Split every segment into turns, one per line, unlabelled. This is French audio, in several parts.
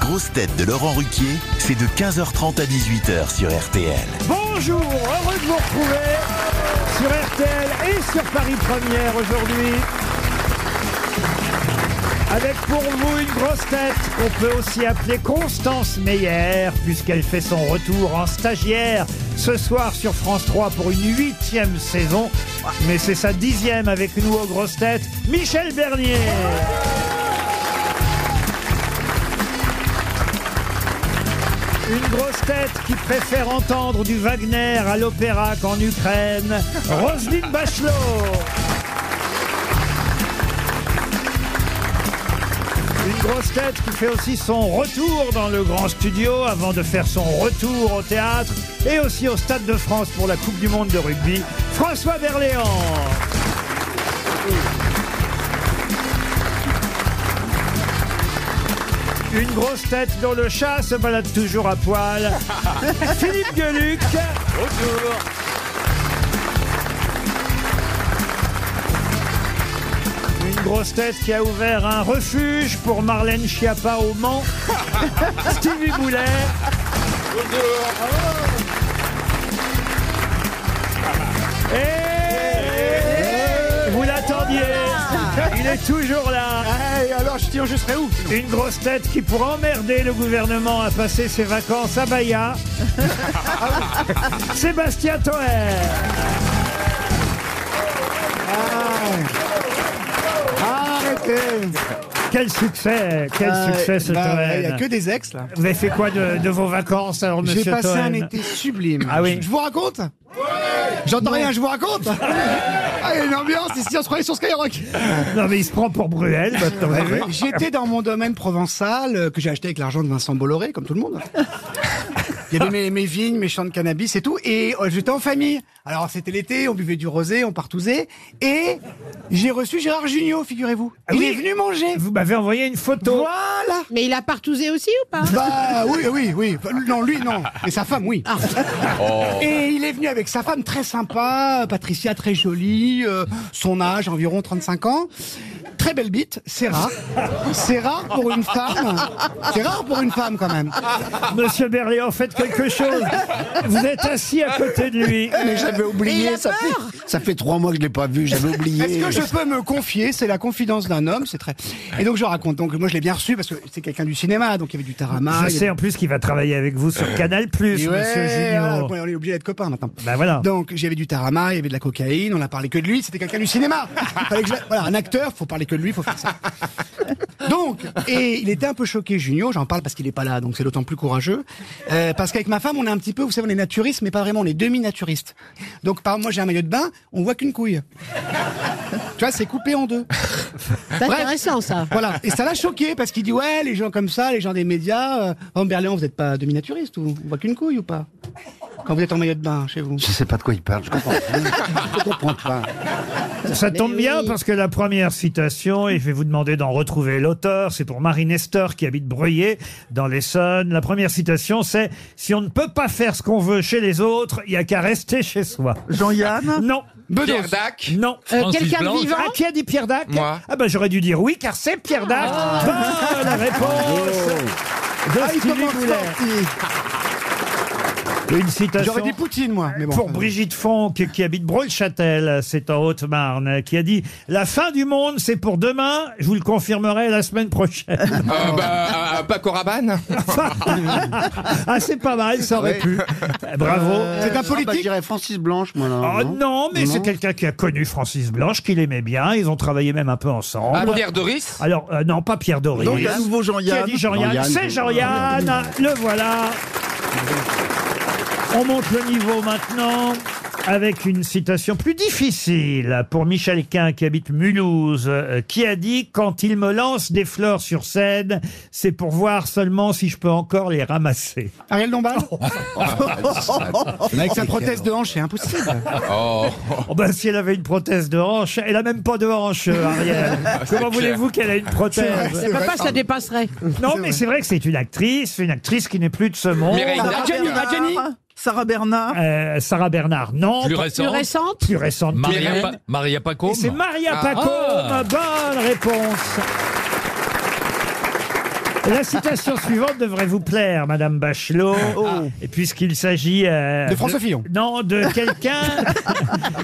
grosses têtes de Laurent Ruquier, c'est de 15h30 à 18h sur RTL.
Bonjour, heureux de vous retrouver sur RTL et sur Paris Première aujourd'hui. Avec pour vous une grosse tête qu'on peut aussi appeler Constance Meyer, puisqu'elle fait son retour en stagiaire ce soir sur France 3 pour une huitième saison. Mais c'est sa dixième avec nous aux grosses têtes, Michel Bernier. Une grosse tête qui préfère entendre du Wagner à l'opéra qu'en Ukraine, Roselyne Bachelot. Une grosse tête qui fait aussi son retour dans le grand studio avant de faire son retour au théâtre et aussi au Stade de France pour la Coupe du Monde de rugby, François Berléand. Une grosse tête dont le chat se balade toujours à poil, Philippe Gueluc. Bonjour. Une grosse tête qui a ouvert un refuge pour Marlène Schiappa au Mans. Stevie Boulet. Et vous l'attendiez. Il est toujours là. alors je tire, je serai où Une grosse tête qui pour emmerder le gouvernement a passé ses vacances à Bahia. Sébastien Toer. Arrêtez Quel succès, quel
Ah,
succès ce
bah,
Toen.
Il n'y a que des ex, là.
Vous avez fait quoi de, de vos vacances alors, monsieur
J'ai passé
Toen
un été sublime.
Ah oui.
Je vous raconte J'entends rien, je vous raconte Ah, il y a une ambiance ici, on se croyait sur Skyrock
Non mais il se prend pour Bruel maintenant. vous avez vu
J'étais dans mon domaine provençal euh, que j'ai acheté avec l'argent de Vincent Bolloré, comme tout le monde. Il y avait mes, mes vignes, mes champs de cannabis et tout, et euh, j'étais en famille. Alors c'était l'été, on buvait du rosé, on partousait, et j'ai reçu Gérard Junior, figurez-vous. Il
Ah oui.
est venu manger.
Vous m'avez envoyé une photo.
Voilà.
Mais il a partousé aussi ou pas
Bah oui, oui, oui. Enfin, Non, lui, non. Mais sa femme, oui.
Ah.
Et il est venu avec sa femme très sympa, Patricia très jolie, euh, son âge environ 35 ans. Très belle bite, c'est rare. C'est rare pour une femme. C'est rare pour une femme quand même.
Monsieur Berléand, faites quelque chose. Vous êtes assis à côté de lui.
Eh, Mais j'avais
Mais il
oublié,
a
ça
peur.
fait, ça fait trois mois que je l'ai pas vu, j'avais
Est-ce
oublié.
que je peux me confier C'est la confidence d'un homme, c'est très. Et donc je raconte. Donc moi je l'ai bien reçu parce que c'est quelqu'un du cinéma, donc il y avait du tarama.
Je
il y
sais
avait-
en plus qu'il va travailler avec vous sur Canal+,
Ah, Et
Monsieur
ouais,
Junior.
on est obligé d'être copains maintenant.
Ben voilà.
Donc j'avais du tarama, il y avait de la cocaïne, on a parlé que de lui, c'était quelqu'un du cinéma. Fallait que je- Voilà, un acteur, faut parler que de lui, faut faire ça. Donc, et il était un peu choqué, Junio, j'en parle parce qu'il est pas là, donc c'est d'autant plus courageux. Euh, parce qu'avec ma femme, on est un petit peu, vous savez, on est naturiste, mais pas vraiment, on est demi-naturiste. Donc par moi j'ai un maillot de bain, on voit qu'une couille. tu vois, c'est coupé en deux.
C'est intéressant ça.
Voilà. Et ça l'a choqué parce qu'il dit ouais, les gens comme ça, les gens des médias. Euh, en Berléand, vous n'êtes pas demi-naturiste ou on voit qu'une couille ou pas Quand vous êtes en maillot de bain chez vous.
Je sais pas de quoi il parle, je comprends pas. Je comprends pas.
Ça tombe
Mais
bien
oui.
parce que la première citation, et je vais vous demander d'en retrouver l'auteur, c'est pour Marie Nestor qui habite Breuillé dans l'Essonne. La première citation, c'est « Si on ne peut pas faire ce qu'on veut chez les autres, il n'y a qu'à rester chez soi. » Jean-Yann Non.
Pierre Dac.
Non.
Euh,
Francis
Quelqu'un de
Blanche.
vivant
Ah, qui a dit Pierre Dac
Moi.
Ah ben j'aurais dû dire oui, car c'est Pierre Dac.
Ah.
Bonne réponse de Stevie Boulet. Une citation
J'aurais dit Poutine moi, mais bon.
pour Brigitte Fonck, qui habite Brolchâtel, c'est en Haute-Marne, qui a dit « La fin du monde, c'est pour demain, je vous le confirmerai la semaine prochaine.
Euh, bah, euh, Paco Rabanne. »
Ah, c'est pas mal, ça aurait
Oui.
pu. Eh, Bravo.
C'est un
Ah, bah, je
politique.
dirais Francis Blanche, moi, là.
Oh non, mais c'est quelqu'un qui a connu Francis Blanche, qu'il aimait bien, ils ont travaillé même un peu ensemble.
Ah, Pierre Doris.
Alors, euh, non, pas Pierre Doris.
Donc, à nouveau
Qui a
Jean-Yann.
dit Jean-Yann C'est Jean-Yann, le voilà. On monte le niveau maintenant avec une citation plus difficile pour Michel Quin qui habite Mulhouse, euh, qui a dit « Quand il me lance des fleurs sur scène, c'est pour voir seulement si je peux encore les ramasser.
Ariel Dombal. Avec sa prothèse de hanche, c'est impossible.
Oh.
Oh ben, si elle avait une prothèse de hanche, elle a même pas de hanche, euh, Ariel. Comment voulez-vous qu'elle ait une prothèse
Papa, ça dépasserait.
Non, mais c'est vrai que c'est une actrice, une actrice qui n'est plus de ce monde.
Mireille Dac.
Jenny, ah, Jenny.
Sarah Bernard.
Euh, Sarah Bernard, non.
Plus
Pas-
Plus
récent.
récente
plus récente.
Maria,
Mylène.
Pa- Maria Pacôme.
Et
Ah.
c'est Maria
Ah.
Pacôme. Bonne réponse. La citation suivante devrait vous plaire, Madame Bachelot, et puisqu'il s'agit euh,
Ah. De François Fillon.
Non, de quelqu'un,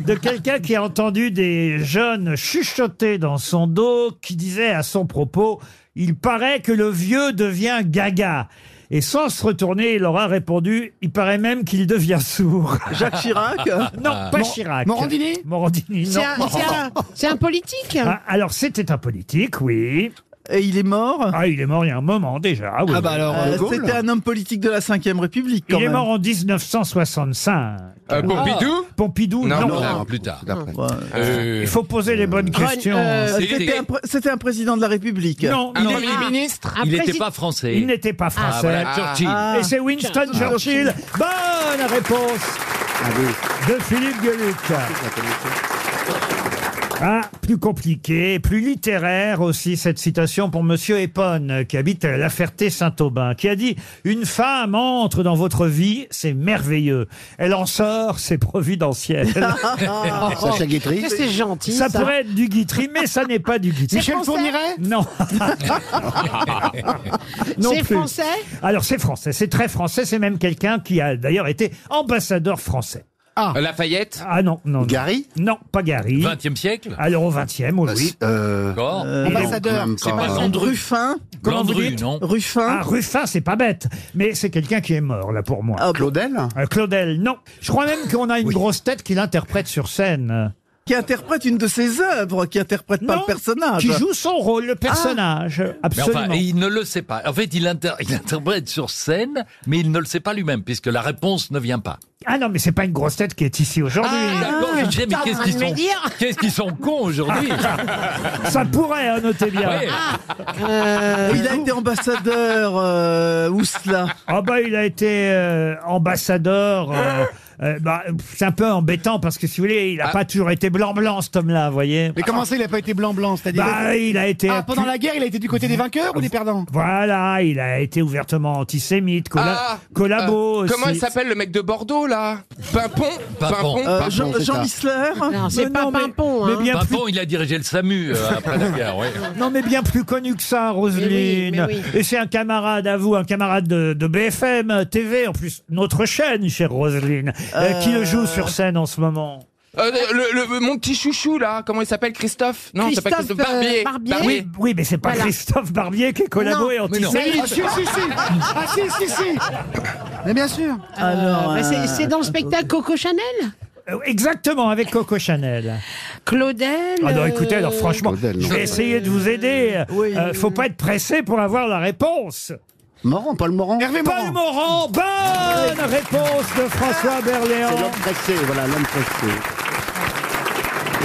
de quelqu'un qui a entendu des jeunes chuchoter dans son dos, qui disait à son propos, il paraît que le vieux devient gaga. Et sans se retourner, il aura répondu, il paraît même qu'il devient sourd.
Jacques Chirac
Non, pas Chirac.
Ah. Morandini
Morandini, non.
C'est un, c'est un- c'est un politique
Ah, alors c'était un politique, oui.
Et il est mort
Ah, il est mort il y a un moment déjà. oui,
Ah
oui.
bah alors,
Euh,
euh, Gaulle.
C'était un homme politique de la 5ème République
Il
quand
est
même. Ah.
mort en 1965.
Euh, Pompidou
Pompidou, non.
Non, non, plus tard.
D'après.
Ouais.
Euh,
Il faut poser les bonnes
Ron-
questions.
euh,
Euh,
C'est-
C'était un, pr- c'était un président de la République.
Non,
Un
il,
premier
Ah.
ministre
un
Il n'était
président-
pas français.
il n'était pas français.
voilà,
Ah.
Churchill.
Ah,
Et c'est Winston Churchill. Bonne réponse
Ah oui,
de Philippe Gueluc.
la connaissais.
Ah, plus compliqué, plus littéraire aussi cette citation pour Monsieur Epon, qui habite à La Ferté-Saint-Aubin, qui a dit « Une femme entre dans votre vie, c'est merveilleux. Elle en sort, c'est providentiel.
Sacha Guitry.
Ça, c'est gentil.
ça,
Ça,
pourrait être du Guitry, mais ça n'est pas du Guitry.
Michel
français
Fourniret
Non. non
C'est
plus.
français
Alors c'est français, c'est très français, c'est même quelqu'un qui a d'ailleurs été ambassadeur français.
euh, Lafayette
Ah non, non, non.
Gary
Non, pas Gary.
20e siècle
Alors au 20e, oui.
Bah,
Euh,
Encore
Ambassadeur.
même
C'est pas
euh,
Landru.
Ruffin. Comment vous
Landru,
dites
non
Ruffin.
Ah, Ruffin, c'est pas bête, mais c'est quelqu'un qui est mort, là, pour moi.
Ah,
Claudel
Euh, Claudel, non. Je crois même qu'on a une grosse tête qui l'interprète sur scène.
qui interprète une de ses œuvres, qui interprète pas
Non,
le personnage.
Qui joue son rôle, le personnage.
Ah.
Mais
Absolument.
enfin, et il ne le sait pas. En fait, il, inter- il interprète sur scène, mais il ne le sait pas lui-même, puisque la réponse ne vient pas.
Ah non, mais c'est pas une grosse tête qui est ici aujourd'hui.
Ah, d'accord, je disais, mais
t'es en
qu'est-ce
train
qu'ils
de me
sont,
dire
qu'est-ce qu'ils sont cons aujourd'hui
Ça pourrait, hein, notez bien.
Ouais.
Euh,
Ah. Il a été ambassadeur, euh, où cela
Ah bah il a été euh, ambassadeur. euh, euh, bah, c'est un peu embêtant parce que si vous voulez, il a
Ah.
pas toujours été blanc blanc cet homme-là, vous voyez.
Mais comment ça, il n'a pas été blanc-blanc C'est-à-dire.
Bah il a été
Ah, pendant la guerre, il a été du côté des vainqueurs ou des perdants
voilà, il a été ouvertement antisémite, colla-
Ah,
collabo
Euh,
aussi.
Comment il s'appelle le mec de Bordeaux là Pimpon
Pimpon.
Pimpon
Euh,
Pardon,
Jean,
c'est
Jean
ça.
Missler
Non, c'est
Mais
pas
non, mais-
Pimpon.
mais
hein.
bien plus,
Pimpon, il a dirigé le SAMU euh, après la guerre. ouais.
non, mais bien plus connu que ça, Roselyne.
Mais oui, mais oui.
Et c'est un camarade à vous, un camarade de, de BFM TV, en plus notre chaîne, chère Roselyne, euh, qui le joue sur scène en ce moment.
Euh, le, le- mon petit chouchou là, comment il s'appelle Christophe Non, c'est pas
Christophe,
Christophe Barbier.
euh, Barbier.
Bah Oui, oui, mais c'est pas
Voilà.
Christophe Barbier qui est collabo
Non,
et
mais non.
antisémite.
Ah, si, si, si Ah, si, si, si Mais bien sûr
Alors,
bah, c'est-
euh,
c'est dans le spectacle Coco Chanel
Euh, Exactement, avec Coco Chanel.
Claudel
Ah non,
euh,
écoutez, alors franchement,
Claudel, non.
je vais essayer de vous aider.
Oui.
Euh, faut pas être pressé pour avoir la réponse.
Morand, Paul Morand
Hervé
Paul
Morand
Morand, bonne réponse de François
C'est
Berléand.
l'homme pressé, voilà, l'homme pressé.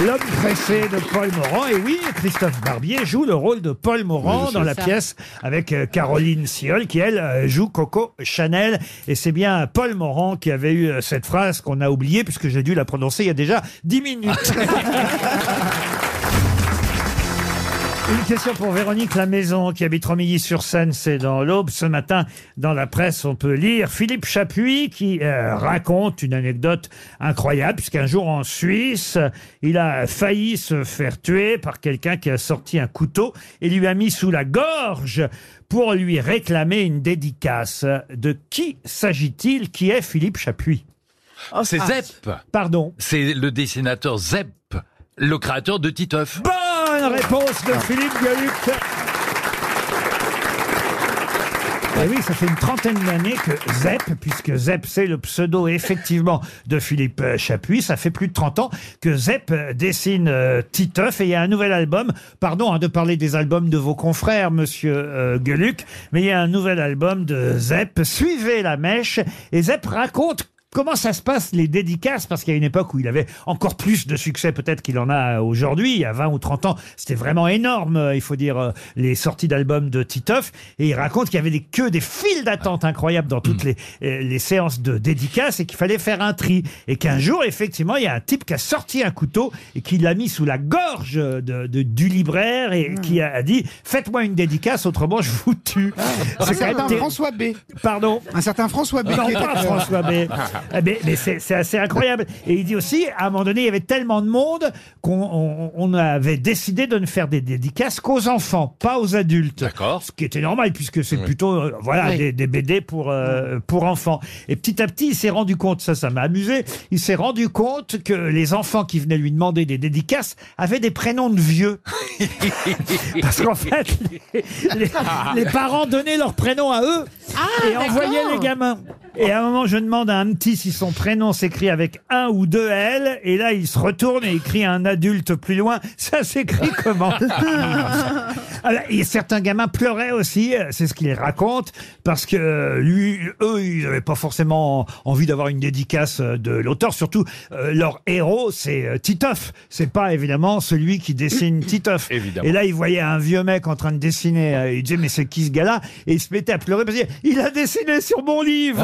L'homme pressé de Paul Morand. Et oui, Christophe Barbier joue le rôle de Paul Morand dans la
ça.
pièce avec euh, Caroline Siol qui, elle, euh, joue Coco Chanel. Et c'est bien Paul Morand qui avait eu euh, cette phrase qu'on a oubliée puisque j'ai dû la prononcer il y a déjà 10 minutes. Une question pour Véronique Lamaison qui habite Romilly-sur-Seine, c'est dans l'Aube. Ce matin, dans la presse, on peut lire Philippe Chapuis qui euh, raconte une anecdote incroyable puisqu'un jour en Suisse, euh, il a failli se faire tuer par quelqu'un qui a sorti un couteau et lui a mis sous la gorge pour lui réclamer une dédicace. De qui s'agit-il Qui est Philippe Chapuis
oh,
C'est
ah,
Zepp.
Pardon.
C'est le dessinateur Zepp, le créateur de Titeuf.
Bonne réponse de
Ah.
Philippe Gueluc. Eh oui, ça fait une trentaine d'années que Zep, puisque Zep c'est le pseudo effectivement de Philippe euh, Chapuis, ça fait plus de 30 ans que Zep euh, dessine euh, Titeuf et il y a un nouvel album, pardon hein, de parler des albums de vos confrères, monsieur euh, Gueluc, mais il y a un nouvel album de Zep, Suivez la mèche, et Zep raconte Comment ça se passe les dédicaces Parce qu'il y a une époque où il avait encore plus de succès peut-être qu'il en a aujourd'hui. Il y a 20 ou 30 ans, c'était vraiment énorme, euh, il faut dire, euh, les sorties d'albums de Titoff. Et il raconte qu'il y avait des queues, des files d'attente incroyables dans toutes les, euh, les séances de dédicaces et qu'il fallait faire un tri. Et qu'un jour, effectivement, il y a un type qui a sorti un couteau et qui l'a mis sous la gorge de- de- du libraire et qui a dit « Faites-moi une dédicace, autrement je vous tue ».
Un
Ah, C'est quand même
certain
terri-
Ah, François B.
Pardon
Un certain François B.
non,
qui était-
pas François B. Ah, Mais, mais c'est c'est assez incroyable. Et il dit aussi, à un moment donné, il y avait tellement de monde qu'on on- on avait décidé de ne faire des dédicaces qu'aux enfants, pas aux adultes.
D'accord.
Ce qui était normal, puisque c'est plutôt euh, voilà,
Oui.
des, des BD pour, euh, pour enfants. Et petit à petit, il s'est rendu compte, ça, ça m'a amusé, il s'est rendu compte que les enfants qui venaient lui demander des dédicaces avaient des prénoms de vieux. Parce qu'en fait, les, les- les parents donnaient leur prénom à eux et envoyaient les gamins. Et à un moment, je demande à un petit si son prénom s'écrit avec un ou deux L, et là, il se retourne et écrit à un adulte plus loin. Ça s'écrit comment Alors, et certains gamins pleuraient aussi, euh, c'est ce qu'il raconte, parce que euh, lui, eux, ils n'avaient pas forcément envie d'avoir une dédicace euh, de l'auteur. Surtout, euh, leur héros, c'est euh, Titoff. C'est pas évidemment celui qui dessine Titoff.
Évidemment.
Et là, il voyait un vieux mec en train de dessiner. euh, Il disait mais c'est qui ce gars-là Et il se mettait à pleurer parce qu'il a dessiné sur mon livre.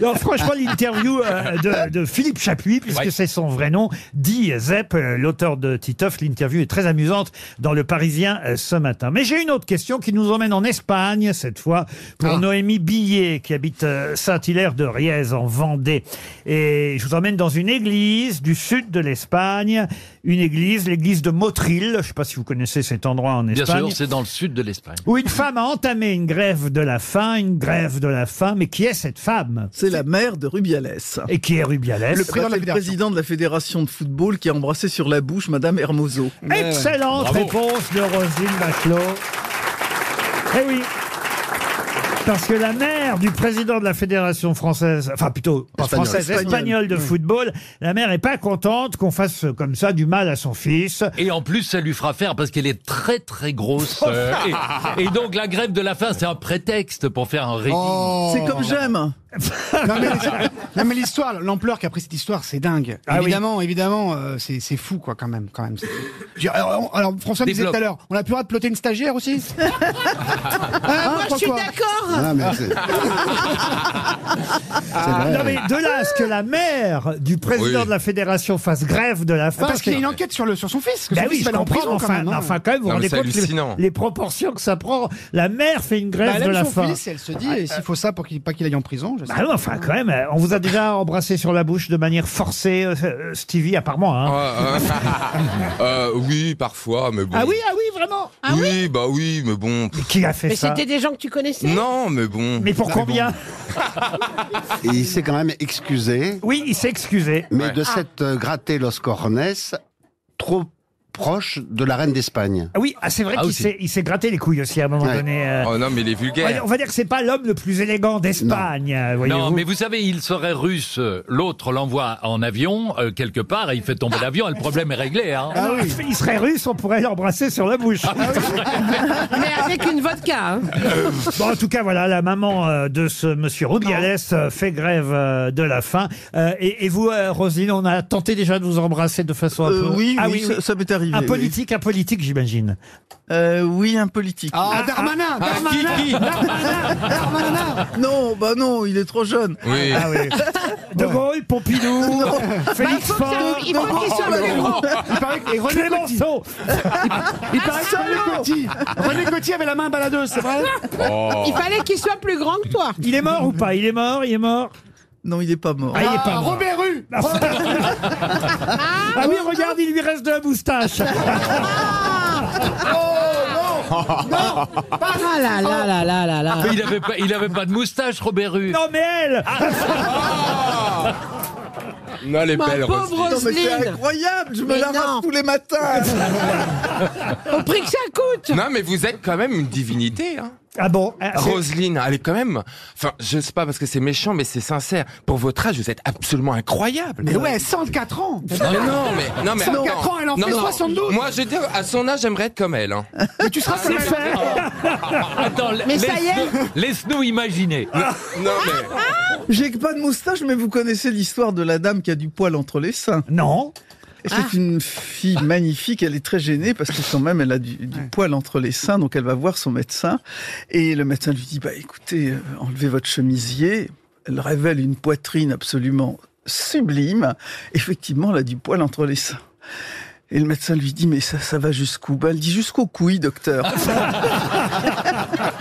Non, franchement, l'interview euh, de, de Philippe Chapuis, puisque
Ouais.
c'est son vrai nom, dit Zepp, euh, l'auteur de Titoff. L'interview est très amusante dans Le Parisien euh, ce matin. Mais j'ai une autre question qui nous emmène en Espagne, cette fois,
Ah.
pour Noémie Billet, qui habite euh, Saint-Hilaire de Riez, en Vendée. Et je vous emmène dans une église du sud de l'Espagne, une église, l'église de Motril. Je ne sais pas si vous connaissez cet endroit en
Bien
Espagne
sûr, c'est dans le sud de l'Espagne.
où une femme a entamé une grève de la faim, une grève de la faim, mais qui est cette femme
C'est la mère de Rubiales.
Et qui est Rubiales
Le président, de la fédération de football qui a embrassé sur la bouche Madame Hermoso.
Excellente
Bravo.
réponse de Rosine Bachelot. Eh oui parce que la mère du président de la Fédération française, enfin plutôt pas
Espagnole.
française,
Espagnole. Mmh.
espagnole de football, la mère est pas contente qu'on fasse comme ça du mal à son fils.
Et en plus, ça lui fera faire parce qu'elle est très très grosse.
Oh,
euh, et, et donc la grève de la faim, c'est un prétexte pour faire un régime.
Oh.
C'est comme j'aime.
Oh. Non mais, non, mais l'histoire, l'ampleur qu'a pris cette histoire, c'est dingue.
Ah oui.
évidemment, évidemment, euh, c'est c'est fou quoi quand même, quand même. C'est- Je- Alors, on- alors, François me disait
Développe.
tout à l'heure, on a plus le droit de ploter une stagiaire aussi. Hein, ah,
Je suis
pourquoi
d'accord.
Ah, mais c'est- c'est vrai.
Ah, Non mais de là à ce que la mère du président
Oui.
de la Fédération fasse grève de la faim.
Parce qu'il y a
c'est-
une enquête sur le sur son fils. Que
Ben
son
oui,
fils
je
va aller en
comprends,
prison
enfin,
quand même. hein.
enfin, quand même, vous vous
Non, mais
rendez
c'est
compte
hallucinant.
les, les proportions que ça prend. La mère fait une
Bah,
grève
elle
de
aime
la
son
faim.
fils, et elle se dit, et s'il faut ça pour qu'il pas qu'il aille en prison, je sais.
Bah non, enfin, quand même, euh, on vous a déjà embrassé sur la bouche de manière forcée, euh, euh, Stevie, apparemment. Hein.
Ah, ah, euh, oui, parfois, mais bon.
Ah oui, ah oui, vraiment
Ah
oui, bah oui, mais bon. pff,
Mais Qui a fait
Mais
ça
c'était des gens que tu connaissais
Non, mais bon.
Mais pour
Mais
combien
bon.
Et il s'est quand même excusé,
Oui, il s'est excusé. Ah.
mais
Ouais.
de s'être euh, gratté Los Cornes trop proche de la reine d'Espagne.
Ah oui, ah, c'est vrai
Ah,
qu'il
aussi.
s'est- il s'est gratté les couilles aussi à un moment
Ouais.
donné. euh.
Oh non, mais les
On va dire-
vulgaires.
on va dire que c'est pas l'homme le plus élégant d'Espagne, euh, voyez-vous.
Non, mais vous savez, il serait russe, euh, l'autre l'envoie en avion, euh, quelque part, et il fait tomber l'avion, et le problème est réglé. Hein.
Ah oui. Il serait russe, on pourrait l'embrasser sur la bouche.
Ah
Mais avec une vodka. hein.
Bon, en tout cas, voilà, la maman euh, de ce monsieur Rubiales euh, fait grève euh, de la faim. Euh, et, et vous, euh, Roselyne, on a tenté déjà de vous embrasser de façon un
Euh,
peu...
oui,
Ah
oui, ça, ça m'est arrivé.
Un
oui.
politique, un politique, j'imagine.
Euh, Oui, un politique.
Ah, Darmanin, Darmanin, Darmanin, Darmanin.
Non, bah non, il est trop jeune.
Oui.
Ah oui. De Gaulle, Pompidou, Félix
Faut que ça-
Faure,
Bah, il faut qu'il soit courant.
Il paraît que- et René Coty.
Clémenceau.
Il paraît que René Coty. René Coty avait la main baladeuse, c'est vrai
Il fallait qu'il soit plus grand que toi.
Il est mort ou pas Il est mort, il est mort.
Non, il est pas mort.
Ah, il est pas
Ah,
mort.
Robert Rue.
Ah oui, regarde, il lui reste de la moustache.
Ah là là là là là là.
Mais il avait pas, il avait pas de moustache, Robert Ah. Rue.
Non, mais elle
Non, les
Ma
belles
pauvre
Roselyne.
Non, mais c'est
Roselyne.
incroyable, je me
Mais
la
non.
rase tous les matins.
Au prix que ça coûte.
Non, mais vous êtes quand même une divinité. Hein.
Ah bon ah, c'est-
Roselyne, elle est quand même. Enfin, je sais pas parce que c'est méchant, mais c'est sincère. Pour votre âge, vous êtes absolument incroyable.
Mais ouais, 104 ans.
Eh ben,
Non, mais non, mais. Non, mais
104
attends.
ans, elle en fait 72.
Moi, je dis, à son âge, j'aimerais être comme elle. Hein.
Mais tu seras comme elle.
Attends,
Ah, Mais ça y est.
laisse-nous- laisse-nous imaginer.
Ah.
Non, mais.
J'ai pas de moustache, mais vous connaissez l'histoire de la dame qui a du poil entre les seins.
Non.
Et
Ah.
C'est une fille magnifique, elle est très gênée parce que quand même elle a du, du poil entre les seins, donc elle va voir son médecin. Et le médecin lui dit, bah écoutez, euh, enlevez votre chemisier. Elle révèle une poitrine absolument sublime. Effectivement, elle a du poil entre les seins. Et le médecin lui dit, mais ça, ça va jusqu'où Ben, elle dit jusqu'aux couilles, docteur.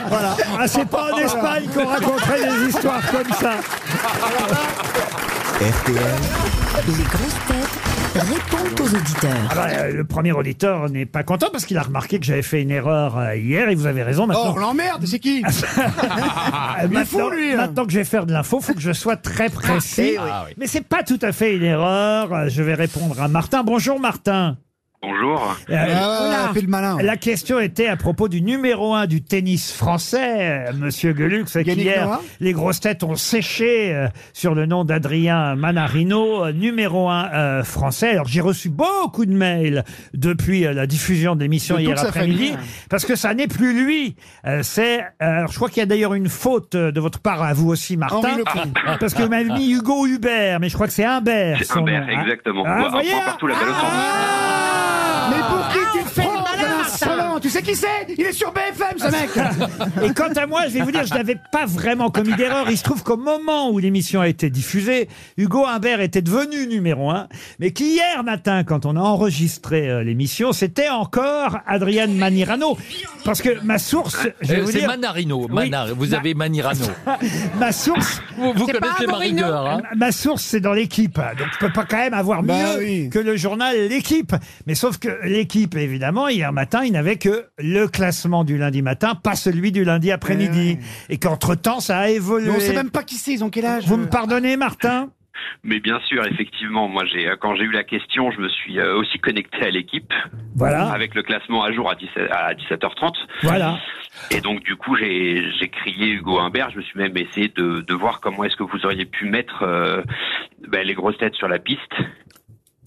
Voilà. Ah, c'est pas en Espagne qu'on raconterait des histoires comme ça.
RTL,
Les grosses têtes répondent aux auditeurs.
Ah bah, euh, le premier auditeur n'est pas content parce qu'il a remarqué que j'avais fait une erreur euh, hier et vous avez raison maintenant.
Oh, l'emmerde, c'est qui
Euh,
il est
maintenant,
fou, lui, hein. eh
maintenant que je vais faire de l'info, faut que je sois très précis.
Ah oui.
Mais c'est pas tout à fait une erreur. Euh, Je vais répondre à Martin. Bonjour Martin.
Bonjour.
Euh,
Ah, fait le malin.
La question était à propos du numéro 1 du tennis français, euh, Monsieur Gueluc, c'est
Yannick
qu'hier,
Noah
les grosses têtes ont séché euh, sur le nom d'Adrien Manarino, euh, numéro 1 euh, français. Alors j'ai reçu beaucoup de mails depuis euh, la diffusion de l'émission
De toute
hier
sa
après-midi,
famille. hein.
parce que ça n'est plus lui. Euh, c'est, euh, alors je crois qu'il y a d'ailleurs une faute euh, de votre part à vous aussi, Martin,
Henri Leclerc.
parce que vous m'avez mis Hugo Hubert, mais je crois que c'est Humbert.
C'est
son
Humbert,
nom, hein.
exactement.
Ah,
Ouais, un
voyez,
point partout, la balle au centre.
ah
Mais pour qui tu
on
te
fait le
prends,
malin,
Alain
ça.
Solon Tu sais qui c'est Il est sur BFM, ce mec
Et quant à moi, je vais vous dire, je n'avais pas vraiment commis d'erreur. Il se trouve qu'au moment où l'émission a été diffusée, Hugo Humbert était devenu numéro un, mais qu'hier matin, quand on a enregistré euh, l'émission, c'était encore Adrienne Manirano, parce que ma source, je vais
Euh,
vous
C'est
dire,
Manarino.
Oui.
Manar- Vous
Ma-
avez Manirano.
ma source.
Vous, vous
C'est pas
connaissez
un
ma
Morino
rigueur. Hein
Ma- Ma source, c'est dans l'équipe. Donc, je peux pas quand même avoir
Bah
mieux
oui.
que le journal L'équipe. Mais sauf que l'équipe, évidemment, hier matin, il n'avait que le classement du lundi matin, pas celui du lundi après-midi. Et qu'entre-temps, ça a évolué.
Mais on sait même pas qui c'est, ils ont quel âge euh
Vous me pardonnez, Martin
Mais bien sûr, effectivement, moi, j'ai euh, quand j'ai eu la question, je me suis euh, aussi connecté à l'équipe
Voilà.
avec le classement à jour à, 17, à 17h30.
Voilà.
Et donc, du coup, j'ai j'ai crié Hugo Humbert. Je me suis même essayé de, de voir comment est-ce que vous auriez pu mettre euh, ben, les grosses têtes sur la piste.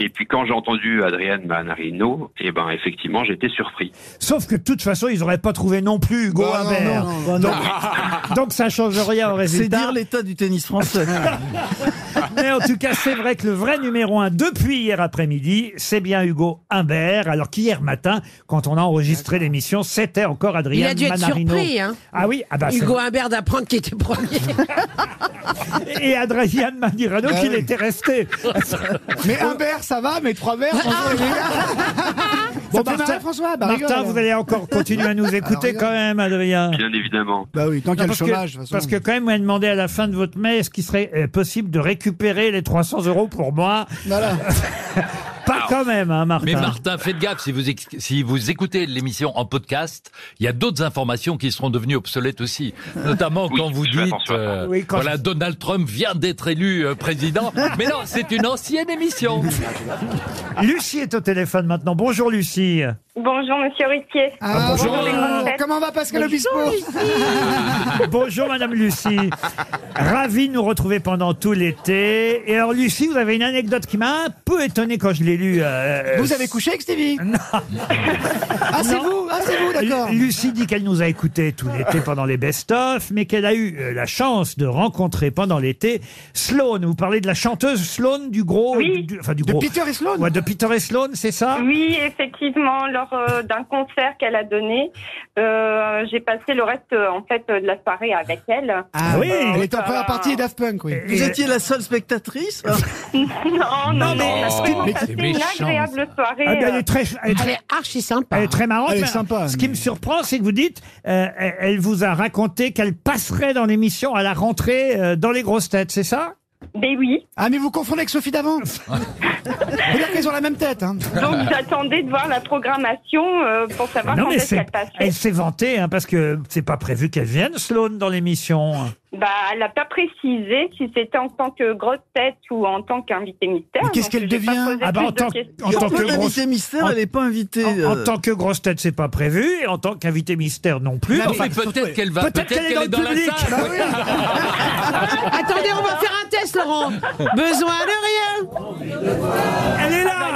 Et puis, quand j'ai entendu Adrienne Manarino, et ben, effectivement, j'étais surpris.
Sauf que de toute façon, ils n'auraient pas trouvé non plus Hugo
Bah, non,
Humbert.
non,
donc, donc ça change rien au
C'est
résultat.
dire l'état du tennis français.
Mais en tout cas, c'est vrai que le vrai numéro un depuis hier après-midi, c'est bien Hugo Humbert. Alors qu'hier matin, quand on a enregistré l'émission, c'était encore
Il
Adrien
a dû être
Manarino.
surpris, hein.
Ah oui, ah bah c'est-
Hugo Humbert d'apprendre qu'il était premier.
et Adrien Manirano
Ah
qu'il
oui.
était resté.
Mais un verre, ça va, mais trois verres, bonjour les gars. Ça te fait marrer, François bah,
Ah. Martin,
rigole.
vous allez encore continuer à nous écouter
rigole.
quand même, Adrien.
Bien évidemment.
Bah oui, tant qu'il y a le
parce,
chômage,
que,
de toute façon.
parce que quand même, on m'a demandé à la fin de votre mail, est-ce qu'il serait euh, possible de récupérer les 300 euros pour moi
Voilà.
Pas quand même, hein, Martin.
Mais Martin, faites gaffe, si vous, ex- si vous écoutez l'émission en podcast, il y a d'autres informations qui seront devenues obsolètes aussi. Notamment
Oui,
quand vous
je fais
dites,
attention.
euh,
Oui, quand
voilà,
je-
Donald Trump vient d'être élu euh, président. Mais non, c'est une ancienne émission.
Lucie est au téléphone maintenant. Bonjour Lucie.
Bonjour Monsieur Ruquier.
Ah,
bonjour.
Comment va Pascal Obispo
Ah.
Bonjour Madame Lucie. Ravie de nous retrouver pendant tout l'été. Et alors Lucie, vous avez une anecdote qui m'a un peu étonné quand je l'ai lue. euh,
Vous avez couché avec Stevie Ah, c'est vous Ah, c'est vous, d'accord.
Lu- Lucie dit qu'elle nous a écoutés tout l'été pendant les best-of, mais qu'elle a eu euh, la chance de rencontrer pendant l'été Sloane. Vous parlez de la chanteuse Sloane du gros.
Oui.
du- enfin, du
De
gros.
Peter et Sloan
Ouais, de Peter et Sloane, c'est ça
Oui, effectivement, lors euh, d'un concert qu'elle a donné, euh, j'ai passé le reste euh, en fait euh, de la soirée avec elle.
Ah oui.
Elle est bah, en
Ah.
première partie Daft Punk, oui.
Vous étiez la seule spectatrice
Non,
mais-
non, non,
Oh,
vraiment
mais
c'est
passé une
méchant,
agréable soirée. euh.
Ah ben, elle, est très, elle est
Elle
très-
est archi sympa.
elle est très marrante.
Elle est
mais
sympa,
Ce
mais-
qui me surprend, c'est que vous dites, euh, elle- elle vous a raconté qu'elle passerait dans l'émission à la rentrée euh, dans les grosses têtes, c'est ça
euh, ben oui.
Ah, mais vous confondez avec Sophie d'avant Faut dire qu'elles ont la même tête, hein.
Donc j'attendais de voir la programmation euh, pour savoir
Non
quand
mais
est-ce
c'est,
qu'elle passait.
elle s'est vantée hein, parce que c'est pas prévu qu'elle vienne Sloane dans l'émission.
Bah, elle n'a pas précisé si c'était en tant que grosse tête ou en tant qu'invité mystère.
Mais qu'est-ce
donc
qu'elle
j'ai pas
devient
posé
Ah bah,
plus
en
de
tant, que-
questions.
en tant que
Pourquoi
grosse
l'invité mystère,
en-
elle n'est pas invitée
En, en
euh,
tant que grosse tête, c'est pas prévu. Et en tant qu'invité mystère non plus.
Non,
Non,
Enfin,
mais peut-être qu'elle va,
Peut-être qu'elle est dans le
la
public. Bah
salle.
Attendez, on va faire un test, Laurent. Besoin de rien.
elle est là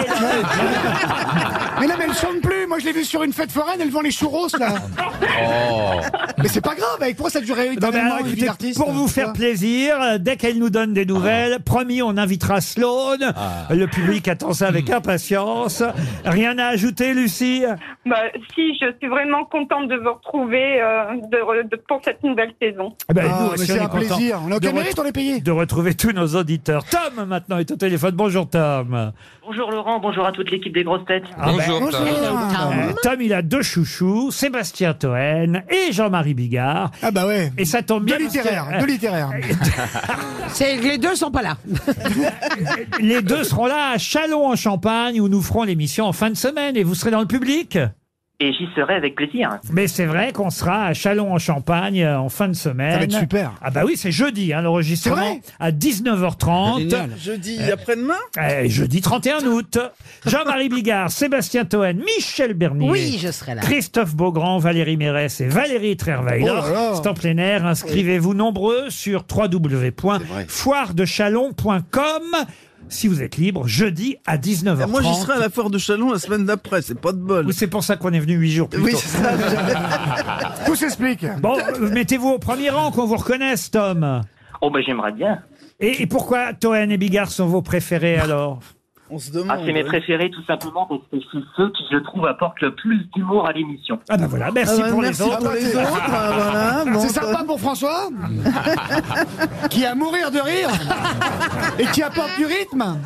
Mais non, mais elle chante plus. Moi, je l'ai vue sur une fête foraine, elle vend les churros, là. Mais c'est pas grave, avec pourquoi ça durait
Non, mais alors,
éternellement une vie
écoutez,
d'artiste hein,
pour vous faire plaisir, euh, dès qu'elle nous donne des
Ah.
nouvelles, promis, on invitera Sloane. Le public attend ça
Hmm.
avec impatience. Rien à ajouter, Lucie
Bah, si, je suis vraiment contente de vous retrouver euh, de- de- pour cette nouvelle saison.
Eh ben,
Ah,
nous
mais
aussi,
c'est
on est
un
contents
plaisir. On a aucun
de
mérite,
retru- De retrouver tous nos auditeurs. Tom, maintenant, est au téléphone. Bonjour, Tom.
Bonjour Laurent, bonjour à toute l'équipe des grosses têtes.
Ah ben, Euh, Tom, il a deux chouchous, Sébastien Toen et Jean-Marie Bigard. Ah bah ouais. Et ça tombe bien.
Deux littéraires, deux littéraires.
C'est les deux sont pas là.
Les deux seront là à Chalon en Champagne où nous ferons l'émission en fin de semaine et vous serez dans le public.
Et j'y serai avec plaisir.
Mais c'est vrai qu'on sera à Chalon en Champagne euh, en fin de semaine.
Ça va être
super.
Ah bah oui, c'est jeudi hein, l'enregistrement à 19h30.
Jeudi
Euh,
après-demain
Eh, jeudi 31 août. Jean-Marie Bigard, Sébastien Toen, Michel Bernier.
Oui, je serai là.
Christophe Beaugrand, Valérie Mérès et Valérie Trerweiler.
Oh là là.
C'est en plein air. Inscrivez-vous nombreux sur www.foiredechalon.com. Si vous êtes libre, jeudi à 19h30.
Moi, j'y serai à la foire de Chalon la semaine d'après, c'est pas de bol.
Oui, c'est pour ça qu'on est venu huit jours plus
Oui,
tôt.
c'est ça.
Oh.
Tout s'explique. Bon, euh, mettez-vous au premier rang, qu'on vous reconnaisse, Tom.
Oh ben j'aimerais bien.
Et, et pourquoi Toen et Bigard sont vos préférés alors
On se demande.
Ah, c'est mes préférés tout simplement parce que c'est ceux qui, je trouve, apportent le plus d'humour à l'émission.
Ah ben voilà, merci pour les
Ah, bah,
autres.
c'est sympa pour François, qui a mourir de rire et qui apporte du rythme.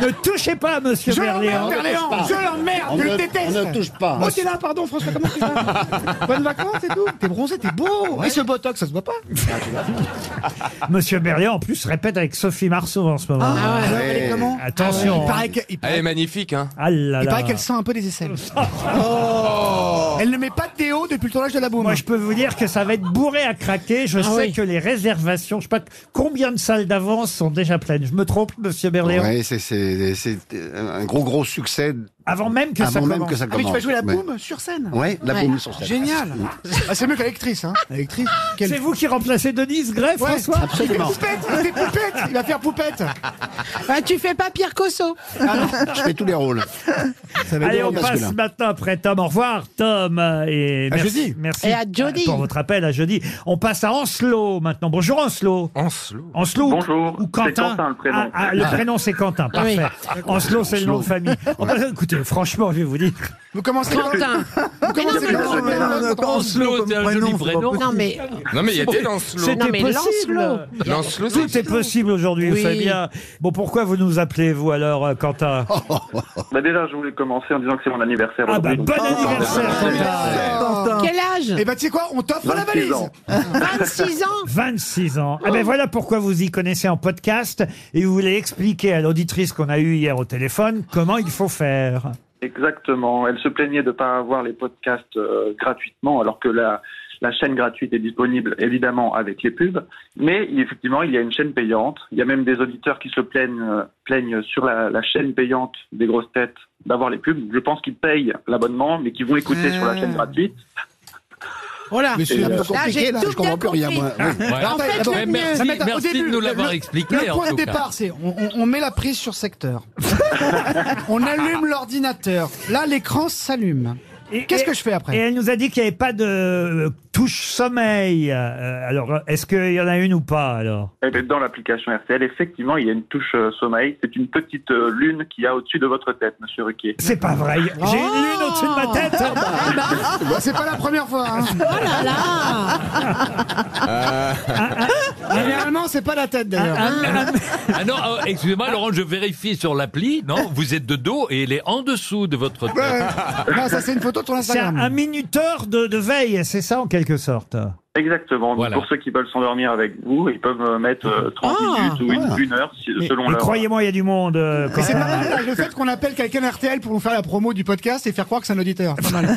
ne touchez pas, à monsieur
Je
Berléand.
l'emmerde, Berléand, je l'emmerde, je le déteste. Oh, t'es là, pardon, François, comment tu vas Bonnes vacances et tout. T'es bronzé, t'es beau. Et ce botox, ça se voit pas
Monsieur Berléand, en plus, répète avec Sophie Marceau en ce moment.
Ah ouais, elle est comment
Attention. hein.
Il paraît que- il
Elle est magnifique, hein.
Ah là
Il
là.
paraît qu'elle sent un peu des aisselles. Elle ne met pas de Théo depuis le tournage de la boum.
Moi, je peux vous dire que ça va être bourré à craquer. Je
Ah
sais
oui.
que les réservations, je sais pas combien de salles d'avance sont déjà pleines. Je me trompe, monsieur Berléand
Ouais, c'est- c'est c'est euh, un gros, gros succès.
Avant même que ça
Avant même
commence.
que ça
Ah oui, tu
commence.
vas jouer la
Ouais.
Boum, sur scène.
Ouais, la boum sur scène. Mm.
Génial. Ah, c'est mieux que l'actrice, hein. L'actrice.
C'est vous qui remplacez Denise Greff,
Ouais,
François
Il fait poupette, il fait poupette, il va faire poupette.
Bah, tu fais pas Pierre Cosso.
Ah
Je fais tous les rôles. Ça va être
Allez, on
drôle, parce que là-
passe maintenant après Tom. Au revoir, Tom. euh, Et
À
merci,
jeudi.
Merci euh,
Et à jeudi.
pour votre appel à jeudi. On passe à Ancelot maintenant. Bonjour, Ancelot.
Ancelot.
Ancelot.
Bonjour,
Ou Quentin.
c'est Quentin, le prénom.
Ah, ah, le
Ah.
prénom, c'est Quentin.
Ah oui.
Parfait. Ancelot, c'est le nom de famille. Oh, bah, écoutez, franchement, je vais vous dire.
Vous commencez
Quentin.
Vous commencez
Mais non, mais
par-
non, mais non,
Lancelot, c'est un joli prénom.
Non, mais-
Non, mais il y a
C'était-
des Lancelots.
C'était
Non, mais
possible.
Lancelot.
Lancelot, c'est-
Tout est possible aujourd'hui, vous
Oui.
savez bien. Bon, pourquoi vous nous appelez, vous, alors, euh, Quentin
Bah déjà, je voulais commencer en disant que c'est mon anniversaire.
Ah bah,
aujourd'hui, donc-
bon anniversaire, Quentin
Oh, Quel âge
Eh ben, tu sais quoi, on t'offre la
26
valise.
ans.
26 ans
26 ans. Ah ben voilà pourquoi vous y connaissez en podcast et vous voulez expliquer à l'auditrice qu'on a eue hier au téléphone comment il faut faire.
Exactement. Elle se plaignait de ne pas avoir les podcasts euh, gratuitement, alors que la, la chaîne gratuite est disponible évidemment avec les pubs. Mais il- effectivement, il y a une chaîne payante. Il y a même des auditeurs qui se plaignent, euh, plaignent sur la, la chaîne payante des grosses têtes d'avoir les pubs. Je pense qu'ils payent l'abonnement, mais qu'ils vont écouter sur la chaîne
Ah.
gratuite.
Voilà.
Mais c'est un peu compliqué,
j'ai
là,
tout
je comprends
bien
plus rien,
compris.
moi. Oui.
Ouais.
Alors,
En
attends,
fait,
d'abord,
le
non,
mieux-
mais attends,
Merci-
au départ,
merci de nous
le-
l'avoir
le-
expliqué,
Le
en
point
tout
de
cas.
départ, c'est on, on- on met la prise sur secteur. on allume l'ordinateur. Là, l'écran s'allume. Qu'est-ce que je fais
Et
après
elle nous a dit qu'il n'y avait pas de euh, touche sommeil. Euh, alors, est-ce qu'il y en a une ou pas alors
Eh bien, dans l'application RTL, effectivement, il y a une touche euh, sommeil. C'est une petite euh, lune qu'il y a au-dessus de votre tête, monsieur Ruquier.
C'est pas vrai. J'ai une lune au-dessus de ma tête.
Bah, C'est pas la première fois. hein.
Oh là là
Ah.
Généralement, c'est pas la tête d'ailleurs.
Ah non, ah, excusez-moi, Laurent, je vérifie sur l'appli. Non, vous êtes de dos et elle est en dessous de votre tête.
Non, ça c'est une photo de ton
C'est un,
Instagram.
un minuteur de, de veille, c'est ça en quelque sorte.
Exactement. Donc,
Voilà.
Pour ceux qui veulent s'endormir avec vous, ils peuvent euh, mettre euh, 30 minutes ou une, une heure si-
Mais-
selon
mais
leur.
croyez-moi, il y a du monde. euh,
Mais c'est
Quentin.
pas mal là, le fait qu'on appelle quelqu'un RTL pour nous faire la promo du podcast et faire croire que c'est un auditeur. Pas mal.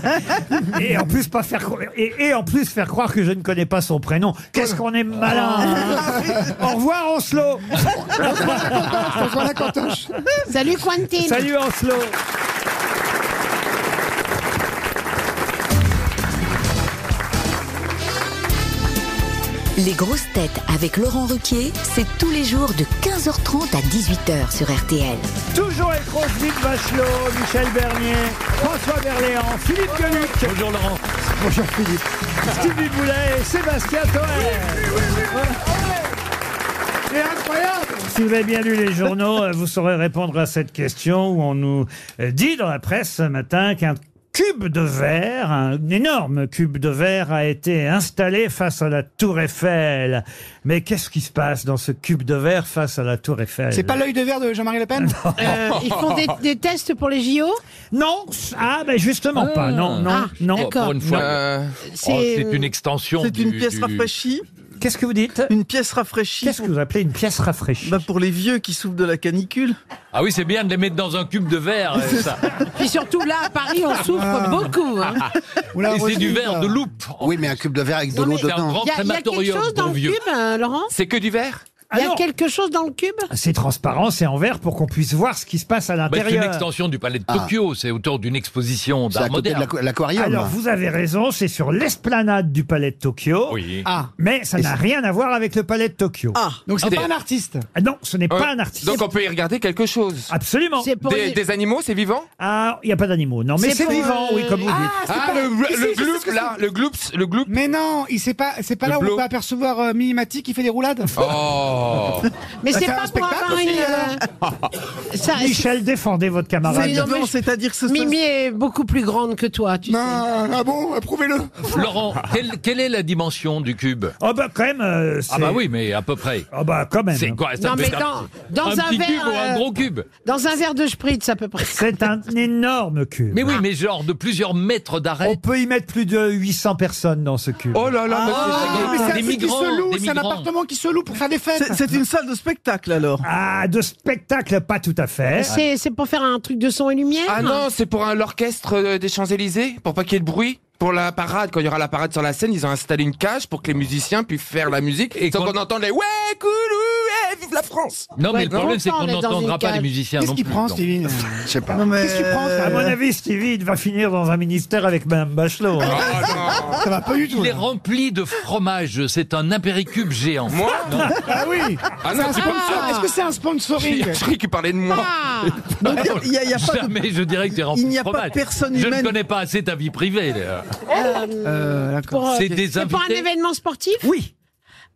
Et en plus pas faire cro- et, et en plus faire croire que je ne connais pas son prénom. Qu'est-ce qu'on est malin. hein. Au revoir Oslo.
François Lacantoche.
Salut Quentin
Salut Oslo.
Les grosses têtes avec Laurent Ruquier, c'est tous les jours de 15h30 à 18h sur RTL.
Toujours avec Roselyne Bachelot, Michel Bernier, François Berléand, Philippe Gueluc.
Bonjour Laurent.
Bonjour Philippe. Stevie Boulet et Sébastien Toer.
C'est incroyable
Si vous avez bien lu les journaux, euh, vous saurez répondre à cette question où on nous euh, dit dans la presse ce matin qu'un cube de verre, un énorme cube de verre a été installé face à la Tour Eiffel. Mais qu'est-ce qui se passe dans ce cube de verre face à la Tour Eiffel
C'est pas l'œil de verre de Jean-Marie Le Pen
Euh, ils font des, des tests pour les JO
Non. Ah, ben justement pas. Non, non,
Ah,
non.
D'accord.
Pour une fois,
Non.
euh, oh,
C'est,
c'est
euh,
une extension.
C'est une
du-
pièce
du-
rafraîchie.
Qu'est-ce que vous dites
Une pièce rafraîchie.
Qu'est-ce que vous appelez une pièce rafraîchie
bah Pour les vieux qui souffrent de la canicule.
Ah oui, c'est bien de les mettre dans un cube de verre, euh, ça.
Puis surtout là, à Paris, on
Ah.
souffre beaucoup. hein.
Oula,
Et c'est du
retenez
verre
ça.
de loupe.
Oui, mais un cube de verre avec de
Non,
l'eau
mais-
C'est un
dedans.
grand
Il y, a- il y a quelque
crématorium
chose dans
pour
le
vieux.
cube, hein, Laurent
C'est que du verre
Ah
Il y a
Alors,
quelque chose dans le cube
C'est transparent, c'est en verre pour qu'on puisse voir ce qui se passe à
Bah, c'est une
l'intérieur.
extension du palais de Tokyo. C'est autour d'une exposition
C'est à
d'art
côté de
moderne.
l'ac- l'aquarium.
Alors vous avez raison, c'est sur l'esplanade du palais de Tokyo.
Oui.
Ah,
Mais ça
Et
n'a
c'est-
rien à voir avec le palais de Tokyo.
ah, donc c'est
Ah,
pas
des-
un artiste.
Ah Non, ce n'est pas
Euh,
un artiste.
Donc on peut y regarder quelque chose.
Absolument.
C'est pour
Des,
les-
des animaux, c'est vivant
Ah, il n'y a pas d'animaux. Non, mais
C'est
c'est
pour,
vivant,
euh,
oui, comme vous dites.
Ah, c'est
Ah,
pas...
le,
Si,
le
je sais ce
gloup,
que
là,
c'est.
le gloups, le gloup.
Mais non, il sait pas, c'est pas
Le
là où
bleu.
on peut apercevoir euh, Mimimatic qui fait des roulades.
Oh
Mais
Bah,
c'est
c'est
pas
un
pour
spectacle
avoir une.
hein.
aussi,
euh, ça-
hein. Michel, défendez votre camarade.
Oui, non, mais je-
c'est-à-dire que ce
Mimi est beaucoup plus grande que toi, tu sais.
Non, ah bon, prouvez-le.
Laurent, quelle, quelle est la dimension du cube
Oh bah quand même. euh, c'est-
Ah bah oui, mais à peu près.
Oh bah quand même.
C'est quoi ça
Non,
peut
mais
être un-
dans- dans
un
un
petit
verre,
cube ou
euh,
un gros cube
Dans un verre de spritz, à peu près.
C'est un énorme cube.
Mais oui,
Ah.
mais genre de plusieurs mètres d'arrêt.
On peut y mettre plus de 800 personnes dans ce cube.
Oh là là, mais c'est
Ah,
génial.
mais c'est
des
un truc qui
migrants,
se loue,
des
c'est un
migrants.
appartement qui se loue pour faire des
C'est-
fêtes.
C'est une salle de spectacle alors.
Ah, de spectacle, pas tout à
Ah,
fait.
C'est c'est pour faire un truc de son et lumière
Ah non, c'est pour un- l'orchestre euh, des Champs-Élysées, pour pas qu'il y ait de bruit. Pour la parade, quand il y aura la parade sur la scène, ils ont installé une cage pour que les musiciens puissent faire la musique et
quand-
qu'on entende les Ouais, cool, ouais, vive la France
Non,
Ouais,
mais le problème, c'est
longtemps,
qu'on
on est dans
n'entendra
une
pas les
cage.
musiciens
Qu'est-ce
non
qu'il
plus.
prend,
donc.
Stevie
Je sais pas.
Non, mais-
Qu'est-ce que tu prends, ça
À mon avis, Stevie, il va finir dans un ministère avec Mme Bachelot. hein.
Ah,
Ça va pas du tout.
Il est
là.
rempli de fromage. C'est un impéricube géant.
Moi
Ah oui.
Ah
C'est
non,
un
c'est pas
sponsor. Est-ce que c'est un sponsoring
J'ai cru qu'il parlait de moi.
Ah
Donc, il y a- il y a pas de-
Jamais je dirais que tu es rempli
Il n'y
de
a pas
fromage.
de personne
Je ne
humaine.
connais pas assez ta vie privée. là.
Euh, d'accord.
pour, euh,
C'est des
C'est pour un
invités.
événement sportif
Oui.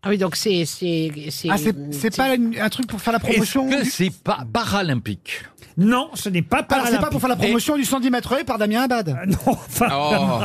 Ah oui, donc c'est. c'est- c'est-
Ah, c'est c'est pas une- un truc pour faire la promotion
Que
du-
c'est pas paralympique.
Non, ce n'est pas
Alors, c'est
paralympique.
pas pour faire la promotion du 110 mètres haies par Damien Abad.
Ah, Non, enfin,
Oh.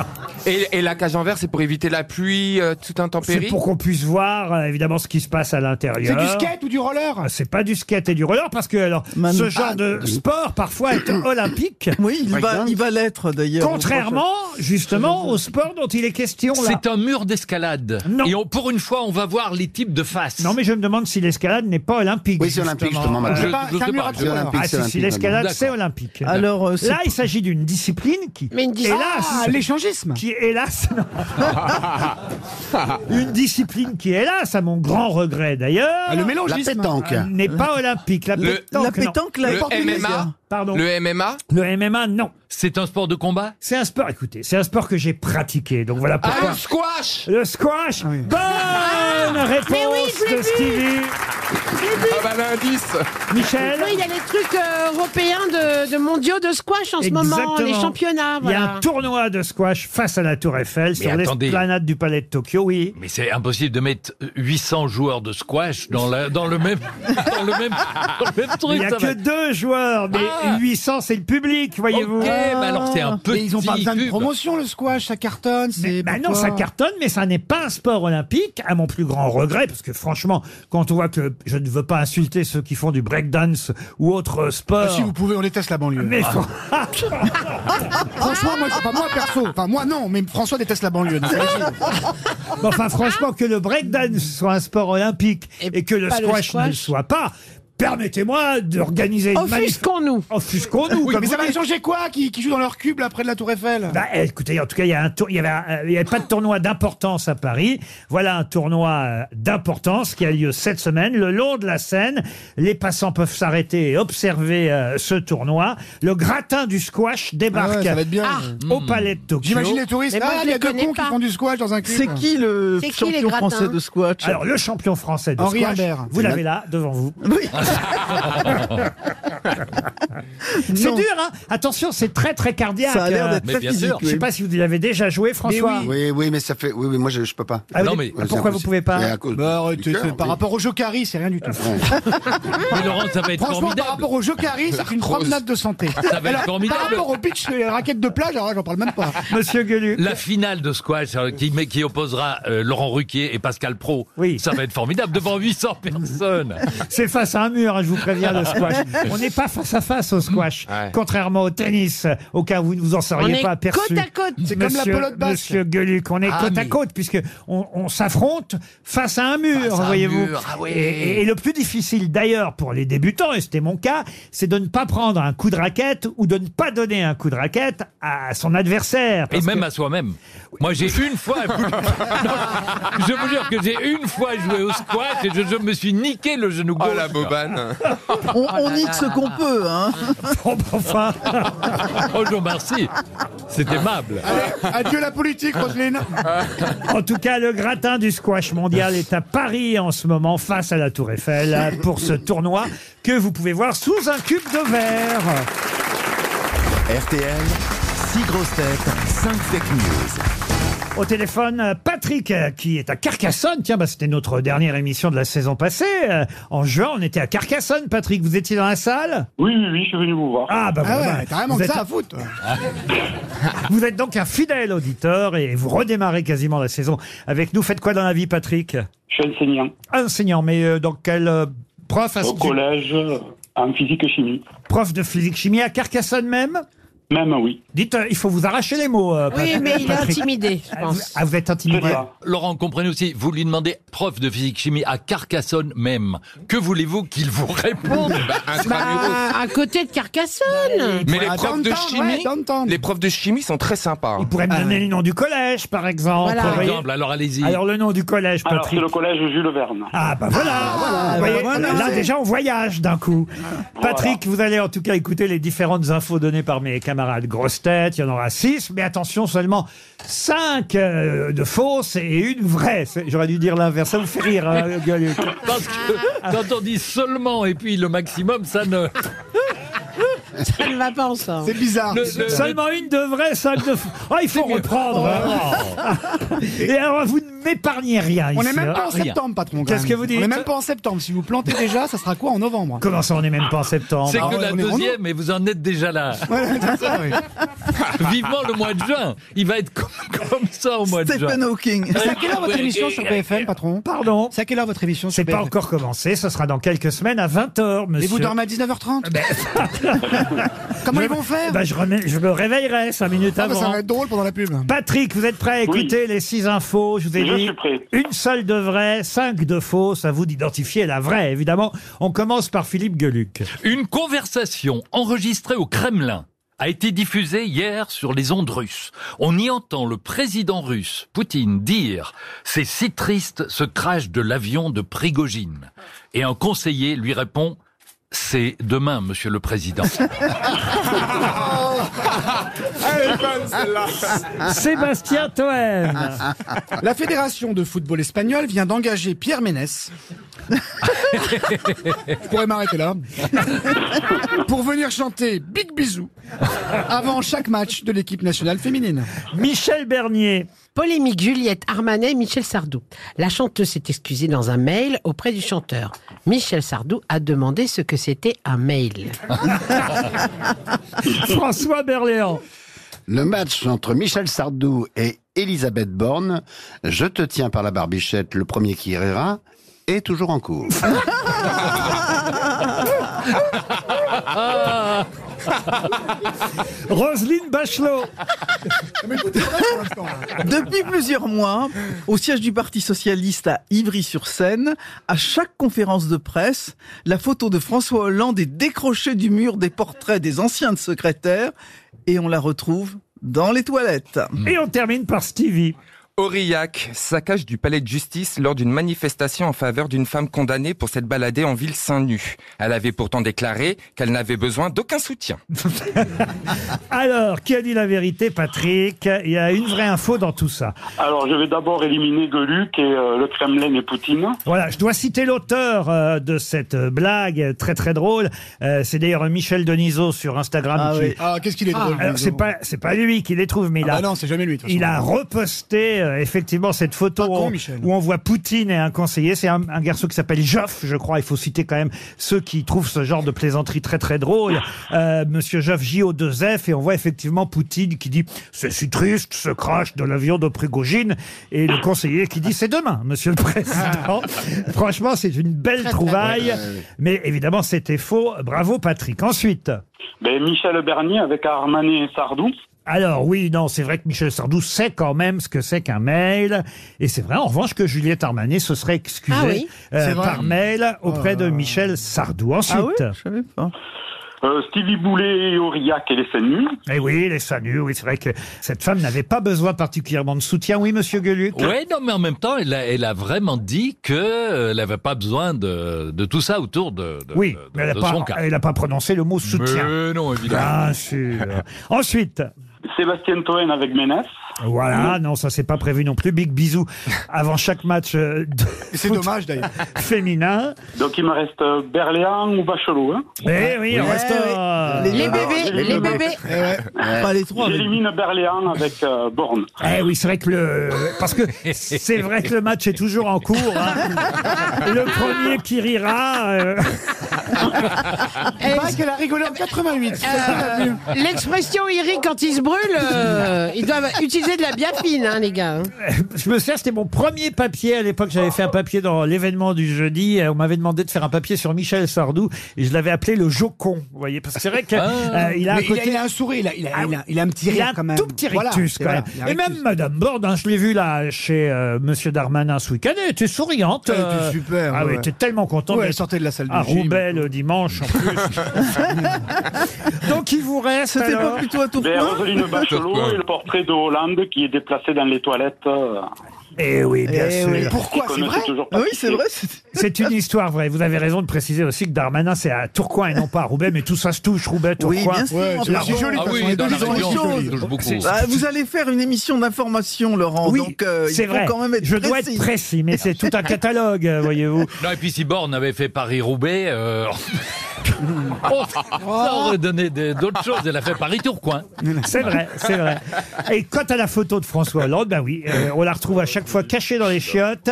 Et, et la cage en verre, c'est pour éviter la pluie, euh, toute
c'est
intempérie.
pour qu'on puisse voir euh, évidemment ce qui se passe à
C'est
l'intérieur.
du skate ou du roller
Ah, C'est pas du skate et du roller parce que alors
Manu-
ce genre de sport parfois est olympique.
Oui, il
Par
va,
exemple.
il va l'être d'ailleurs.
Contrairement justement au sport dont il est question là.
C'est un mur d'escalade.
Non.
Et on- pour une fois, on va voir les types de face.
Non mais je me demande si l'escalade n'est pas olympique.
Oui, c'est olympique, justement,
Euh,
madame.
Je-
pas-
je
c'est un
sais
mur
pas,
à
C'est
couleurs.
olympique,
Ah
c'est
si, si
olympique, madame.
l'escalade
D'accord.
c'est olympique.
Alors, euh, c'est-
Là il s'agit d'une discipline qui
Mais une discipline-
hélas
Ah, l'échangisme.
qui hélas non. une discipline qui hélas à mon grand regret d'ailleurs
Ah, le
La
mélangisme.
pétanque.
euh, n'est pas olympique. La
Le-
pétanque,
la
non.
pétanque, la
Le
porte du
MMA,
plaisir.
Pardon. Le...
le MMA.
MMA non.
C'est un sport de combat
C'est un sport écoutez, c'est un sport que j'ai pratiqué. Donc voilà
Ah,
pourquoi.
le squash
Le squash
Ah
oui.
Bonne réponse
je l'ai
de
vu.
Stevie
Ah bah l'indice
Michel
Oui, il y a les trucs euh, européens de, de mondiaux de squash en ce moment, les
Exactement.
championnats.
Il y
Voilà.
a un tournoi de squash face à la Tour Eiffel sur
attendez.
l'esplanade du Palais de Tokyo, oui.
Mais c'est impossible de mettre 800 joueurs de squash dans, la, dans, le, même, dans, le, même, dans le même truc.
Il n'y a
ça
que
va.
deux joueurs, mais
Ah.
800, c'est le public, voyez-vous.
Ok, bah alors c'est un
Mais
petit
Mais ils ont pas besoin de
cube.
promotion, le squash, ça cartonne.
Mais-
c'est
bah non,
pourquoi
ça cartonne, mais ça n'est pas un sport olympique, à mon plus grand regret, parce que franchement, quand on voit que je ne veux pas insulter ceux qui font du breakdance ou autre
Ah,
sport,
Si vous pouvez, on déteste la banlieue.
mais fran-
Franchement, moi, enfin, moi perso, enfin moi non, mais François déteste la banlieue. donc allez-y.
Mais enfin, franchement, que le breakdance soit un sport olympique et,
Et
que le
pas le
squash, ne
squash.
le soit pas, permettez-moi d'organiser une manif.
Offusquons-nous.
Offusquons-nous,
Oui,
comme
mais ça
vous
va
dites.
changer quoi qui, qui joue dans leur cube là près de la Tour Eiffel
Bah, eh, écoutez, en tout cas, il y, a un tour- il y avait, un- euh, il y avait pas de tournoi d'importance à Paris. Voilà un tournoi euh, d'importance qui a lieu cette semaine le long de la Seine. Les passants peuvent s'arrêter et observer euh, ce tournoi. Le gratin du squash
Ah
débarque
ouais, Ça va être bien. Hmm.
Ah,
au Palais de Tokyo.
J'imagine les touristes.
Mais moi,
Ah,
je
il y a
les
deux
connais
cons qui
pas.
font du squash dans un cube.
C'est qui le
C'est qui les
champion
gratins
français de squash
Alors, le champion français de
Henri
squash,
Humbert.
vous l'avez là devant vous.
Oui.
C'est
Non.
dur, hein Attention, c'est très très cardiaque.
Ça a l'air d'être
hein.
Mais très bien physique, sûr.
Je sais pas si vous l'avez déjà joué, François.
oui, oui, mais ça fait. Oui, oui, moi je, je peux pas.
Ah, vous Non, dites- mais- pourquoi vous pouvez pas
Mais à cause
Bah,
du
arrêtez,
cœur,
c'est- par
oui.
rapport au Jokari, c'est rien du tout.
Mais Laurent, ça va être
Franchement,
formidable.
par rapport au Jokari, c'est une
L'arthrose.
promenade de santé.
Ça va être
Alors,
formidable.
Par rapport au pitch, les raquettes de plage, alors là, j'en parle même pas.
Monsieur Gueluc.
La finale de squash euh, qui, mais qui opposera euh, Laurent Ruquier et Pascal Pro. Ça va être formidable devant 800 personnes.
C'est face à un mur, hein, je vous préviens, le squash. On n'est pas face à face au squash, contrairement au tennis, au cas où vous ne vous en seriez
On est
pas aperçu.
côte à côte. C'est
Monsieur-
comme la pelote basque.
Monsieur Gueluc, on est
Ah,
côte à
mais-
côte, puisque on, on s'affronte face à un mur,
à un
voyez-vous.
mur, ah ouais.
et, et le plus difficile, d'ailleurs, pour les débutants, et c'était mon cas, c'est de ne pas prendre un coup de raquette ou de ne pas donner un coup de raquette à son adversaire.
Et
parce
même
que-
à soi-même. Moi, j'ai une fois. Non, je vous jure que j'ai une fois joué au squash et je, je me suis niqué le genou gauche. Oh la bobane
Ah
On, on nique ce qu'on peut, hein.
enfin.
Oh, je vous remercie. C'est aimable.
Eh,
Adieu la politique, Roselyne.
Ah. En tout cas, le gratin du squash mondial est à Paris en ce moment, face à la Tour Eiffel, pour ce tournoi que vous pouvez voir sous un cube de verre.
RTL, 6 grosses têtes, 5 fake news.
Au téléphone, euh, Patrick, euh, qui est à Carcassonne. Tiens, bah, c'était notre dernière émission de la saison passée. Euh, En juin, on était à Carcassonne, Patrick. Vous étiez dans la salle
Oui, oui, oui, je suis venu vous voir.
Ah, bah
Ah
voilà.
ouais, t'as vraiment
Vous
que
êtes-
ça à foutre. toi.
Vous êtes donc un fidèle auditeur et vous redémarrez quasiment la saison avec nous. Faites quoi dans la vie, Patrick
Je suis enseignant
Enseignant, mais euh, dans quel euh, prof à
au
ce-
collège euh, en physique et chimie.
Prof de physique-chimie à Carcassonne même
Même, oui.
Dites, euh, il faut vous arracher les mots. euh, Pat- Patrick. Ah, vous- Ah, vous êtes intimidé
Laurent, comprenez aussi, vous lui demandez prof de physique-chimie à Carcassonne même. Que voulez-vous qu'il vous réponde
Ah,
Bah, à côté de Carcassonne.
Mais
Ah,
Ah,
les profs de chimie, les profs de chimie sont très sympas. hein.
Vous pourrez me donner le nom du collège, par exemple.
Ah, Par
Vous voyez
exemple, alors allez-y.
Alors, le nom du collège,
Alors, c'est
Patrick.
le collège Jules Verne.
Ah, bah voilà, Ah, Vous voyez, Là, déjà, on voyage d'un coup. Patrick, vous allez en tout cas écouter les différentes infos données par mes camarades grosses têtes. Il y en aura six, mais attention, seulement cinq euh, de fausses et une vraie. C'est- J'aurais dû dire l'inverse. Ça vous fait rire, hein, Gueuluc
Parce que quand on dit seulement et puis le maximum, ça ne.
Ça ne va pas ensemble.
C'est bizarre.
Le- le-
Seulement une de vraie, cinq de faux. Oh, il faut reprendre. hein. Et alors, vous ne m'épargnez rien
Oh. On
ici,
n'est même pas en
hein.
septembre, patron. quand
Qu'est-ce
même.
que vous dites
On n'est même pas en septembre. Si vous plantez déjà, ça sera quoi en novembre
Comment ça, on n'est même pas en septembre
C'est
Ah,
que
ouais,
la
on est en
deuxième et vous en êtes déjà là. Vivement le mois de juin. Il va être comme, comme ça au mois de juin.
Stephen Hawking.
C'est à quelle heure votre émission sur BFM, patron
Pardon
C'est à quelle heure votre émission sur
C'est pas
BFM
encore commencé, ce sera dans quelques semaines à 20h, monsieur. Ben,
Et vous dormez à 19h30 Comment
Je-
ils vont faire
bah, je, remets- je me réveillerai 5 minutes
Ah, bah,
avant.
Ça va être drôle pendant la pub.
Patrick, vous êtes prêt à
Oui.
écouter les six infos Je vous ai
Je
dit
suis prêt.
une seule de vraie, cinq de fausses. À vous d'identifier la vraie, évidemment. On commence par Philippe Gueluc.
Une conversation enregistrée au Kremlin a été diffusée hier sur les ondes russes. On y entend le président russe, Poutine, dire « C'est si triste ce crash de l'avion de Prigogine ». Et un conseiller lui répond « C'est demain, monsieur le président
Sébastien Toen.
La fédération de football espagnole vient d'engager Pierre Ménès. Je pourrais m'arrêter là. Pour venir chanter Big Bisou avant chaque match de l'équipe nationale féminine.
Michel Bernier.
Polémique Juliette Armanet, Michel Sardou. La chanteuse s'est excusée dans un mail auprès du chanteur. Michel Sardou a demandé ce que c'était un mail.
François Berléand.
Le match entre Michel Sardou et Elisabeth Borne, Je te tiens par la barbichette, le premier qui rira, est toujours en cours.
Ah.
Roselyne Bachelot.
hein.
Depuis plusieurs mois, au siège du Parti socialiste à Ivry-sur-Seine, à chaque conférence de presse, la photo de François Hollande est décrochée du mur des portraits des anciens de secrétaires et on la retrouve dans les toilettes.
Et on termine par Stevie. ».
Aurillac, saccage du palais de justice lors d'une manifestation en faveur d'une femme condamnée pour s'être baladée en ville seins nus. Elle avait pourtant déclaré qu'elle n'avait besoin d'aucun soutien.
Alors, qui a dit la vérité, Patrick Il y a une vraie info dans tout ça.
Alors, je vais d'abord éliminer Geluc et euh, le Kremlin et Poutine.
Voilà, je dois citer l'auteur euh, de cette euh, blague très très drôle. Euh, c'est d'ailleurs Michel Denisot sur Instagram.
Ah
qui-
oui. Ah, qu'est-ce qu'il est drôle,
Alors,
Denisot.
c'est pas c'est pas lui qui les trouve, mais il
Ah
a
bah non, c'est jamais lui, de toute façon.
il a reposté euh, effectivement cette photo où, où on voit Poutine et un conseiller. C'est un, un garçon qui s'appelle Joff, je crois. Il faut citer quand même ceux qui trouvent ce genre de plaisanterie très très drôle. Euh, Monsieur Joff J.O.2F et on voit effectivement Poutine qui dit c'est si triste ce crash de l'avion de Prigogine et le conseiller qui dit c'est demain, Monsieur le
Ah.
Président. Franchement, c'est une belle
Très, très
trouvaille,
bien. Ouais, ouais, ouais.
mais évidemment c'était faux. Bravo Patrick. Ensuite.
Ben, Michel Bernier avec Armanet et Sardou.
Alors oui, non, c'est vrai que Michel Sardou sait quand même ce que c'est qu'un mail. Et c'est vrai, en revanche, que Juliette Armanet se serait excusée
Ah oui
euh,
C'est vrai. Oh. Ah
par mail auprès de Michel Sardou. Ensuite,
Euh, Stevie Boulet et Aurillac et les scènes nues.
eh oui, les saluts, oui, c'est vrai que cette femme n'avait pas besoin particulièrement de soutien. Oui, monsieur Gueuluc
Ouais, non, mais en même temps, elle a, elle a vraiment dit qu'elle n'avait pas besoin de, de tout ça autour de, de-
Oui,
de-
mais elle n'a
de
pas,
son cas.
elle a pas prononcé le mot soutien.
Mais non, évidemment.
Bien sûr. Ensuite,
Sébastien Toen avec Ménès.
Voilà, non, ça c'est pas prévu non plus. Big bisou avant chaque match. euh, C'est dommage d'ailleurs. Féminin.
Donc il me reste euh, Berléand ou Bachelot. Hein
Eh oui, on reste. euh,
Eh
Pas Ah, les trois, mais-
J'élimine Berléand avec euh, Borne.
Eh oui, c'est vrai que le. Parce que c'est vrai que le match est toujours en cours. hein. Le premier qui rira. euh,
Il paraît qu'elle a rigolé en 88. c'est ça, la
Euh,
pub.
L'expression il rit quand il se brûle, euh, ils doivent utiliser de la biafine, hein, les gars. hein.
Je me souviens, c'était mon premier papier. À l'époque, j'avais fait un papier dans l'événement du jeudi. Euh, On m'avait demandé de faire un papier sur Michel Sardou et je l'avais appelé le Jocon. Vous voyez, parce que c'est vrai qu'il
Ah.
a un
Mais il a-
côté.
il a un sourire, il a- il a- il a- il a un petit
Il
rire
a un
quand même.
tout petit
Voilà,
rictus
c'est-
quand
voilà,
même.
il a un
Et même Madame Borde, hein, je l'ai vue là chez euh, Monsieur Darmanin ce week-end, elle était souriante.
Elle était
euh,
super,
Ah oui,
ouais.
elle était tellement contente.
Ouais, elle
d'être
sortait de la salle de
À
gym.
Roubaix le dimanche en plus. Donc il vous reste.
C'était pas
alors-
plutôt Ben, Roselyne Bachelot et le portrait de Hollande qui est déplacé dans les toilettes. euh.
Eh oui, bien
Eh
sûr.
oui. Pourquoi, Ils c'est connaissent vrai toujours pas Ah oui, qui c'est c'est. vrai,
C'est une histoire vraie. Vous avez raison de préciser aussi que Darmanin, c'est à Tourcoing et non pas à Roubaix, mais tout ça se touche, Roubaix, Tourcoing. Ah
Ah
Bah, vous allez faire une émission d'information, Laurent.
Oui,
donc, euh, il
c'est
faut
vrai.
quand même être
Je
précis.
dois être précis, mais c'est tout un catalogue, euh, voyez-vous.
Non, et puis si Borne avait fait Paris-Roubaix, euh, on- ça aurait donné des- d'autres choses. Elle a fait Paris-Tourcoing.
C'est vrai, c'est vrai. Et quant à la photo de François Hollande, ben oui, euh, on la retrouve à chaque fois cachée dans les chiottes.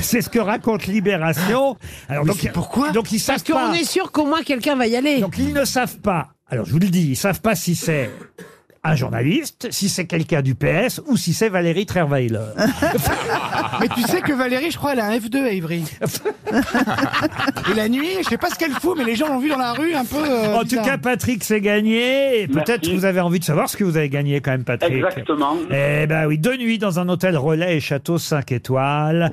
C'est ce que raconte Libération. Alors, donc, pourquoi Donc ils savent
Parce qu'on
pas.
est sûr qu'au moins quelqu'un va y aller.
Donc ils ne savent pas. Alors je vous le dis, ils savent pas si c'est un journaliste, si c'est quelqu'un du PS ou si c'est Valérie Trierweiler.
Mais tu sais que Valérie, je crois, elle a un F2 à Ivry. Et la nuit, je sais pas ce qu'elle fout, mais les gens l'ont vu dans la rue un peu. euh,
Oh, en tout
bizarre.
cas, Patrick, c'est gagné. Et peut-être vous avez envie de savoir ce que vous avez gagné quand même, Patrick.
Exactement.
Eh ben oui, deux nuits dans un hôtel relais et château 5 étoiles.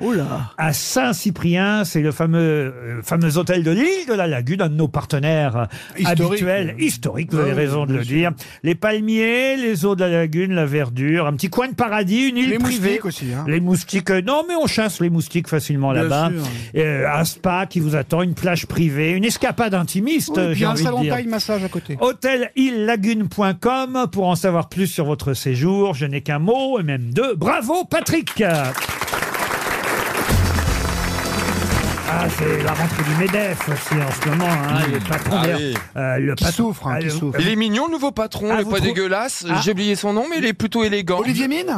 À Saint-Cyprien, c'est le fameux, euh, fameux hôtel de l'île de la Lagune, un de nos partenaires euh,
Historique.
habituels, historique, vous avez
Ah oui,
raison de le dire. Les palmiers, les eaux de la lagune, la verdure, un petit coin de paradis, une île
Les
privée.
moustiques aussi, hein.
Les moustiques, euh, non, mais on chasse les moustiques facilement
Bien
là-bas.
sûr.
Euh, un spa qui vous attend, une plage privée, une escapade intimiste,
Oui, et
euh, j'ai
puis un
envie de
salon
dire.
taille massage à côté.
Hôtelillagune.com pour en savoir plus sur votre séjour. Je n'ai qu'un mot et même deux. Bravo Patrick Ah, c'est la rentrée du MEDEF aussi en ce moment. hein,
Mmh.
le patron,
Ah
d'ailleurs,
oui.
euh, le
Qui souffre, hein, qui souffre. Il est mignon, le nouveau patron,
Ah,
il est pas dégueulasse. J'ai oublié son nom, mais il est plutôt élégant.
Olivier Mine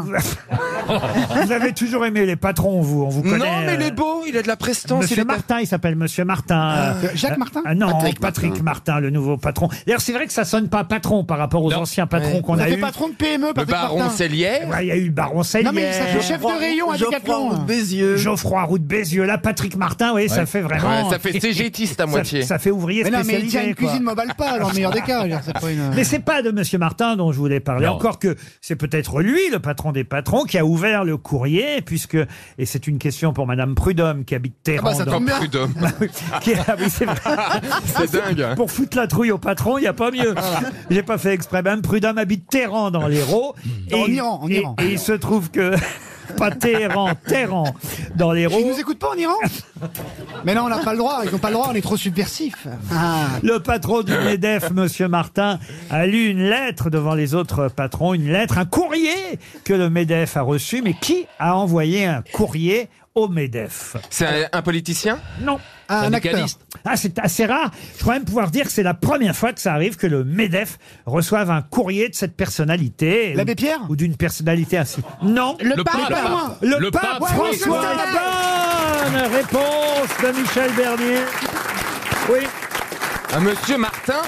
Vous avez toujours aimé les patrons, vous. On vous connaît.
Non, mais il
euh,
est beau, il a de la prestance. il
Monsieur
est
Martin, il s'appelle Monsieur Martin.
Euh, Jacques Martin
Ah Non,
Patrick
Patrick, Martin. le nouveau patron. D'ailleurs, c'est vrai que ça sonne pas patron par rapport aux anciens patrons
Ouais.
qu'on a
Ça fait
eu.
patron de PME, Patrick baron Martin. Cellier.
Ouais, Il y a eu le baron Cellier.
Non, mais ça fait chef de rayon à
Geoffroy
Decathlon.
Roux de Bézieux. Geoffroy Roux de Bézieux. Là, Patrick Martin, oui, ça
Ouais.
fait vraiment.
Ouais, ça fait cégétiste à
Ça-
moitié.
Ça, fait ouvrier
Mais non, mais il
spécialisé.
tient une
quoi.
cuisine mobile pas, alors meilleur des cas. je veux dire, c'est pas une-
Mais c'est pas de Monsieur Martin dont je voulais parler.
Non.
Encore que c'est peut-être lui, le patron des patrons, qui a ouvert le courrier, puisque et c'est une question pour Madame Prudhomme qui habite
Ah bah,
Téhéran.
ça
dans-
tombe bien. Prud'homme.
Ah oui, qui- ah oui, c'est vrai.
C'est dingue, hein.
Pour foutre la trouille au patron, il n'y a pas mieux. J'ai pas fait exprès. Madame Prudhomme habite Téhéran dans l'Hérault.
Dans
Et-
l'Iran, en
et-
Iran.
Et il se trouve que Pas Téhéran, Téhéran, dans les
Ils
Roses.
nous écoutent pas en Iran Mais non, on n'a pas le droit, ils n'ont pas le droit, on est trop subversifs. Ah.
Le patron du MEDEF, Monsieur Martin, a lu une lettre devant les autres patrons, une lettre, un courrier que le MEDEF a reçu. Mais qui a envoyé un courrier au MEDEF
C'est un, un politicien
Non.
Ah, un Syndicaliste.
Ah, c'est assez rare. Je crois même pouvoir dire que c'est la première fois que ça arrive que le MEDEF reçoive un courrier de cette personnalité. L'abbé Pierre Ou d'une personnalité ainsi. Non.
Le Le pape. pape.
Le,
Le
pape,
pape. Ouais, oui,
François. Bonne réponse de Michel Bernier. Oui.
Un monsieur Martin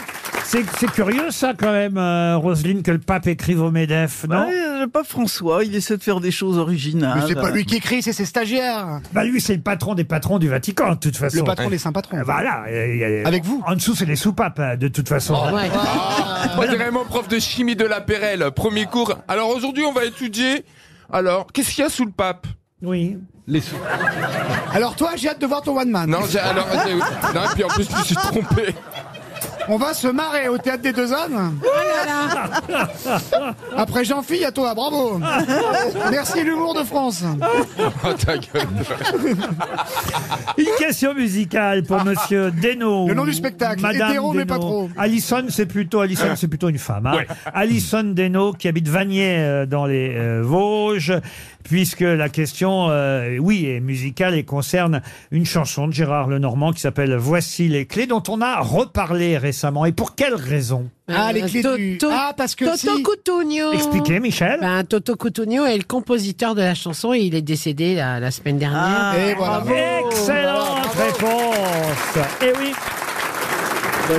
C'est c'est curieux ça quand même, euh, Roselyne, que le pape écrive au MEDEF, non
Ouais, le pape François, il essaie de faire des choses
Ah,
originales.
écrit, c'est ses stagiaires.
Bah lui, c'est le patron des patrons du Vatican, de toute façon.
Le patron des saints patrons.
Ah, Voilà.
Avec
vous En dessous, c'est les soupapes, hein, de toute façon.
Moi, dirais Ah. mon prof de chimie de la Pérelle, premier cours. Alors aujourd'hui, on va étudier. Alors, qu'est-ce qu'il y a sous le pape
Oui.
Les
Alors toi, j'ai hâte de voir ton one man.
Non, j'ai- alors, j'ai- non, et puis en plus, je me suis trompé.
On va se marrer au théâtre des deux hommes. Après Jean-Phil, à toi, bravo. Merci l'humour de France.
Oh, ta gueule.
Une question musicale pour Monsieur Deno.
Ah. Le nom du spectacle,
Madame
hétéro, mais pas
Deno.
trop.
Allison, c'est plutôt Allison, c'est plutôt une femme. hein.
Ouais.
Alison Deno qui habite Vanier euh, dans les euh, Vosges, puisque la question, euh, oui, est musicale et concerne une chanson de Gérard Lenormand qui s'appelle Voici les clés, dont on a reparlé récemment. Et pour quelle raison
Ah, les clés du- Ah, parce que
Euh, Toto
si.
Cutugno.
Expliquez, Michel.
Ben, Toto Cutugno est le compositeur de la chanson et il est décédé la, la semaine dernière.
Ah.
Ah,
Et voilà.
Bravo.
Excellente réponse.
Eh
Et oui.
Bah,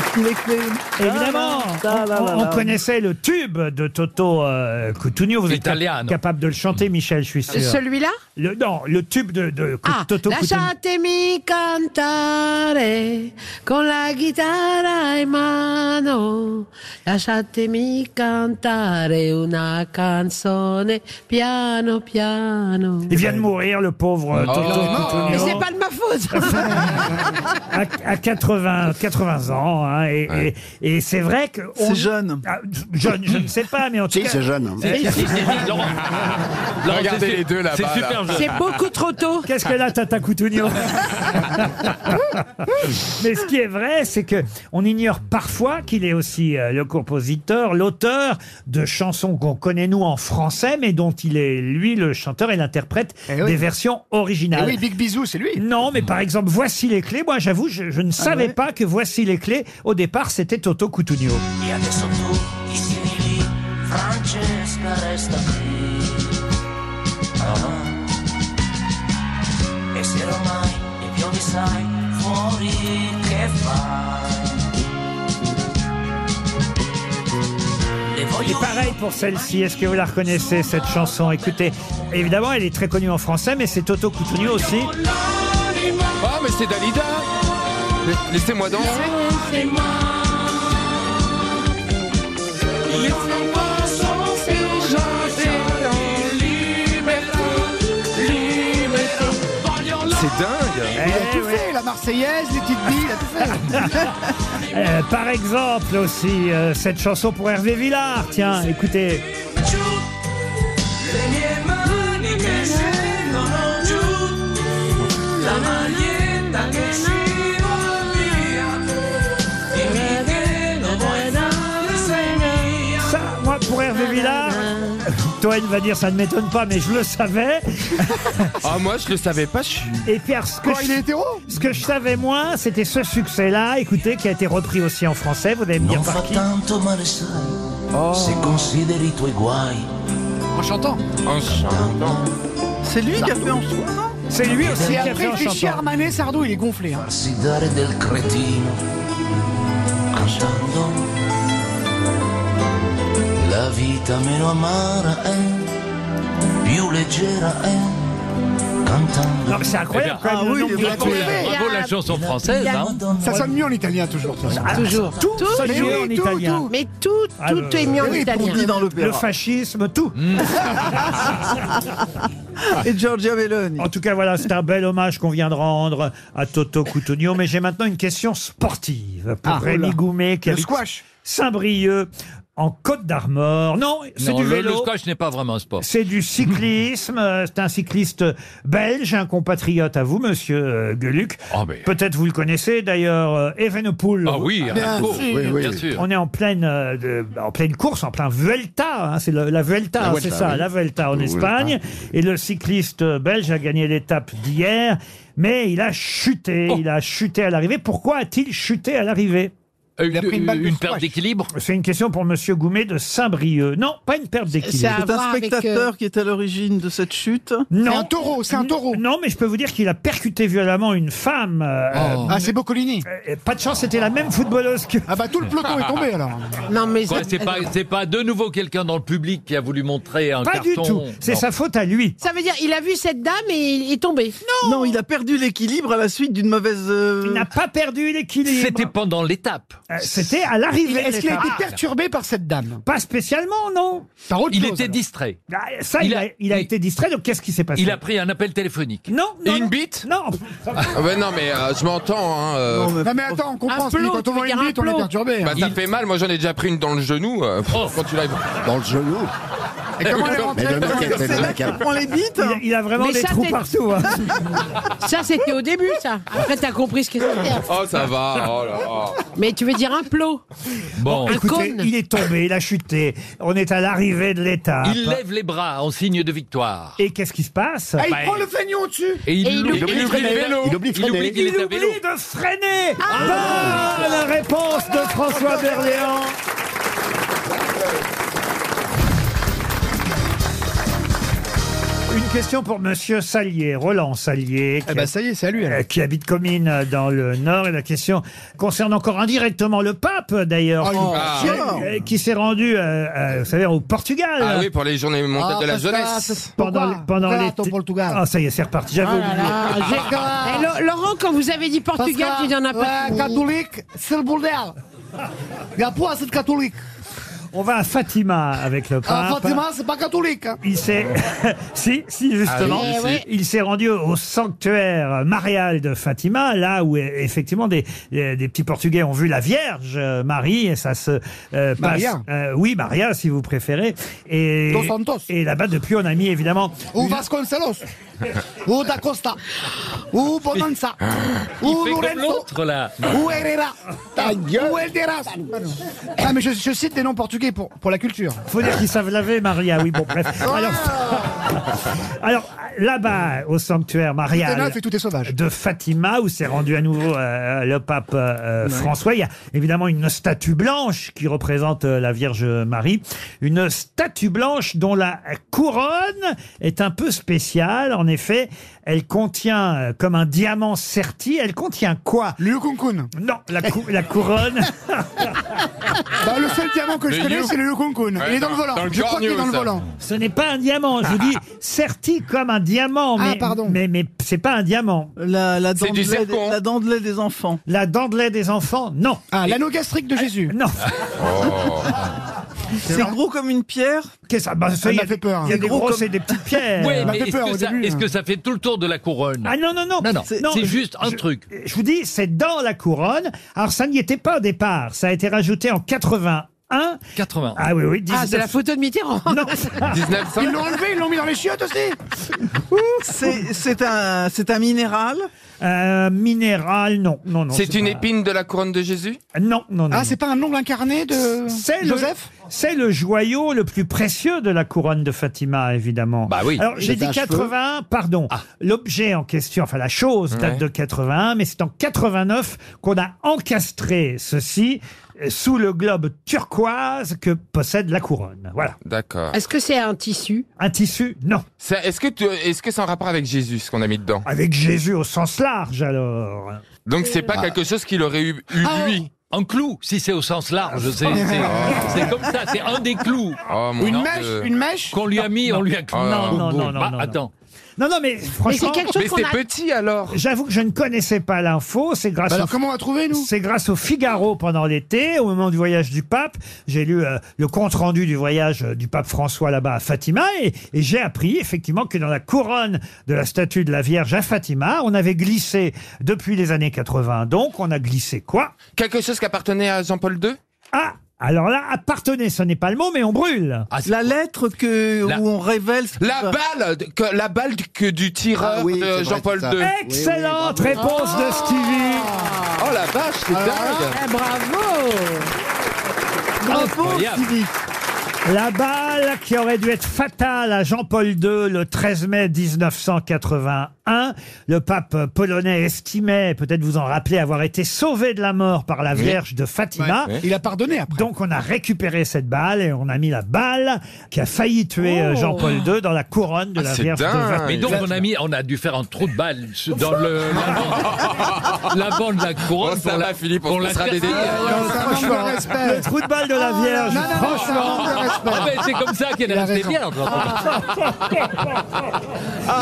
Évidemment,
Ah,
on,
là, là,
on- on
là.
connaissait le tube de Toto euh, Cutugno. Vous êtes cap-
Italiano.
capable de le chanter, Michel, je suis sûr.
Celui-là
Le, non, le tube de, de
Ah,
Toto Cutugno.
lasciatemi cantare con la chitarra in mano, lasciatemi cantare una canzone piano piano.
Il vient de mourir, le pauvre euh,
Oh.
Toto
Mais
Cutugno.
c'est pas de ma faute.
à, à 80, 80 ans. hein, et et- et c'est vrai que. on-
C'est jeune.
Ah, jeune, je ne sais pas, mais en tout
Si,
cas.
c'est jeune. hein.
C'est-
Regardez les deux là-bas, là.
C'est beaucoup trop tôt.
Qu'est-ce qu'elle a, Tata Coutugno Mais ce qui est vrai, c'est que on ignore parfois qu'il est aussi euh, le compositeur, l'auteur de chansons qu'on connaît nous en français, mais dont il est lui le chanteur et l'interprète
oui.
des versions
Eh
originales.
oui, Big Bisou, c'est lui. Ah
Non, mais par exemple, voici les clés. Moi, j'avoue, je, je ne savais
ouais.
pas que voici les clés. Au départ, c'était Toto Coutugno.
E adesso tu chi sei lì, Francesca resta qui. Ah. E se ormai le piove sai, fuori che fai? Le
Et
voglio
pareil pour celle-ci, est-ce que vous la reconnaissez cette chanson Écoutez, évidemment, elle est très connue en français, mais c'est Toto Coutugno aussi.
Ah, mais c'est Dalida. La- Laissez-moi danser. C'est dingue.
Il a tout fait, la Marseillaise, les petites billes, il a tout fait.
Euh, par exemple aussi, euh, cette chanson pour Hervé Villard. Tiens, écoutez.
le mie mani che scendono giù, la maglietta che scivola via. Dimmi che lo vuoi dare, sei mia.
Ça, moi, pour Hervé Villard, Toen va dire ça ne m'étonne pas, mais je le savais.
Ah, moi, je le savais pas. Je suis.
Et Pierre, ce que,
Quoi, il est
je,
hétéro
ce que je savais moins, c'était ce succès-là, écoutez, qui a été repris aussi en français. Vous allez me dire
Non
par
fa
qui Oh.
tanto male, sai, se consideri i tuoi guai.
En chantant.
C'est lui qui a fait en soi, non
C'est lui aussi qui
Et
a
après,
fait en
il fait chier
chantant.
Armanet, Sardou, il est gonflé. hein.
Farsi dare del cretino, cantando. La vita meno amara è, più leggera è, cantando.
Non, mais c'est incroyable
Eh
quand même, le nombre de-
Ah il a tout fait.
Bravo la chanson française. hein.
Ça sonne mieux en italien, toujours. de toute façon.
Ah,
Toujours.
Tout,
Tout,
ça
mais
jouait
oui,
en
tout,
italien.
tout. eh
Mais tout,
Ah,
tout
le-
est mis en
Oui,
italien.
on dit dans
Le
l'opéra.
fascisme, tout.
Et Giorgia Meloni.
En tout cas, voilà, c'est un bel hommage qu'on vient de rendre à Toto Coutugno. Mais j'ai maintenant une question sportive pour
Ah,
Rémi
oula.
Goumet qui
Le
habite
squash.
Saint-Brieuc. en Côte d'Armor. Non, c'est
Non,
du
le,
vélo.
le squash n'est pas vraiment un sport.
C'est du cyclisme. euh, C'est un cycliste belge, un compatriote à vous, monsieur euh, Gueluc. Peut-être vous le connaissez d'ailleurs, euh, Evenepoel.
Ah oui,
Bien
Evenepoel,
sûr.
oui, oui. Bien sûr.
On est en pleine, euh, de- en pleine course, en plein Vuelta. hein, c'est le- la Vuelta,
La
c'est
Vuelta,
ça,
oui.
la Vuelta en
Le
Espagne. Et le cycliste euh, belge a gagné l'étape d'hier, mais il a chuté.
Oh.
Il a chuté à l'arrivée. Pourquoi a-t-il chuté à l'arrivée
Euh, Une, une perte d'équilibre
C'est une question pour Monsieur Goumet de Saint-Brieuc. Non, pas une perte d'équilibre.
C'est un
euh,
spectateur qui est à l'origine de cette chute.
Non. taureau, c'est un taureau. Non, mais je peux vous dire qu'il a percuté violemment une femme.
Ah,
Oh. c'est Boccolini. Pas de chance, c'était la même footballeuse que. Ah bah tout le
peloton est tombé, alors.
Non mais
Quoi, c'est pas, c'est pas de nouveau quelqu'un dans le public qui a voulu montrer un
Pas
carton
du tout. C'est
Non.
sa faute à lui.
Ça veut dire il a vu cette dame et il est tombé.
Non. Non, il a perdu l'équilibre à la suite d'une mauvaise. euh,
Il n'a pas perdu l'équilibre.
C'était pendant l'étape.
Euh, C'était à l'arrivée.
Est-ce qu'il a été
perturbé par cette dame Pas spécialement, non. Bah,
Il était distrait.
Ça, il, a, il a été distrait, donc qu'est-ce qui s'est passé
Il a pris un appel téléphonique.
Non, non.
Et une
bite Non.
Ah ouais, non, mais euh, je m'entends. Hein, euh.
Non, mais attends, on comprend.
Un
celui
plot,
quand on
tu veux
voit une
dire un
bite, on est
plot.
perturbé.
Bah,
hein.
ça fait mal, moi j'en ai déjà pris une dans le genou. euh,
Oh.
Quand tu l'as. Dans le genou
Et comment elle est rentrée
hein.
Il, il a vraiment
Mais
des
ça,
trous
c'est-
partout. hein.
Ça c'était au début ça. Après t'as compris ce que c'était.
Oh, ça va, oh là là.
Mais tu veux dire un plot
Bon.
un
Écoutez,
cône.
il est tombé, il a chuté. On est à l'arrivée de l'étape.
Il lève les bras en signe de victoire.
Et qu'est-ce qui se passe
Ah, il Bah, prend il-
le
feignon dessus
Et il, oublie, qu'il est- Il oublie, qu'il est à vélo.
de freiner.
Ah.
Bonne réponse de François Berléand. Une question pour Monsieur Salier, Roland
Eh
Salier.
ben,
Qui ça y est, salut. Qui habite Comines euh, dans le Nord. Et la question concerne encore indirectement le pape, d'ailleurs,
Oh,
qui-
il est
qui-
chiant.
euh, qui s'est rendu, euh, euh, vous savez, au Portugal.
Ah oui, pour les journées mondiales de la jeunesse.
pendant les- pendant
Voilà,
les
ton Portugal. Ah,
Ah, ça y est, c'est reparti. J'avais
Oh là
oublié.
là, j'ai- Eh, Lo- Laurent, quand vous avez dit Portugal, tu dis en as pas.
Ouais, euh, catholique, c'est le bordel. Il y a pas assez de catholiques.
On va à Fatima avec le pape.
Ah, Fatima, c'est pas catholique. hein.
Il s'est. si, si, justement.
Ah oui, Eh si.
Il s'est rendu au sanctuaire marial de Fatima, là où eh, effectivement des, des des petits Portugais ont vu la Vierge euh, Marie, et ça se euh, passe.
Maria.
Euh, oui, Maria, si vous préférez. Et,
Dos Santos.
et là-bas, depuis, on a mis évidemment.
Ou Vasconcelos. ou Da Costa. Ou Bonanza. ou
Il fait comme
Lourenço.
l'autre, là.
Ou Herrera. Ou Elderas. Ah, mais je, je cite des noms portugais pour, pour la culture.
Faut dire qu'ils savent laver, Maria. Oui, bon, bref.
Ah
Alors, alors là-bas, au sanctuaire Maria.
Tout est neuf et tout est sauvage.
De Fatima, où s'est rendu à nouveau euh, le pape euh,
Ouais.
François. Il y a évidemment une statue blanche qui représente euh, la Vierge Marie. Une statue blanche dont la couronne est un peu spéciale. En effet, elle contient, euh, comme un diamant serti, elle contient quoi
Le Kunkun.
Non, la, cou- la couronne.
Bah, le seul diamant que je
Le
connais,
you-
c'est le Kunkun.
Ouais,
Il est dans
dans-
le volant.
dans le
je crois qu'il est dans
corneau,
le
ça.
volant.
Ce n'est pas un diamant, je vous dis serti comme un diamant,
Ah,
mais, mais, mais c'est pas un diamant.
La, la, dent
C'est du
de lait
zircon.
des- la dent de lait des enfants.
La dent de lait des enfants, non.
Ah, l'anneau gastrique de Jésus.
Non.
Oh
C'est gros comme une pierre.
Qu'est-ce ça bah, ça,
Ça
il y
m'a
a-
fait peur, hein.
Il y a
C'est
des
gros
grosses
comme-
et des petites pierres.
Ouais, mais est-ce que, ça-
hein.
est-ce que ça fait tout le tour de la couronne
hein. Ah non, non, non.
Non, non, c'est
je-
juste un
je-
truc.
Je vous dis, c'est dans la couronne. Alors, ça n'y était pas au départ. Ça a été rajouté en 81.
80.
Ah oui, oui.
Ah, c'est la
19.
photo de Mitterrand.
Non.
Ils l'ont enlevé, ils l'ont mis dans les chiottes aussi. c'est c'est un, c'est un minéral.
Euh, minéral, non. non, non
C'est une
pas-
épine de la couronne de Jésus
Non, non, non.
Ah,
non.
c'est pas un ongle incarné de
C'est le-
Joseph
C'est le joyau le plus précieux de la couronne de Fatima, évidemment.
Bah oui.
Alors, j'ai
C'est
dit
un
81, pardon. L'objet en question, enfin la chose date
Ouais.
de 81, mais c'est en 89 qu'on a encastré ceci euh, sous le globe turquoise que possède la couronne. Voilà. Ah,
D'accord.
Est-ce que c'est un tissu
Un tissu Non.
Ça- Est-ce que tu- est-ce que c'est en rapport avec Jésus ce qu'on a mis dedans
Avec Jésus Ah. au sens large, alors.
Donc c'est pas quelque chose qu'il aurait eu, eu lui
Un clou, si c'est au sens
Ah,
large, c'est c'est- c'est comme ça, c'est un des clous.
Oh, mon Une mèche, Dieu. une
mèche
Qu'on lui a mis, on lui a cloué.
Non, non, non, non,
Bah,
non, non.
attends.
Non, non, mais franchement.
quelque chose Mais qu'on c'est a-
petit alors.
J'avoue que je ne connaissais pas l'info. C'est grâce.
Bah alors,
au...
comment on a trouvé, nous
C'est grâce au Figaro pendant l'été, au moment du voyage du pape. J'ai lu euh, le compte rendu du voyage euh, du pape François là-bas à Fatima et, et j'ai appris effectivement que dans la couronne de la statue de la Vierge à Fatima, on avait glissé depuis les années 80. Donc, on a glissé quoi
Quelque chose qui appartenait à Jean-Paul II
Ah Alors là, appartenez, ce n'est pas le mot, mais on brûle.
la lettre que où on révèle
Ah, la balle, de- que, la balle du- que du
Ah
tireur
euh,
de Jean-Paul Ah. II.
Excellente réponse de Stevie.
Oh la vache, c'est dingue.
eh,
bravo.
Incroyable.
La balle qui aurait dû être fatale à Jean-Paul II le 13 mai 1981. Le pape polonais estimait, peut-être vous en rappelez, avoir été sauvé de la mort par la
Oui.
Vierge de Fatima.
Ouais, ouais. Il a pardonné après.
Donc on a récupéré cette balle et on a mis la balle qui a failli tuer euh,
Oh.
Jean-Paul II dans la couronne de
Ah,
la
c'est
Vierge de
dingue.
Fatima.
Mais donc on a mis, on a dû faire un trou de balle sur- dans le l'avant de la couronne
Bon, Oh, ça
pour la
va, Philippe, on
pour
se
la
passera des
faire-
détails. Non, ça manque de
Franchement.
respect. Le trou de balle de
Oh
la
Ah,
Vierge,
non, non, ça
franchement.
manque de respect. Ah, mais c'est comme ça qu'elle
Il a
est restée
raison.
vierge.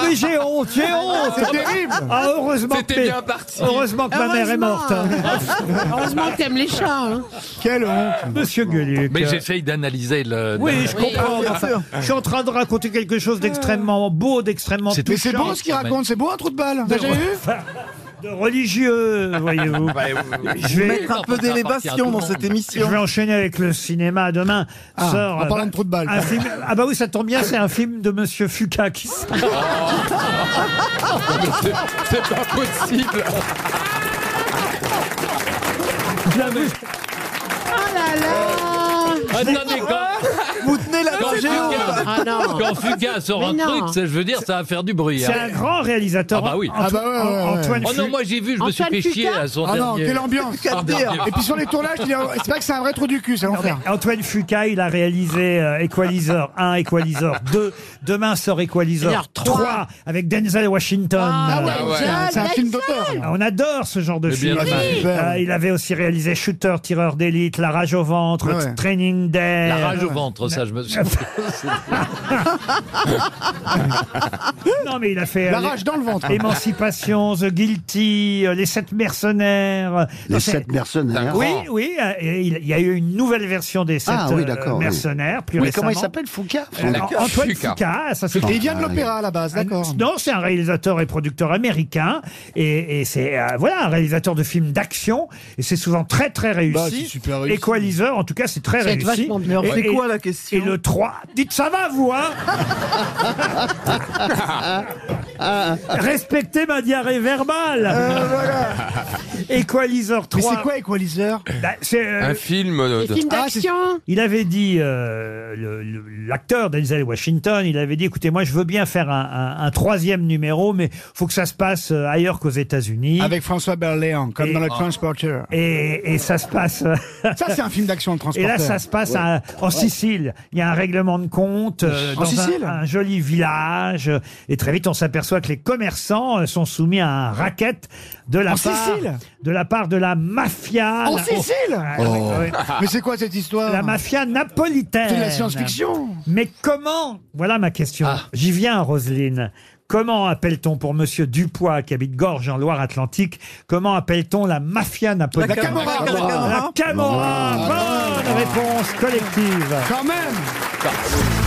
Mais j'ai honte, j'ai honte.
Ah. C'est terrible.
Ah, heureusement
C'était
que-
bien parti.
Heureusement que ma mère est morte.
Heureusement que t'aimes les chats. hein.
Quelle honte. Ah, Monsieur Gueluc.
Mais j'essaye d'analyser le.
Oui, je
d'analyser.
comprends. mais enfin, je suis en train de raconter quelque chose d'extrêmement beau, d'extrêmement
C'est- mais c'est
touchant.
beau ce qu'il raconte, c'est beau un trou de balle. T'as
De-
jamais vu
De religieux, voyez-vous.
Je vais mettre un peu
hein,
d'élévation dans cette émission.
Je vais enchaîner avec le cinéma. Demain
Ah,
sort.
en
euh,
parlant de trou de balle.
un film- Ah, bah oui, ça tombe bien, c'est un film de Monsieur Fuca qui sort.
Oh.
C'est pas possible.
Je l'avais-
Oh
Attendez, quand.
Vous tenez la
Quand
gorge haute.
Fugain-
Ah non.
Quand Fugain sort un
Mais Ah, non.
truc, ça, je veux dire, ça va faire du bruit.
oh. C'est
hein.
un grand réalisateur.
Ah bah oui.
Anto-
Ah bah ouais, ouais, ouais.
Antoine
Oh non,
Fu-
moi, j'ai vu, je me suis Antoine fait Fuqua chier à son
Ah non,
dernier.
quelle ambiance.
Son dernier.
Et puis sur les tournages, il y a- c'est pas que c'est un vrai trou du cul, c'est l'enfer.
Antoine Fuca, il a réalisé euh, Equalizer 1, Equalizer 2. Demain sort Equalizer
Alors,
3,
trois.
avec Denzel Washington.
Ah ouais,
Euh,
ouais. c'est un film Ah, d'auteur.
Ah, On adore ce genre de
Mais
film.
bien sûr. Oui.
Euh, il avait aussi réalisé Shooter, Tireur d'élite, La rage au ventre,
Ah ouais.
Training Day.
La rage au ventre, ça, je me suis.
Non, mais il a fait.
La
euh, les-
rage dans le ventre. hein.
Émancipation, The Guilty, euh, Les Sept Mercenaires.
Les
Non, c'est-
sept mercenaires.
Oui, oui. euh, et il il y a eu une nouvelle version des Sept
Ah oui,
euh,
d'accord. oui.
Mercenaires. Plus
Mais comment il
récemment.
s'appelle Fouca
Euh, Antoine Fuqua, ça se
Et il vient de l'opéra à la base, d'accord.
Non, c'est un réalisateur et producteur américain, et, et c'est euh, voilà un réalisateur de films d'action, et c'est souvent très très réussi.
Bah, c'est super réussi.
Equalizer, en tout cas, c'est très
Ça va être
réussi.
vachement bien.
Et-
C'est
et-
quoi la question
Et le 3, dites ça va vous hein Respectez ma diarrhée verbale. Equalizer 3.
Euh, c'est quoi
Equalizer C'est euh,
Un film de...
ah, c'est- il avait dit, euh, le- le- l'acteur Denzel Washington, il avait dit, écoutez, moi je veux bien faire un, un- un troisième numéro, mais faut que ça se passe euh, ailleurs qu'aux États-Unis.
Avec François Berléand, comme
Et-
dans le
Ah.
Transporter.
Et, et ça se passe. euh,
Ça, c'est un film d'action, le
Et
Transporter.
là, ça se passe
Ouais.
à- en
Ouais.
Sicile. Il y a un règlement de compte euh,
En
dans
Sicile
un, un joli village. euh, Et très vite, on s'aperçoit que les commerçants euh, sont soumis à un racket de la
En
part
Sicile
de la part de la mafia.
En
La-
Sicile
Ah, oui, oui.
Mais c'est quoi cette histoire
La mafia napolitaine.
C'est de la science-fiction. Ah.
Mais comment Voilà ma question. J'y viens, Roselyne. Comment appelle-t-on pour Monsieur Dupois, qui habite Gorge en Loire-Atlantique, comment appelle-t-on la mafia napolitaine
La Camorra, la Camorra.
La Camorra.
Ah.
Bonne réponse collective.
Quand même